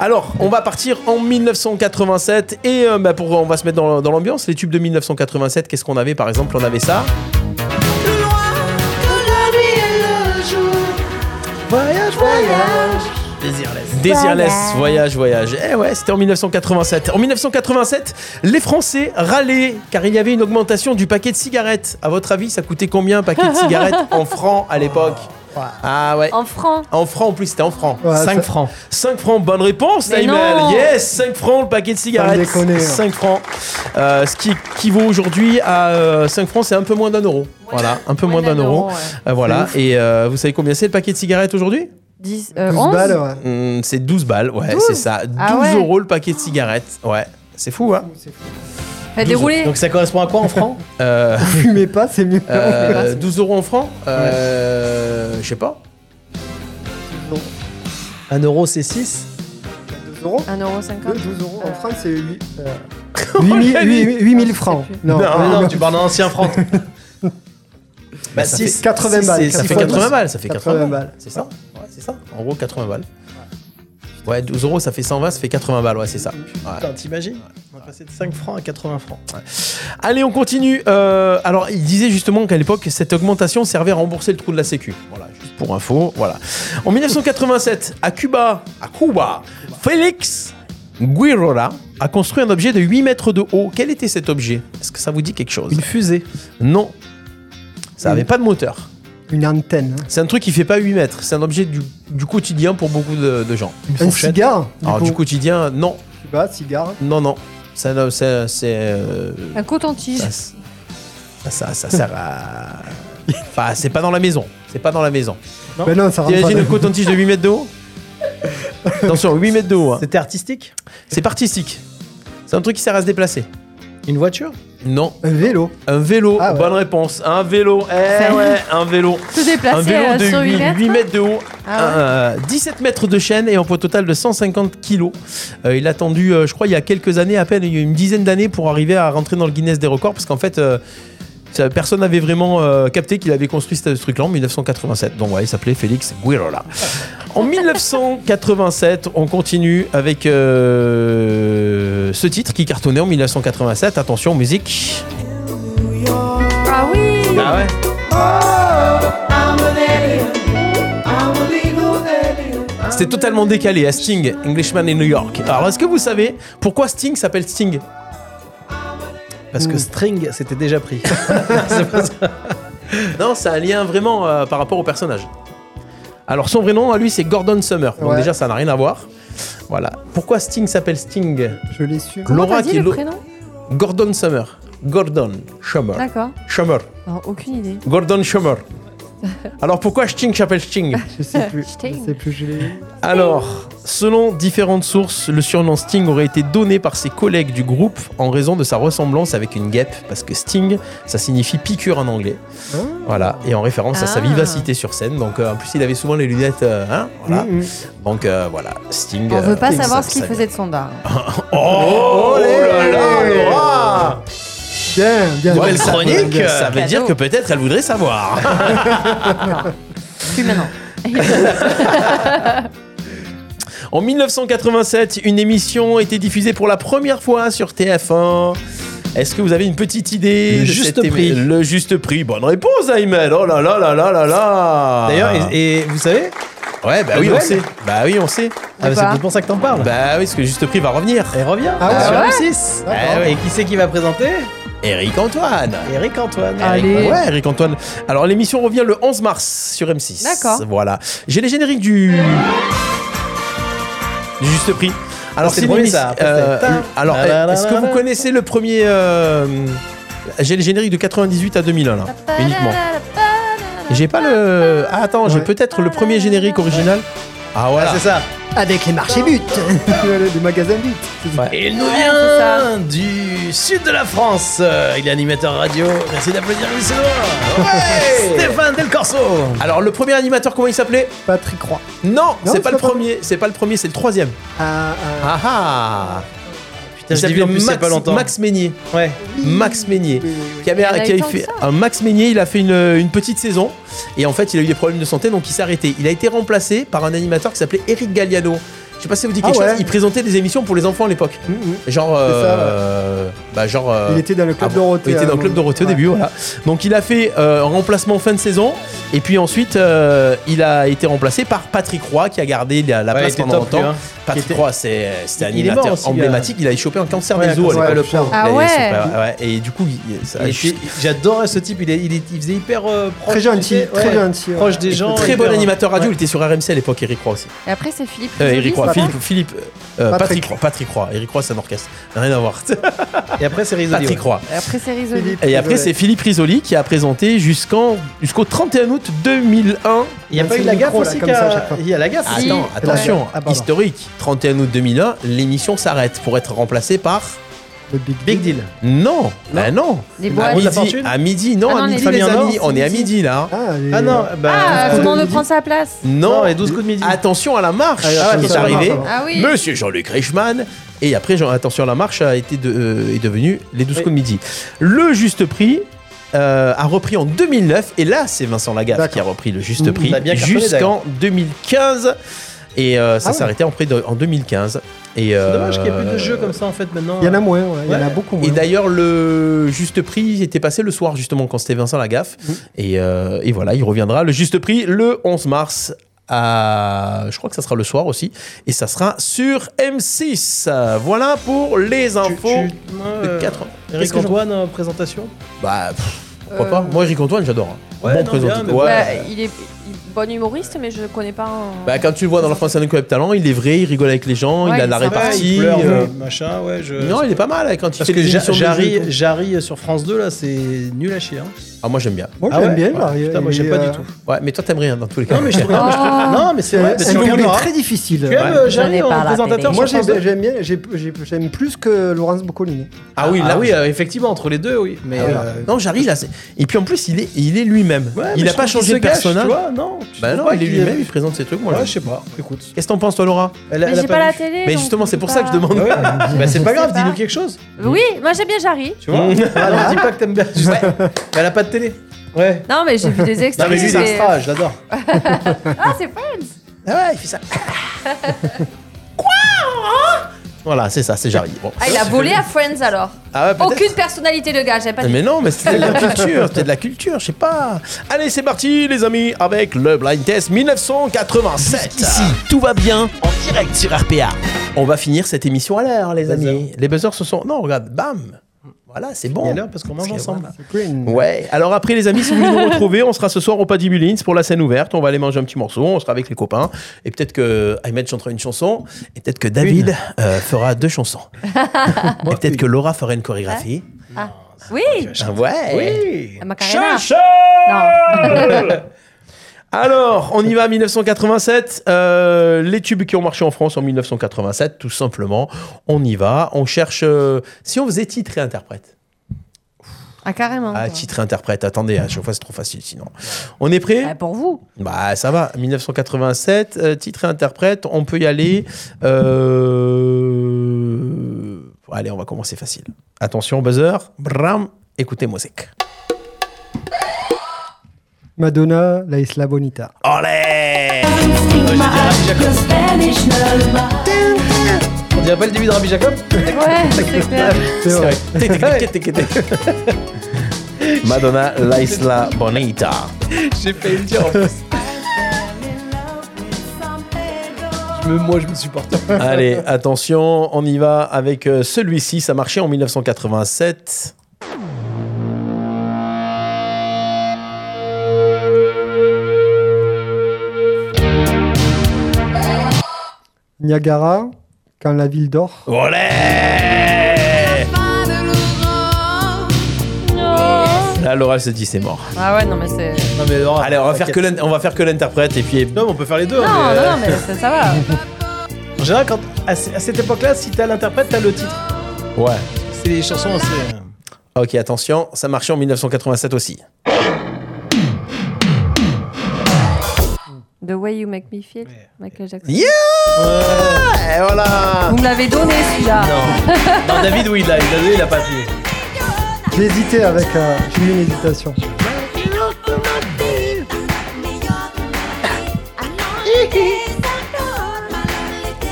Speaker 1: Alors, on va partir en 1987 et euh, bah, pour on va se mettre dans, dans l'ambiance. Les tubes de 1987, qu'est-ce qu'on avait par exemple On avait ça.
Speaker 5: Voyage, voyage.
Speaker 1: Désirless, voyage, voyage. Eh ouais, c'était en 1987. En 1987, les Français râlaient car il y avait une augmentation du paquet de cigarettes. À votre avis, ça coûtait combien un paquet de cigarettes en francs à l'époque Ah ouais.
Speaker 3: En francs.
Speaker 1: En francs en plus, c'était en francs.
Speaker 5: Ouais,
Speaker 1: 5
Speaker 5: ça-
Speaker 1: francs. 5 francs, bonne réponse,
Speaker 3: Mais
Speaker 1: Naïmel.
Speaker 3: non.
Speaker 1: Yes, 5 francs le paquet de cigarettes.
Speaker 5: déconner, hein.
Speaker 1: 5 francs. Euh, ce qui équivaut aujourd'hui à euh, 5 francs, c'est un peu moins d'un euro. Voilà, un peu moins d'un euro.
Speaker 3: ouais.
Speaker 1: Euh, voilà, et euh, vous savez combien c'est le paquet de cigarettes aujourd'hui
Speaker 3: 10, euh,
Speaker 5: 12
Speaker 3: 11
Speaker 5: balles, ouais.
Speaker 1: Hum, C'est 12 balles, ouais,
Speaker 3: 12?
Speaker 1: c'est ça. 12
Speaker 3: Ah ouais.
Speaker 1: euros le paquet de cigarettes. Ouais, c'est fou, hein
Speaker 3: Faites dérouler.
Speaker 4: Donc ça correspond à quoi en francs
Speaker 1: Euh,
Speaker 5: Fumez pas, c'est mieux.
Speaker 1: euh, 12 euros en francs Euh, Je sais pas.
Speaker 4: 1 euro, c'est 6.
Speaker 5: 2 euros
Speaker 3: 1,50€.
Speaker 5: 12 euros.
Speaker 3: Euh,
Speaker 5: En France, c'est euh, 8.
Speaker 1: l'a Oh, dit.
Speaker 5: 8000 francs. Non,
Speaker 4: Ah, mais non, tu parles en ancien franc.
Speaker 1: Bah, ça fait-
Speaker 5: 80
Speaker 4: six,
Speaker 5: balles.
Speaker 4: c'est-
Speaker 1: Ça
Speaker 5: Six
Speaker 1: fait
Speaker 5: fois
Speaker 1: 80
Speaker 5: douze.
Speaker 1: balles, ça fait 80 balles.
Speaker 5: balles.
Speaker 1: C'est ça Ouais, c'est ça. En gros, 80 balles. Ouais, 12 euros, ça fait 120, ça fait 80 balles, ouais, c'est ça. Ouais.
Speaker 4: Putain, t'imagines On va passer de 5 francs à 80 francs.
Speaker 1: Allez, on continue. Euh, alors, il disait justement qu'à l'époque, cette augmentation servait à rembourser le trou de la Sécu. Voilà, juste pour info, voilà. En 1987, à Cuba, à Cuba, Félix Guirola a construit un objet de 8 mètres de haut. Quel était cet objet Est-ce que ça vous dit quelque chose
Speaker 4: Une fusée.
Speaker 1: Non. Ça
Speaker 5: Une-
Speaker 1: n'avait pas de moteur.
Speaker 5: Une antenne.
Speaker 1: C'est un truc qui fait pas 8 mètres. C'est un objet du, du quotidien pour beaucoup de, de gens.
Speaker 5: Un cigare.
Speaker 1: Alors, Ah, du quotidien, non,
Speaker 5: Cuba, cigare.
Speaker 1: non, non. Ça, ne- ça- c'est. euh,
Speaker 5: Ah,
Speaker 3: Un coton-tige.
Speaker 1: ça, ça- ça- ça sert à. Enfin, c'est pas dans la maison. C'est pas dans la maison.
Speaker 4: Non.
Speaker 5: Ben non, ça rentre pas.
Speaker 1: T'imagines
Speaker 5: dans-
Speaker 1: le coton-tige de 8 mètres de haut Attention, 8 mètres de haut. hein.
Speaker 4: C'était artistique
Speaker 1: C'est artistique. C'est un truc qui sert à se déplacer.
Speaker 4: Une voiture
Speaker 1: Non.
Speaker 5: Un vélo.
Speaker 1: Un vélo.
Speaker 5: Ah ouais.
Speaker 1: Bonne réponse. Un vélo. Eh
Speaker 3: Ça-
Speaker 1: ouais, un vélo.
Speaker 3: Se
Speaker 1: Un
Speaker 3: déplacer
Speaker 1: vélo
Speaker 3: euh,
Speaker 1: de
Speaker 3: sur
Speaker 1: 8,
Speaker 3: 8 mètres.
Speaker 1: mètres de haut,
Speaker 3: Ah
Speaker 1: euh, 17 mètres de chaîne et un poids total de 150 kilos. Euh, il a attendu, euh, je crois, il y a quelques années, à peine il y a une dizaine d'années, pour arriver à rentrer dans le Guinness des records, parce qu'en fait, euh, Ça- Personne n'avait vraiment euh, capté qu'il avait construit ce, ce truc-là en 1987. Donc, ouais, il s'appelait Félix Guirola. En 1987, on continue avec euh, ce titre qui cartonnait en 1987. Attention, musique.
Speaker 3: Ah oui
Speaker 1: Ah ouais C'était totalement décalé à Sting, Englishman in New York. Alors, est-ce que vous savez pourquoi Sting s'appelle Sting
Speaker 4: Parce que string, c'était déjà pris.
Speaker 1: Non, ça a un lien vraiment euh, par rapport au personnage. Alors, son vrai nom à lui, c'est Gordon Summer. Donc,
Speaker 5: Ouais.
Speaker 1: déjà, ça n'a rien à voir. Voilà. Pourquoi Sting s'appelle Sting
Speaker 5: Je l'ai su.
Speaker 3: Comment t'as dit le prénom
Speaker 1: Gordon Summer. Gordon Summer.
Speaker 3: D'accord.
Speaker 1: Summer.
Speaker 3: Non, aucune idée.
Speaker 1: Gordon Summer. Alors, pourquoi Sting s'appelle Sting
Speaker 5: Je sais plus.
Speaker 3: Sting.
Speaker 5: Je sais plus. Je l'ai.
Speaker 1: Alors, selon différentes sources, le surnom Sting aurait été donné par ses collègues du groupe en raison de sa ressemblance avec une guêpe, parce que Sting, ça signifie piqûre en anglais. Voilà, et en référence à sa
Speaker 13: Ah.
Speaker 1: vivacité sur scène. Donc, euh, en plus, il avait souvent les lunettes. euh, hein, voilà. Donc, euh, voilà, Sting.
Speaker 3: On veut pas
Speaker 1: euh, ça-
Speaker 3: savoir ce qu'il
Speaker 1: ça-
Speaker 3: faisait de son dard.
Speaker 1: Oh, là là, Laura
Speaker 5: Bien, bien.
Speaker 1: Nouvelle
Speaker 5: bien.
Speaker 1: chronique,
Speaker 5: Bien, bien.
Speaker 1: ça veut dire que peut-être elle voudrait savoir.
Speaker 3: Plus maintenant.
Speaker 1: En 1987, une émission était diffusée pour la première fois sur TF1. Est-ce que vous avez une petite idée
Speaker 4: Le
Speaker 1: de
Speaker 4: juste
Speaker 1: cette émi-
Speaker 4: prix.
Speaker 1: Le juste prix. Bonne réponse, Ayman. Oh là là là là là là.
Speaker 4: D'ailleurs, et, et vous savez
Speaker 1: Ouais, bah
Speaker 4: La
Speaker 1: oui, on
Speaker 4: nouvelle
Speaker 1: sait. Bah oui, on sait.
Speaker 4: Ah, bah, c'est peut-être pour ça que t'en parles.
Speaker 1: Bah oui, parce que juste prix va revenir.
Speaker 4: Et revient
Speaker 1: Ah ouais,
Speaker 4: sur
Speaker 1: ouais.
Speaker 4: M6.
Speaker 1: Ah ouais.
Speaker 4: Et qui c'est qui va présenter
Speaker 1: Eric Antoine.
Speaker 4: Eric Antoine.
Speaker 3: Ah,
Speaker 1: Eric, ouais, Eric Antoine. Alors l'émission revient le 11 mars sur M6.
Speaker 4: D'accord.
Speaker 1: Voilà. J'ai les génériques du. du juste prix. Alors c'est
Speaker 4: c'est le premier,
Speaker 1: une émis-
Speaker 4: ça. Après,
Speaker 1: euh,
Speaker 4: c'est-
Speaker 1: alors
Speaker 4: Ta-
Speaker 1: est-ce que vous connaissez le premier euh, J'ai les génériques de 98 à 2001 là, uniquement. J'ai pas le. Ah attends, j'ai peut-être le premier générique original. Ah voilà.
Speaker 4: c'est ça.
Speaker 5: Avec les marchés buts. les magasins buts.
Speaker 4: Et Il nous vient du sud de la France. Euh, Il est animateur radio. Merci d'applaudir Louis Sédois. Ouais Stéphane Del Corso.
Speaker 1: Alors le premier animateur comment il s'appelait
Speaker 5: Patrick Roy.
Speaker 1: Non, c'est pas le premier, c'est pas le premier, c'est le troisième.
Speaker 5: Ah,
Speaker 1: Ah ah
Speaker 4: Putain,
Speaker 1: Il
Speaker 4: je l'ai vu en
Speaker 1: s'appelait
Speaker 4: plus il y a
Speaker 1: Max-
Speaker 4: pas longtemps.
Speaker 1: Max Meignier.
Speaker 4: Ouais.
Speaker 1: Max Meignier. Qui avait,
Speaker 4: Il y en a eu
Speaker 1: qui avait
Speaker 4: tant que
Speaker 1: fait,
Speaker 4: ça.
Speaker 1: un Max Meignier, il a fait une, une petite saison et en fait, il a eu des problèmes de santé donc il s'est arrêté. Il a été remplacé par un animateur qui s'appelait Eric Galliano. Je sais pas si ça vous dit
Speaker 5: Ah
Speaker 1: quelque
Speaker 5: ouais.
Speaker 1: chose, il présentait des émissions pour les enfants à l'époque. Genre euh, bah genre euh,
Speaker 5: Il était dans le club Dorothée.
Speaker 1: il était dans le
Speaker 5: euh,
Speaker 1: club Dorothée au
Speaker 5: ouais.
Speaker 1: début, voilà. Donc il a fait euh, un remplacement fin de saison, et puis ensuite euh, il a été remplacé par Patrick Roy qui a gardé la, la
Speaker 4: Ouais,
Speaker 1: place
Speaker 4: il était
Speaker 1: pendant
Speaker 4: top,
Speaker 1: longtemps.
Speaker 4: lui, hein.
Speaker 1: Patrick
Speaker 4: Qui était-
Speaker 1: Roy, c'est- c'était un
Speaker 4: Il est mort
Speaker 1: animateur
Speaker 4: aussi, euh.
Speaker 1: emblématique. Il a chopé un cancer
Speaker 4: Ouais,
Speaker 1: des os, à
Speaker 4: cancer,
Speaker 1: l'époque.
Speaker 4: ouais, le pauvre.
Speaker 1: Il a-
Speaker 4: Ah ouais.
Speaker 1: ouais, ouais. Et du coup, il- ça-
Speaker 4: Ah, Il
Speaker 1: je-
Speaker 4: était- J'adorais ce type. Il, est- il, est- il faisait hyper euh, proche.
Speaker 5: Très gentil,
Speaker 4: tu sais,
Speaker 5: très
Speaker 4: ouais,
Speaker 5: gentil, ouais.
Speaker 4: Proche des
Speaker 5: Et
Speaker 4: gens.
Speaker 1: très bon
Speaker 4: hyper-
Speaker 1: animateur radio. Il était sur RMC à l'époque, Eric Roy aussi.
Speaker 3: Et après, c'est Philippe.
Speaker 1: Euh,
Speaker 3: Risoli,
Speaker 1: Eric
Speaker 3: c'est
Speaker 1: Roy,
Speaker 3: ça
Speaker 1: Philippe, Philippe, euh,
Speaker 3: Patrick.
Speaker 1: Patrick Roy, Patrick Roy. Eric Roy, c'est un orchestre. Rien à voir.
Speaker 4: Et après, c'est Risoli.
Speaker 1: Patrick
Speaker 4: ouais.
Speaker 1: Roy.
Speaker 3: Et après, c'est Risoli.
Speaker 1: Et après, c'est Philippe Risoli qui a présenté jusqu'en jusqu'au 31 août 2001.
Speaker 4: Il n'y a pas eu la gaffe aussi
Speaker 5: comme ça, à chaque
Speaker 4: qu'à-
Speaker 5: fois.
Speaker 4: Il y a la gaffe. aussi.
Speaker 1: Attends, attention,
Speaker 4: Ah, pardon.
Speaker 1: historique. 31 août 2001, l'émission s'arrête pour être remplacée par.
Speaker 5: Le Big,
Speaker 4: Big deal.
Speaker 1: Non, bah non.
Speaker 3: Les
Speaker 1: à,
Speaker 3: boîtes.
Speaker 4: La
Speaker 1: midi,
Speaker 4: fortune
Speaker 1: à midi, non,
Speaker 3: Ah non,
Speaker 1: à
Speaker 3: les
Speaker 1: midi,
Speaker 3: dîners
Speaker 1: les
Speaker 4: en or,
Speaker 1: amis,
Speaker 4: c'est
Speaker 1: on est à
Speaker 4: midi.
Speaker 1: midi là.
Speaker 5: Ah, les-
Speaker 4: Ah non, bah.
Speaker 3: Ah, tout le monde
Speaker 5: midi.
Speaker 3: prend sa place.
Speaker 1: Non,
Speaker 4: Non, les 12 coups de midi.
Speaker 1: attention à la marche
Speaker 4: Ah,
Speaker 1: qui
Speaker 4: attention
Speaker 1: est
Speaker 4: à la marche,
Speaker 1: arrivée.
Speaker 4: pardon.
Speaker 3: Ah oui.
Speaker 1: Monsieur Jean-Luc Reichmann. Et après, Jean- attention à la marche a été de, euh, est devenu les 12
Speaker 4: Oui.
Speaker 1: coups de midi. Le juste prix. euh, a repris en 2009 et là c'est Vincent Lagaffe qui a repris le juste prix
Speaker 4: Il Mmh, a bien cartonné,
Speaker 1: jusqu'en 2015 et euh, ça
Speaker 5: Ah ouais.
Speaker 1: s'arrêtait en près de- en 2015 et
Speaker 4: C'est dommage qu'il n'y ait plus de
Speaker 1: euh,
Speaker 4: jeux comme ça en fait maintenant. Euh,
Speaker 5: Il y en a moins, ouais, il y en a
Speaker 4: Ouais.
Speaker 5: beaucoup moins.
Speaker 1: et d'ailleurs, le juste prix était passé le soir, justement, quand c'était Vincent Lagaffe.
Speaker 4: Mmh.
Speaker 1: Et, euh, et voilà, il reviendra. Le juste prix, le 11 mars. à- je crois que ça sera le soir aussi. Et ça sera sur M6. Euh, Voilà pour les
Speaker 4: Tu-
Speaker 1: infos
Speaker 4: tu- ouais,
Speaker 1: de
Speaker 4: euh,
Speaker 1: 4 Qu'est-ce
Speaker 4: Eric
Speaker 1: que j'en-
Speaker 4: Antoine, euh, présentation
Speaker 1: Bah, pff, pourquoi
Speaker 3: Euh.
Speaker 1: pas Moi, Eric Antoine, j'adore. hein.
Speaker 4: Ouais,
Speaker 1: bon
Speaker 4: non,
Speaker 1: présentateur.
Speaker 4: bien, mais
Speaker 1: Ouais.
Speaker 3: Bah, il est il est bon humoriste, mais je le connais pas. en-
Speaker 1: Bah, quand tu le vois dans la France Talent Club Talent, il est vrai, il rigole avec les gens,
Speaker 3: Ouais,
Speaker 1: il a
Speaker 3: il
Speaker 1: la
Speaker 3: est sympa,
Speaker 1: répartie.
Speaker 4: il pleure,
Speaker 1: euh,
Speaker 4: euh, machin, ouais. Je...
Speaker 1: Non, il est pas mal hein, quand il
Speaker 4: Parce
Speaker 1: fait
Speaker 4: que
Speaker 1: des
Speaker 4: Ja-
Speaker 1: émissions de jeux.
Speaker 4: Jarry Jarry sur France 2, là, c'est nul à chier. hein.
Speaker 1: Ah, moi j'aime bien.
Speaker 5: Moi, j'aime bien,
Speaker 1: ouais.
Speaker 5: là,
Speaker 1: Putain, moi
Speaker 5: et,
Speaker 1: j'aime pas
Speaker 5: euh,
Speaker 1: du tout. Ouais, mais toi t'aimes rien dans tous les cas.
Speaker 4: Non, mais je trouve- non, mais je trouve- Ah. non, mais c'est- ouais, mais
Speaker 5: c'est
Speaker 4: c'est
Speaker 5: un
Speaker 4: regardera.
Speaker 5: très difficile.
Speaker 4: Tu aimes, euh, Jarry,
Speaker 1: en présentateur
Speaker 5: Moi,
Speaker 1: sur France
Speaker 5: j'ai-
Speaker 1: deux
Speaker 5: j'aime bien, j'ai- j'ai- j'aime plus que Laurence Boccolini.
Speaker 1: Ah oui,
Speaker 5: Ah,
Speaker 1: là
Speaker 5: ah,
Speaker 1: oui,
Speaker 5: oui.
Speaker 1: euh, effectivement, entre les deux, oui. Mais
Speaker 5: Ah, voilà.
Speaker 1: euh, non, j'arrive là. c'est- Et puis en plus, il est, il est lui-même. il
Speaker 4: mais
Speaker 1: n'a pas
Speaker 4: je trouve qu'il
Speaker 1: changé
Speaker 4: se
Speaker 1: de
Speaker 4: gâche,
Speaker 1: personnage.
Speaker 4: tu vois, non, tu
Speaker 1: Bah
Speaker 4: trouves
Speaker 1: non,
Speaker 4: pas
Speaker 1: il est
Speaker 4: qu'il-
Speaker 1: lui-même, il présente ses trucs. Moi,
Speaker 4: Ouais,
Speaker 1: j'aime.
Speaker 4: je sais pas. Écoute.
Speaker 1: Qu'est-ce que t'en penses, toi, Laura
Speaker 4: Elle a-
Speaker 3: Mais j'ai pas la télé.
Speaker 1: Mais
Speaker 3: donc
Speaker 1: justement,
Speaker 3: Eh je
Speaker 1: c'est
Speaker 3: peux
Speaker 1: pour ça que
Speaker 3: pas-
Speaker 1: je demande.
Speaker 4: Ouais.
Speaker 1: Bah, c'est pas grave, dis-nous
Speaker 4: quelque chose.
Speaker 3: Oui, moi j'aime bien Jarry.
Speaker 4: Tu vois Alors, dis pas que t'aimes bien. juste- Mais elle a pas de télé. Ouais.
Speaker 3: Non, mais j'ai vu des extraits.
Speaker 4: Non, mais lui, c'est
Speaker 3: mais-
Speaker 4: extra, je l'adore.
Speaker 3: Ah, c'est Friends
Speaker 4: Ah ouais, il fait ça.
Speaker 1: hein Voilà, c'est ça, c'est Jarry. Bon.
Speaker 3: Ah, il a volé à Friends alors.
Speaker 1: Ah ouais, peut-être. Ah,
Speaker 3: Aucune personnalité de gars, j'avais pas dit.
Speaker 1: Mais non, mais c'était de la culture, c'était de la culture, je sais pas. Allez, c'est parti, les amis, avec le Blind Test 1987. Ici, tout va bien en direct sur RPA. On va finir cette émission à l'heure, les amis. Les buzzers se sont. Non, regarde, bam Voilà, c'est bon.
Speaker 4: à l'heure parce qu'on mange ensemble.
Speaker 1: Ouais, alors après les amis, si vous voulez nous retrouver, on sera ce soir au Paddy Mullins pour la scène ouverte. On va aller manger un petit morceau, on sera avec les copains. Et peut-être que Ahmed chantera une chanson, et peut-être que David euh, fera deux chansons. et peut-être que Laura fera une chorégraphie.
Speaker 3: Ah. Oui
Speaker 1: Ah ouais
Speaker 3: Oui
Speaker 4: Eh,
Speaker 3: Macarena
Speaker 1: Ah,
Speaker 3: Non.
Speaker 1: Alors, on y va 1987. Euh, les tubes qui ont marché en France en 1987, tout simplement. On y va. On cherche. euh, si on faisait titre et interprète.
Speaker 3: Ah, carrément.
Speaker 1: Ah, titre et interprète. Attendez, à chaque fois c'est trop facile sinon. On est prêt
Speaker 3: Pour vous.
Speaker 1: Bah, ça va. 1987, euh, titre et interprète. On peut y aller. Euh, Allez, on va commencer facile. Attention, buzzer. Bram, écoutez musique.
Speaker 5: Madonna, La Isla Bonita.
Speaker 1: Allez
Speaker 4: On dirait pas le début de Rabbi Jacob
Speaker 3: Ouais, c'est clair.
Speaker 1: C'est vrai. Ah Madonna, La Isla Bonita.
Speaker 4: J'ai failli le dire en plus. Je me- moi, je me supporte.
Speaker 1: Allez, attention, on y va avec euh, celui-ci. Ça marchait en 1987.
Speaker 5: Niagara, Quand la ville dort.
Speaker 1: Olé Là, Laura se dit c'est mort.
Speaker 3: Ah ouais, non, mais c'est.
Speaker 4: Non, mais Laura,
Speaker 1: Allez, on va faire que l'in- on va faire que l'interprète et puis.
Speaker 4: Non, mais on peut faire les deux.
Speaker 3: Non,
Speaker 4: mais,
Speaker 3: non,
Speaker 4: euh,
Speaker 3: non, mais ça, ça va.
Speaker 4: En général, quand, à, ce- à cette époque-là, si t'as l'interprète, t'as le titre.
Speaker 1: Ouais.
Speaker 4: C'est euh, les
Speaker 3: Ah.
Speaker 4: chansons assez.
Speaker 1: Ok, attention, ça marchait en 1987 aussi.
Speaker 3: The way you make me feel, Michael Jackson.
Speaker 1: Yeah Et voilà
Speaker 3: Vous me l'avez donné celui-là.
Speaker 4: Non, David, oui, il a, il a, il a pas appuyé.
Speaker 5: J'ai hésité avec. euh, J'ai eu une hésitation.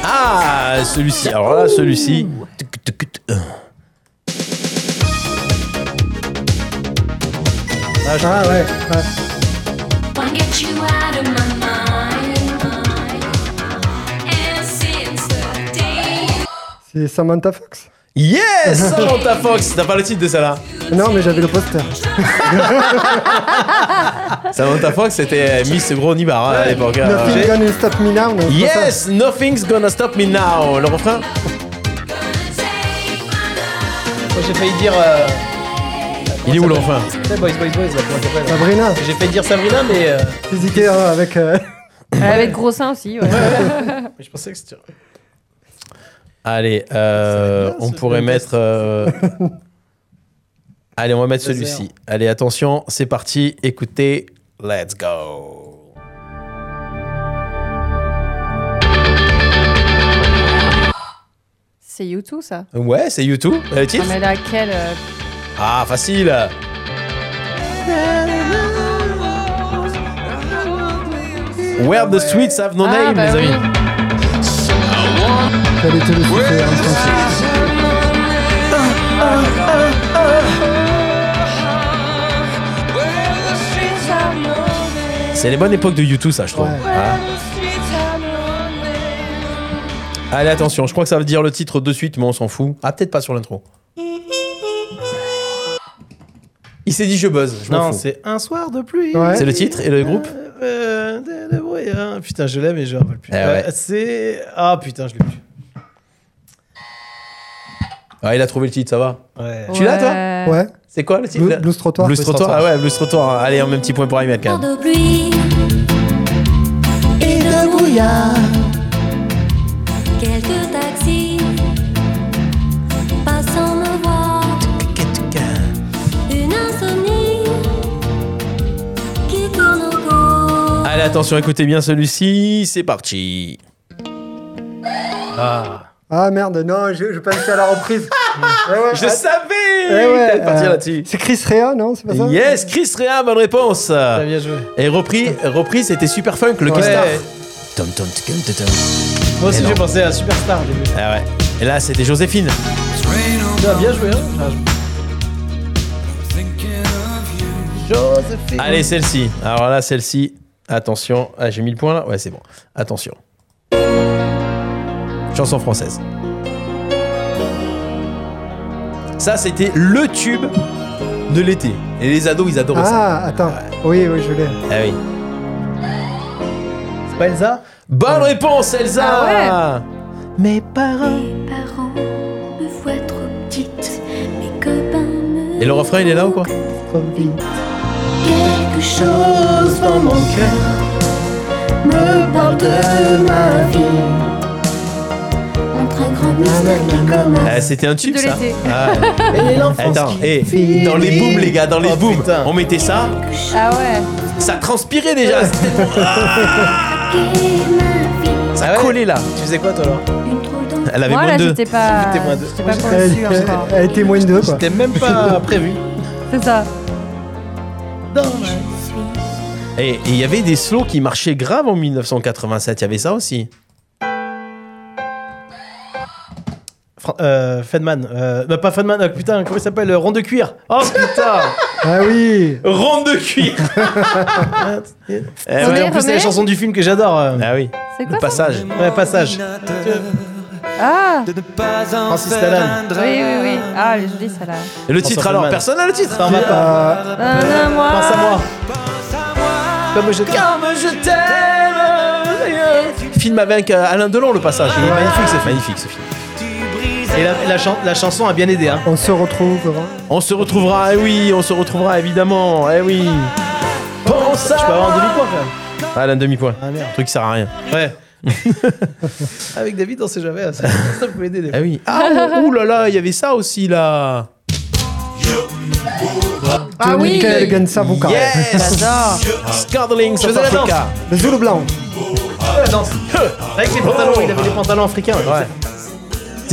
Speaker 1: Ah, celui-ci. Alors là, celui-ci.
Speaker 4: Ah,
Speaker 5: ouais, ouais. C'est Samantha Fox
Speaker 1: Yes Samantha Fox T'as pas le titre de celle-là
Speaker 5: Non, mais j'avais le poster.
Speaker 1: Samantha Fox, c'était euh, Miss Gros Nibar hein, à l'époque. hein.
Speaker 5: Nothing gonna stop me now. non, c'est pas ça.
Speaker 1: Yes, nothing's gonna stop me now. Le refrain
Speaker 4: Moi, j'ai failli dire. euh,
Speaker 1: Il est où le refrain
Speaker 4: Boys, boys, boys. là, comment ça s'appelle
Speaker 5: Sabrina.
Speaker 4: J'ai failli dire Sabrina, mais. euh,
Speaker 5: J'ai hésité hein, avec. euh,
Speaker 3: Elle avait de gros seins aussi, ouais.
Speaker 4: mais je pensais que c'était.
Speaker 1: Allez, euh, on pourrait mettre. euh, Allez, on va mettre
Speaker 4: Laser.
Speaker 1: celui-ci. Allez, attention, c'est parti. Écoutez, let's go.
Speaker 3: C'est U2, ça.
Speaker 1: Ouais, c'est YouTube. Le
Speaker 3: Non,
Speaker 1: titre
Speaker 3: mais laquelle euh,
Speaker 1: Ah, facile. Where the streets have no
Speaker 3: Ah,
Speaker 1: name,
Speaker 3: bah
Speaker 1: les
Speaker 3: oui.
Speaker 1: amis.
Speaker 5: J'allais te le souffler, hein, franchement.
Speaker 1: C'est les bonnes époques de YouTube, ça, je trouve.
Speaker 5: Ouais.
Speaker 1: Ah. Allez, attention, je crois que ça veut dire le titre de suite, mais on s'en fout. Ah, peut-être pas sur l'intro. Il s'est dit je buzz, je m'en
Speaker 4: Non,
Speaker 1: fous.
Speaker 4: c'est Un soir de pluie.
Speaker 5: Ouais.
Speaker 1: C'est le titre et le groupe
Speaker 4: Euh, de- de bruit, hein. Putain, je l'ai, mais je me rappelle plus.
Speaker 1: Eh ouais.
Speaker 4: Euh, C'est. Ah putain, je l'ai plus.
Speaker 1: Ah, il a trouvé le titre, ça va.
Speaker 4: Ouais.
Speaker 1: Tu l'as, toi
Speaker 4: Oh.
Speaker 3: ouais.
Speaker 5: Ouais.
Speaker 1: C'est quoi le titre Blue,
Speaker 5: Blues Trottoir.
Speaker 1: Blues Trottoir, ah ouais, Blues Trottoir. Allez, un même petit point pour Ahmed quand même.
Speaker 14: de pluie et de brouillard. Quelques taxis passant me voir. Une insomnie qui tourne au cours.
Speaker 1: Allez, attention, écoutez bien celui-ci. C'est parti. Ah.
Speaker 5: Ah merde, non, je, je pensais à la reprise. Eh ouais,
Speaker 1: Je
Speaker 5: att-
Speaker 1: savais
Speaker 5: Eh ouais,
Speaker 1: T'allais partir
Speaker 5: euh,
Speaker 1: là-dessus.
Speaker 5: C'est Chris Rea, non C'est pas ça
Speaker 1: Yes, Chris Rea, bonne réponse. bien joué. Et repris, repris, c'était super funk, le
Speaker 4: Ouais.
Speaker 1: Star. Tom, tom, tom, tom, tom.
Speaker 4: Moi aussi
Speaker 1: Mais non.
Speaker 4: j'ai pensé à Superstar. au début.
Speaker 1: Ah ouais. Et là, c'était Joséphine.
Speaker 4: Ah, bien joué. Hein Josephine.
Speaker 1: Allez, celle-ci. Alors là, celle-ci. Attention. Ah, j'ai mis le point là. Ouais, c'est bon. Attention. Chanson française. Ça, c'était le tube de l'été. Et les ados, ils adoraient ça.
Speaker 5: Ah, attends. Oui, oui, je l'ai.
Speaker 1: Ah oui.
Speaker 4: C'est pas Elsa
Speaker 1: Bonne réponse, Elsa
Speaker 4: Mes parents.
Speaker 14: Me vois trop petite, mes copains me
Speaker 1: Et le refrain, il est là ou quoi
Speaker 14: quelque chose dans mon cœur me parle de ma vie. Entre un grand mystère qui commence.
Speaker 1: Ah, C'était un tube,
Speaker 14: De
Speaker 1: ça.
Speaker 14: l'été.
Speaker 1: Ah.
Speaker 14: Et l'enfance
Speaker 1: Attends,
Speaker 14: qui
Speaker 1: eh,
Speaker 14: finit.
Speaker 1: dans les booms, les gars, dans les booms, on mettait ça.
Speaker 3: Ah ouais.
Speaker 1: Ça transpirait déjà. c'était- ça collait là.
Speaker 4: Tu faisais quoi toi alors
Speaker 1: Elle avait
Speaker 3: Moi,
Speaker 1: moins
Speaker 3: là,
Speaker 1: de deux.
Speaker 3: j'étais pas.
Speaker 4: J'étais moins deux.
Speaker 3: J'étais pas
Speaker 5: Elle,
Speaker 3: convaincue
Speaker 5: elle-
Speaker 3: encore.
Speaker 5: elle était moins de deux, quoi.
Speaker 4: C'était même pas prévu.
Speaker 3: C'est ça.
Speaker 1: Et et il y avait des slows qui marchaient grave en 1987. Il y avait ça aussi.
Speaker 4: Fran- euh, Fedman. Euh, bah, pas Fedman, ah, putain, comment il s'appelle euh, Rond de cuir. Oh putain
Speaker 5: Ah oui
Speaker 1: Ronde de cuir.
Speaker 4: Ouais, En plus, c'est la chanson du film que j'adore. euh,
Speaker 1: Ah oui.
Speaker 3: C'est
Speaker 1: Le
Speaker 3: quoi ça
Speaker 1: passage.
Speaker 4: Ouais, passage.
Speaker 3: Ah Oui,
Speaker 4: Francis Lalanne.
Speaker 3: oui, oui. Ah, elle est jolie celle-là.
Speaker 1: Et le titre
Speaker 4: François
Speaker 1: alors
Speaker 4: Feldman.
Speaker 1: Personne n'a le titre. hein.
Speaker 4: T'en vas pas.
Speaker 5: euh,
Speaker 3: Non, non, moi.
Speaker 4: Pense à moi. Comme je t'aime.
Speaker 1: Comme je t'aime. Film avec euh, Alain Delon, le passage.
Speaker 4: Ah.
Speaker 1: Il est magnifique, c'est magnifique ce film.
Speaker 4: Et la, la chan- la chanson a bien aidé. Hein.
Speaker 5: On se retrouve.
Speaker 1: On se retrouvera, eh oui, on se retrouvera évidemment, eh oui. Pense
Speaker 4: Je peux
Speaker 1: à
Speaker 4: avoir un demi-point quand même.
Speaker 1: Ah, là, un demi-point.
Speaker 4: Ah merde.
Speaker 1: Le truc sert à rien.
Speaker 4: Ouais. Avec David, on sait jamais. Ça, ça peut aider. Des
Speaker 1: Ah oui. Ah, ouh là là, il y avait ça aussi là.
Speaker 3: Ah oui
Speaker 5: Michael Gansavuka.
Speaker 1: Yes
Speaker 3: J'adore.
Speaker 1: Scuttling,
Speaker 4: Ah. Je faisais la danse.
Speaker 1: Africa.
Speaker 5: Le Zoulou blanc.
Speaker 4: fois. Danse. Avec ses pantalons, il avait des pantalons africains.
Speaker 1: Ouais. Tu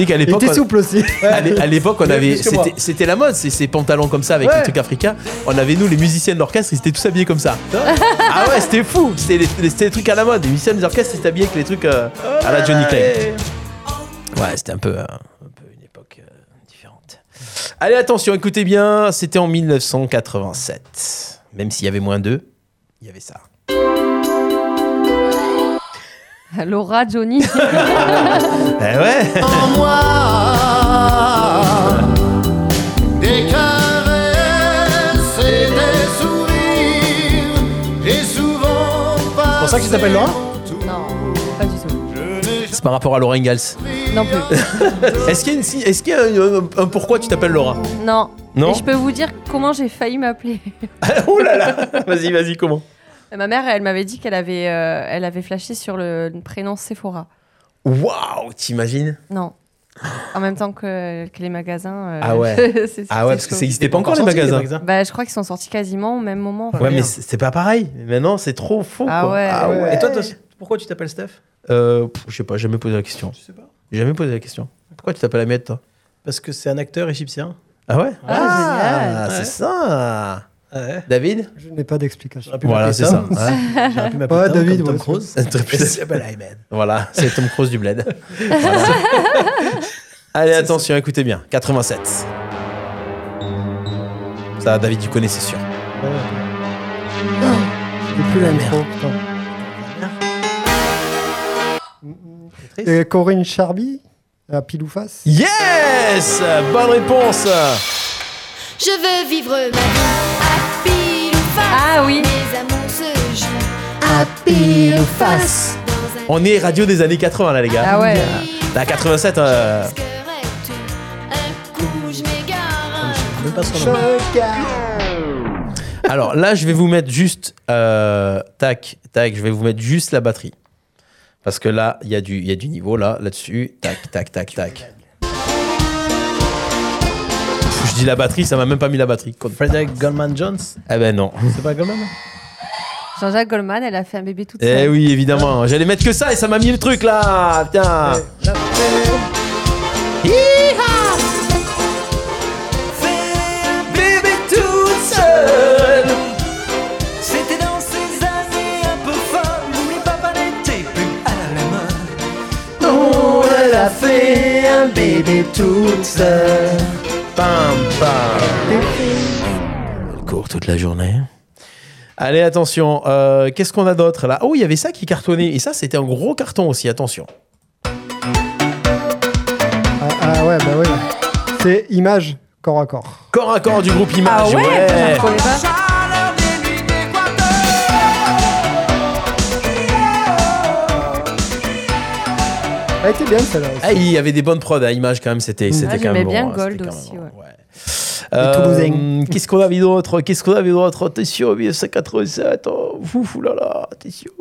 Speaker 1: sais qu'à
Speaker 5: Il
Speaker 1: l'époque.
Speaker 5: était
Speaker 1: on-
Speaker 5: souple aussi.
Speaker 1: à l'é- à l'époque, on
Speaker 4: Il y a
Speaker 1: avait,
Speaker 4: plus que moi.
Speaker 1: c'était c'était la mode, c'est ces pantalons comme ça avec
Speaker 4: Ouais.
Speaker 1: les trucs africains. On avait nous, les musiciens de l'orchestre, ils étaient tous habillés comme ça. ah ouais, c'était fou. C'était les, les- c'était les trucs à la mode. Les musiciens de l'orchestre, ils étaient habillés avec les trucs euh, à la Johnny Clegg. Ouais, c'était un peu, euh, un peu une époque euh, différente. Allez, attention, écoutez bien, c'était en 1987. Même s'il y avait moins d'eux, il y avait ça.
Speaker 3: Laura Johnny.
Speaker 1: Eh ouais
Speaker 14: En moi, des caresses et des sourires, et souvent
Speaker 4: C'est pour ça qu'il s'appelle Laurent
Speaker 3: non, pas du tout.
Speaker 1: C'est par rapport à Laura Ingalls.
Speaker 3: Non plus.
Speaker 1: Est-ce qu'il y a, une si- est-ce qu'il y a un, un pourquoi tu t'appelles Laura
Speaker 3: Non.
Speaker 1: Non
Speaker 3: Et je peux vous dire comment j'ai failli m'appeler. Euh,
Speaker 1: Oh là là Vas-y, vas-y, comment
Speaker 3: Ma mère, elle m'avait dit qu'elle avait, euh, elle avait flashé sur le prénom Sephora.
Speaker 1: Waouh, t'imagines
Speaker 3: Non. En même temps que, que les magasins. euh,
Speaker 1: Ah ouais.
Speaker 3: c'est- c'est
Speaker 1: Ah ouais, parce que
Speaker 3: chaud.
Speaker 1: ça n'existait pas encore les
Speaker 4: sorti,
Speaker 1: magasins.
Speaker 3: Bah, je crois qu'ils sont sortis quasiment au même moment.
Speaker 1: Ouais, mais c'est c'est pas pareil. Maintenant, c'est trop faux.
Speaker 3: Ah
Speaker 1: quoi.
Speaker 3: ouais.
Speaker 4: Et toi, toi, pourquoi tu t'appelles Steph
Speaker 1: Euh, pff, Je sais pas, j'ai jamais posé la question.
Speaker 4: Je sais pas.
Speaker 1: J'ai jamais posé la question. Pourquoi tu t'appelles Ahmed, toi
Speaker 4: Parce que c'est un acteur égyptien.
Speaker 1: Ah ouais
Speaker 3: Ah, génial.
Speaker 1: c'est
Speaker 4: Ouais.
Speaker 1: ça
Speaker 4: Ah Ouais.
Speaker 1: David
Speaker 5: Je n'ai pas d'explication.
Speaker 4: J'aurais pu
Speaker 1: Voilà,
Speaker 4: m'appeler
Speaker 1: c'est
Speaker 4: Tom.
Speaker 1: ça,
Speaker 4: J'aurais pu m'appeler
Speaker 5: Ouais,
Speaker 4: Tom,
Speaker 5: David,
Speaker 4: comme Tom
Speaker 5: ouais,
Speaker 4: Cruise.
Speaker 1: Un truc-
Speaker 4: Je s'appelle Ayman.
Speaker 1: Voilà, c'est Tom Cruise du bled. Voilà. Allez, attention, écoutez bien. 87. Ça, David, tu connais, c'est sûr.
Speaker 5: J'ai plus l'intro. putain.
Speaker 4: C'est triste.
Speaker 5: Et Corinne Charby, à pile ou face.
Speaker 1: Yes Bonne réponse
Speaker 14: Je veux vivre ma vie à pile ou face.
Speaker 3: Ah oui.
Speaker 14: Mes amours se jouent à pile ou face. Dans un
Speaker 1: On est radio des années 80, là, les gars.
Speaker 3: Ah ouais.
Speaker 1: Là, 87, euh,
Speaker 14: disquerette, un coup je m'égare, un coup
Speaker 4: même pas son nom.
Speaker 1: Alors là, je vais vous mettre juste. euh, tac, tac, je vais vous mettre juste la batterie. Parce que là, il y, a du- il y a du niveau là, là-dessus. Tac, tac, tac, tac. Je dis la batterie, ça m'a même pas mis la batterie. Frederick Goldman Jones Eh ben non.
Speaker 4: C'est pas Goldman
Speaker 3: Jean-Jacques Goldman, elle a fait un bébé toute seule.
Speaker 1: Eh oui, évidemment. J'allais mettre que ça et ça m'a mis le truc là. Putain.
Speaker 7: Bébé toute seule. C'était dans ces années un peu folles où les papas n'étaient plus à la même
Speaker 2: On l'a fait un bébé toute seule.
Speaker 1: Bam, bam. Elle court toute la journée. Allez, attention. euh, Qu'est-ce qu'on a d'autre là Oh, il y avait ça qui cartonnait. Et ça, c'était un gros carton aussi. Attention.
Speaker 5: Ah, ah ouais, bah ouais. C'est image corps à corps.
Speaker 1: Corps à corps du groupe Image.
Speaker 5: Ah ouais, putain, je connais Elle était bien celle-là.
Speaker 1: Ah, il y avait des bonnes prods à Image quand même. C'était c'était
Speaker 3: Ah,
Speaker 1: quand
Speaker 3: J'aimais
Speaker 1: même
Speaker 3: bien
Speaker 1: bon, hein,
Speaker 3: Gold
Speaker 1: c'était quand
Speaker 3: aussi. ouais.
Speaker 1: Euh,
Speaker 3: Toulousains.
Speaker 1: Qu'est-ce qu'on avait d'autre Qu'est-ce qu'on avait d'autre Attention, 1987. Oh, ouf, oulala, attention.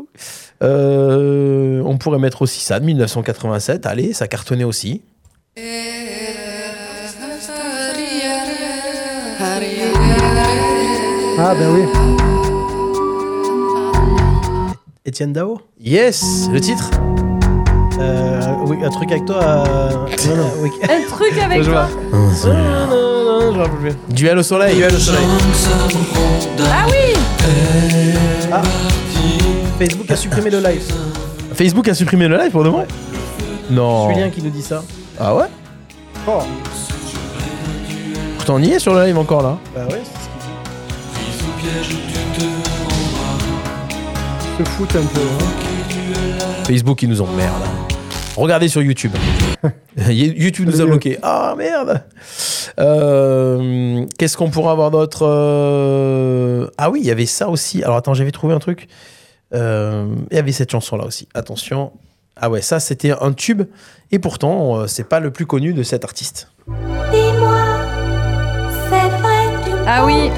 Speaker 1: Euh, on pourrait mettre aussi ça, de 1987. Allez, ça cartonnait aussi.
Speaker 5: Ah bah oui.
Speaker 4: Étienne Dao
Speaker 1: Yes, le titre
Speaker 4: euh, Oui, un truc avec toi. euh, non, non, oui.
Speaker 3: Un truc avec
Speaker 4: Je
Speaker 3: toi.
Speaker 4: vois. Non, non, non, je me rappelle plus.
Speaker 1: Duel au soleil.
Speaker 4: Duel au soleil.
Speaker 3: Ah oui
Speaker 4: Ah. Facebook a supprimé le live.
Speaker 1: Facebook a supprimé le live pour demain Non.
Speaker 4: Julien qui nous dit ça.
Speaker 1: Ah ouais
Speaker 4: Oh.
Speaker 1: Pourtant, on y est sur le live encore là.
Speaker 4: Bah ouais,
Speaker 5: Se fout un peu. hein.
Speaker 1: Facebook, ils nous emmerdent. Regardez sur YouTube. YouTube nous a bloqué. Ah merde Euh, Qu'est-ce qu'on pourrait avoir d'autre Euh, Ah oui, il y avait ça aussi. Alors attends, j'avais trouvé un truc. Euh, Il y avait cette chanson-là aussi. Attention. Ah ouais, ça c'était un tube. Et pourtant, euh, c'est pas le plus connu de cet artiste.
Speaker 14: Dis-moi, c'est vrai, tu
Speaker 3: Ah oui.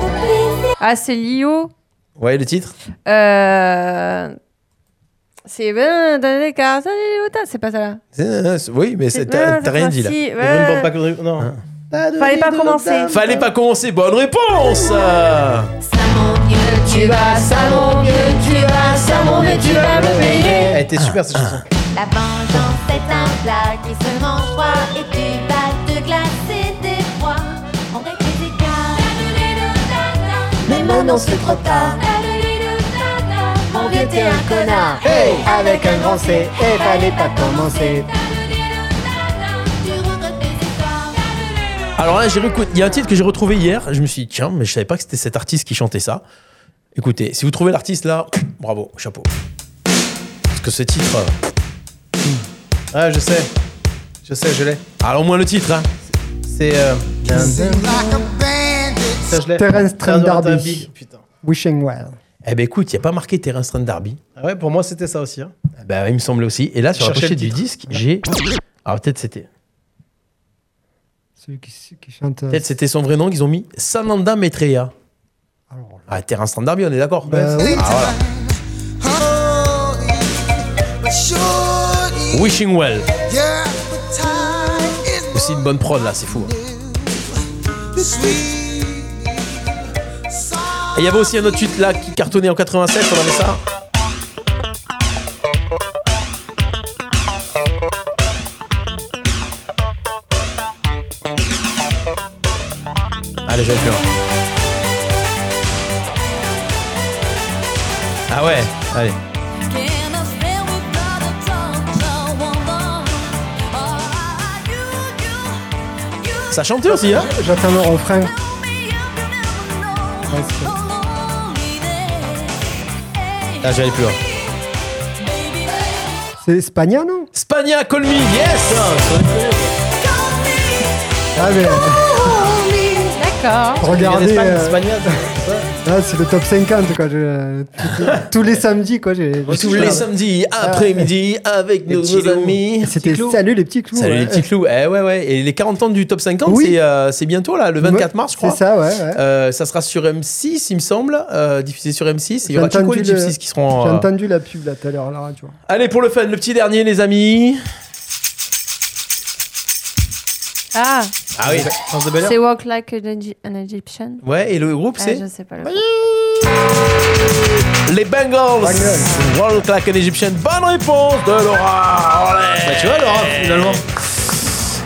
Speaker 3: Ah, c'est Lio.
Speaker 1: Ouais, le titre
Speaker 3: Euh... C'est bien dans les cartes, c'est pas ça là.
Speaker 1: C'est- Oui, mais c'est-
Speaker 3: bien,
Speaker 1: t'as
Speaker 3: c'est
Speaker 1: t'as rien dit là.
Speaker 3: facile, ouais. Il y avait une bombe
Speaker 1: Non.
Speaker 3: Fallait pas commencer.
Speaker 1: Fallait pas commencer. Bonne réponse
Speaker 14: Tu vas, ça mon vieux, tu vas, ça mon vieux, tu vas me payer.
Speaker 4: Elle était super cette chanson.
Speaker 14: La vengeance est un plat qui se mange froid et tu vas te glacer des froids. On règle les écarts. Mais maintenant c'est trop tard. Mon vieux t'es un connard.
Speaker 2: Hey, avec un grand C,
Speaker 14: Eh,
Speaker 2: et fallait pas commencer.
Speaker 1: Alors là, j'ai recou- il y a un titre que j'ai retrouvé hier. Je me suis dit, tiens, mais je savais pas que c'était cet artiste qui chantait ça. Écoutez, si vous trouvez l'artiste là, bravo, chapeau. Parce que ce titre. euh,
Speaker 4: Ah, je sais. Je sais, je l'ai.
Speaker 1: Alors, au moins le titre, hein.
Speaker 4: C'est. euh, Ça, je l'ai.
Speaker 5: Terence Trent
Speaker 4: Terence Trent
Speaker 5: D'Arby. Wishing Well.
Speaker 1: Eh ben écoute, il n'y a pas marqué Terrain Strand Derby.
Speaker 4: Ah ouais, pour moi, c'était ça aussi. hein.
Speaker 1: Eh ben, il me semblait aussi. Et là, sur la
Speaker 4: Cherchez
Speaker 1: pochette
Speaker 4: le
Speaker 1: du disque, j'ai. Alors peut-être c'était.
Speaker 5: Celui qui, qui chante. euh,
Speaker 1: Peut-être c'était son vrai nom qu'ils ont mis. Sananda Maitreya. Ah, Terrain Strand Derby, on est d'accord
Speaker 5: Bah oui.
Speaker 1: Ah, voilà. Wishing Well. Aussi une bonne prod là, c'est fou. hein. Et il y avait aussi un autre titre là qui cartonnait en 87, on avait ça. Allez, j'en ai plus un. Ah ouais, allez. Ça chantait aussi, hein
Speaker 5: J'attends le refrain.
Speaker 14: Oh,
Speaker 1: Ah, j'allais plus loin.
Speaker 5: C'est Spagna, non
Speaker 1: Spagna, call me, yes
Speaker 5: Ah, mais.
Speaker 3: D'accord.
Speaker 5: Ah, Regardez.
Speaker 4: Espagne,
Speaker 5: euh,
Speaker 4: Espagnade.
Speaker 5: Là, c'est le top 50, quoi. Je- euh, tous- Tous les samedis, quoi. j'ai-
Speaker 1: Tous les samedis après-midi avec
Speaker 5: Ah, Les
Speaker 1: nos,
Speaker 5: petits loups.
Speaker 1: amis.
Speaker 5: C'était Salut les petits clous.
Speaker 1: Salut
Speaker 5: ouais.
Speaker 1: les petits clous. Eh ouais, ouais. Et les 40 ans du top 50,
Speaker 5: Oui.
Speaker 1: c'est, euh, c'est bientôt là, le 24 mars, je crois.
Speaker 5: C'est ça, ouais. ouais.
Speaker 1: Euh, ça sera sur M6, il me semble, euh, diffusé sur M6. Et il y aura
Speaker 5: J'ai
Speaker 1: Chico et
Speaker 5: entendu
Speaker 1: Chief
Speaker 5: le-
Speaker 1: 6 qui seront.
Speaker 5: J'ai
Speaker 1: euh,
Speaker 5: entendu la pub là tout à l'heure à la radio.
Speaker 1: Allez, pour le fun, le petit dernier, les amis.
Speaker 3: Ah,
Speaker 1: Ah oui, France de Bel Air.
Speaker 3: c'est Walk Like an, Egy- an Egyptian.
Speaker 1: Ouais, et le groupe,
Speaker 3: Ah,
Speaker 1: c'est
Speaker 3: Je sais pas le groupe.
Speaker 1: Les Bengals. World Clack and Egyptian. Bonne réponse de Laura. Allez.
Speaker 4: Bah, tu vois, Laura, finalement.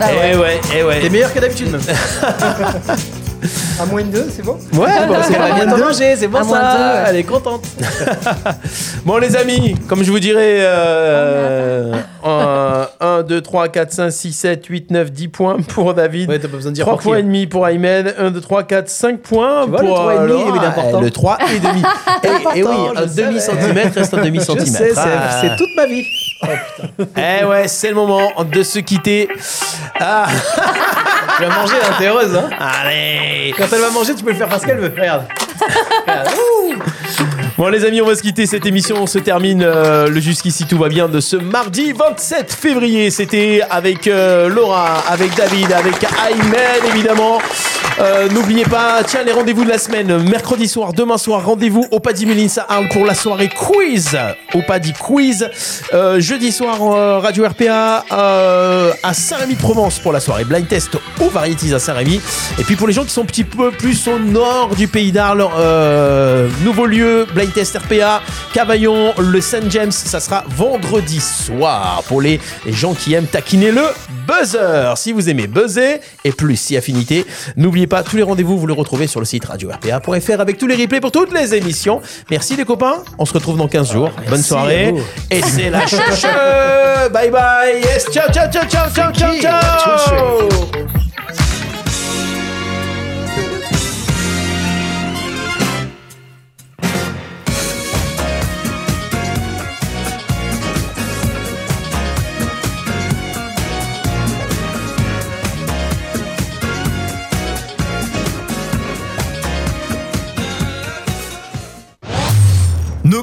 Speaker 3: Bah
Speaker 1: Eh ouais, eh ouais.
Speaker 4: T'es meilleur que d'habitude.
Speaker 5: À moins de 2, bah, c'est bon
Speaker 1: Ouais, bon, c'est pas bien de
Speaker 4: manger, c'est bon
Speaker 5: À
Speaker 4: ça.
Speaker 5: moins deux, ouais.
Speaker 4: Elle est contente.
Speaker 1: Bon les amis, comme je vous dirais, euh, 1, 2, 3, 4, 5, 6, 7, 8, 9, 10 points pour David.
Speaker 4: Ouais, t'as pas besoin de dire
Speaker 1: 3
Speaker 4: pour qui,
Speaker 1: points
Speaker 4: hein.
Speaker 1: et demi pour Aymed. 1, 2, 3, 4, 5 points
Speaker 4: Tu vois, le
Speaker 1: pour
Speaker 4: trois et
Speaker 1: euh,
Speaker 4: demi, il est
Speaker 1: Laura.
Speaker 4: important.
Speaker 1: Eh, Le 3 et demi. Et, oui,
Speaker 4: Attends,
Speaker 1: un
Speaker 4: je savais.
Speaker 1: demi centimètre reste un demi centimètre.
Speaker 4: Je sais, c'est- c'est toute ma vie.
Speaker 1: Eh ouais, c'est le moment de se quitter. Ah.
Speaker 4: Tu vas manger, hein, t'es heureuse. Hein.
Speaker 1: Allez.
Speaker 4: Quand elle va manger, tu peux le faire parce qu'elle veut. Regarde. Regarde. Ouh.
Speaker 1: Bon les amis, on va se quitter cette émission. On se termine euh, le jusqu'ici tout va bien de ce mardi 27 février. C'était avec euh, Laura, avec David, avec Aymen évidemment. Euh, N'oubliez pas, tiens les rendez-vous de la semaine, mercredi soir, demain soir, rendez-vous au Paddy Melinsa Hall pour la soirée quiz, au Paddy quiz. Euh, jeudi soir euh, Radio RPA euh, à Saint-Rémy-de-Provence pour la soirée blind test aux Varieties à Saint-Rémy. Et puis pour les gens qui sont un petit peu plus au nord du pays d'Arles, euh, nouveau lieu, Blind Test RPA, Cavaillon, le Saint James, ça sera vendredi soir pour les gens qui aiment taquiner le buzzer. Si vous aimez buzzer et plus si affinité, n'oubliez pas tous les rendez-vous, vous le retrouvez sur le site radio-rpa.fr avec tous les replays pour toutes les émissions. Merci les copains, on se retrouve dans 15 jours. Bonne
Speaker 4: Ah, à
Speaker 1: soirée
Speaker 4: vous.
Speaker 1: et c'est la chouche. Bye bye. Yes, ciao ciao ciao ciao ciao ciao.
Speaker 4: qui, la
Speaker 1: ciao.
Speaker 15: Nos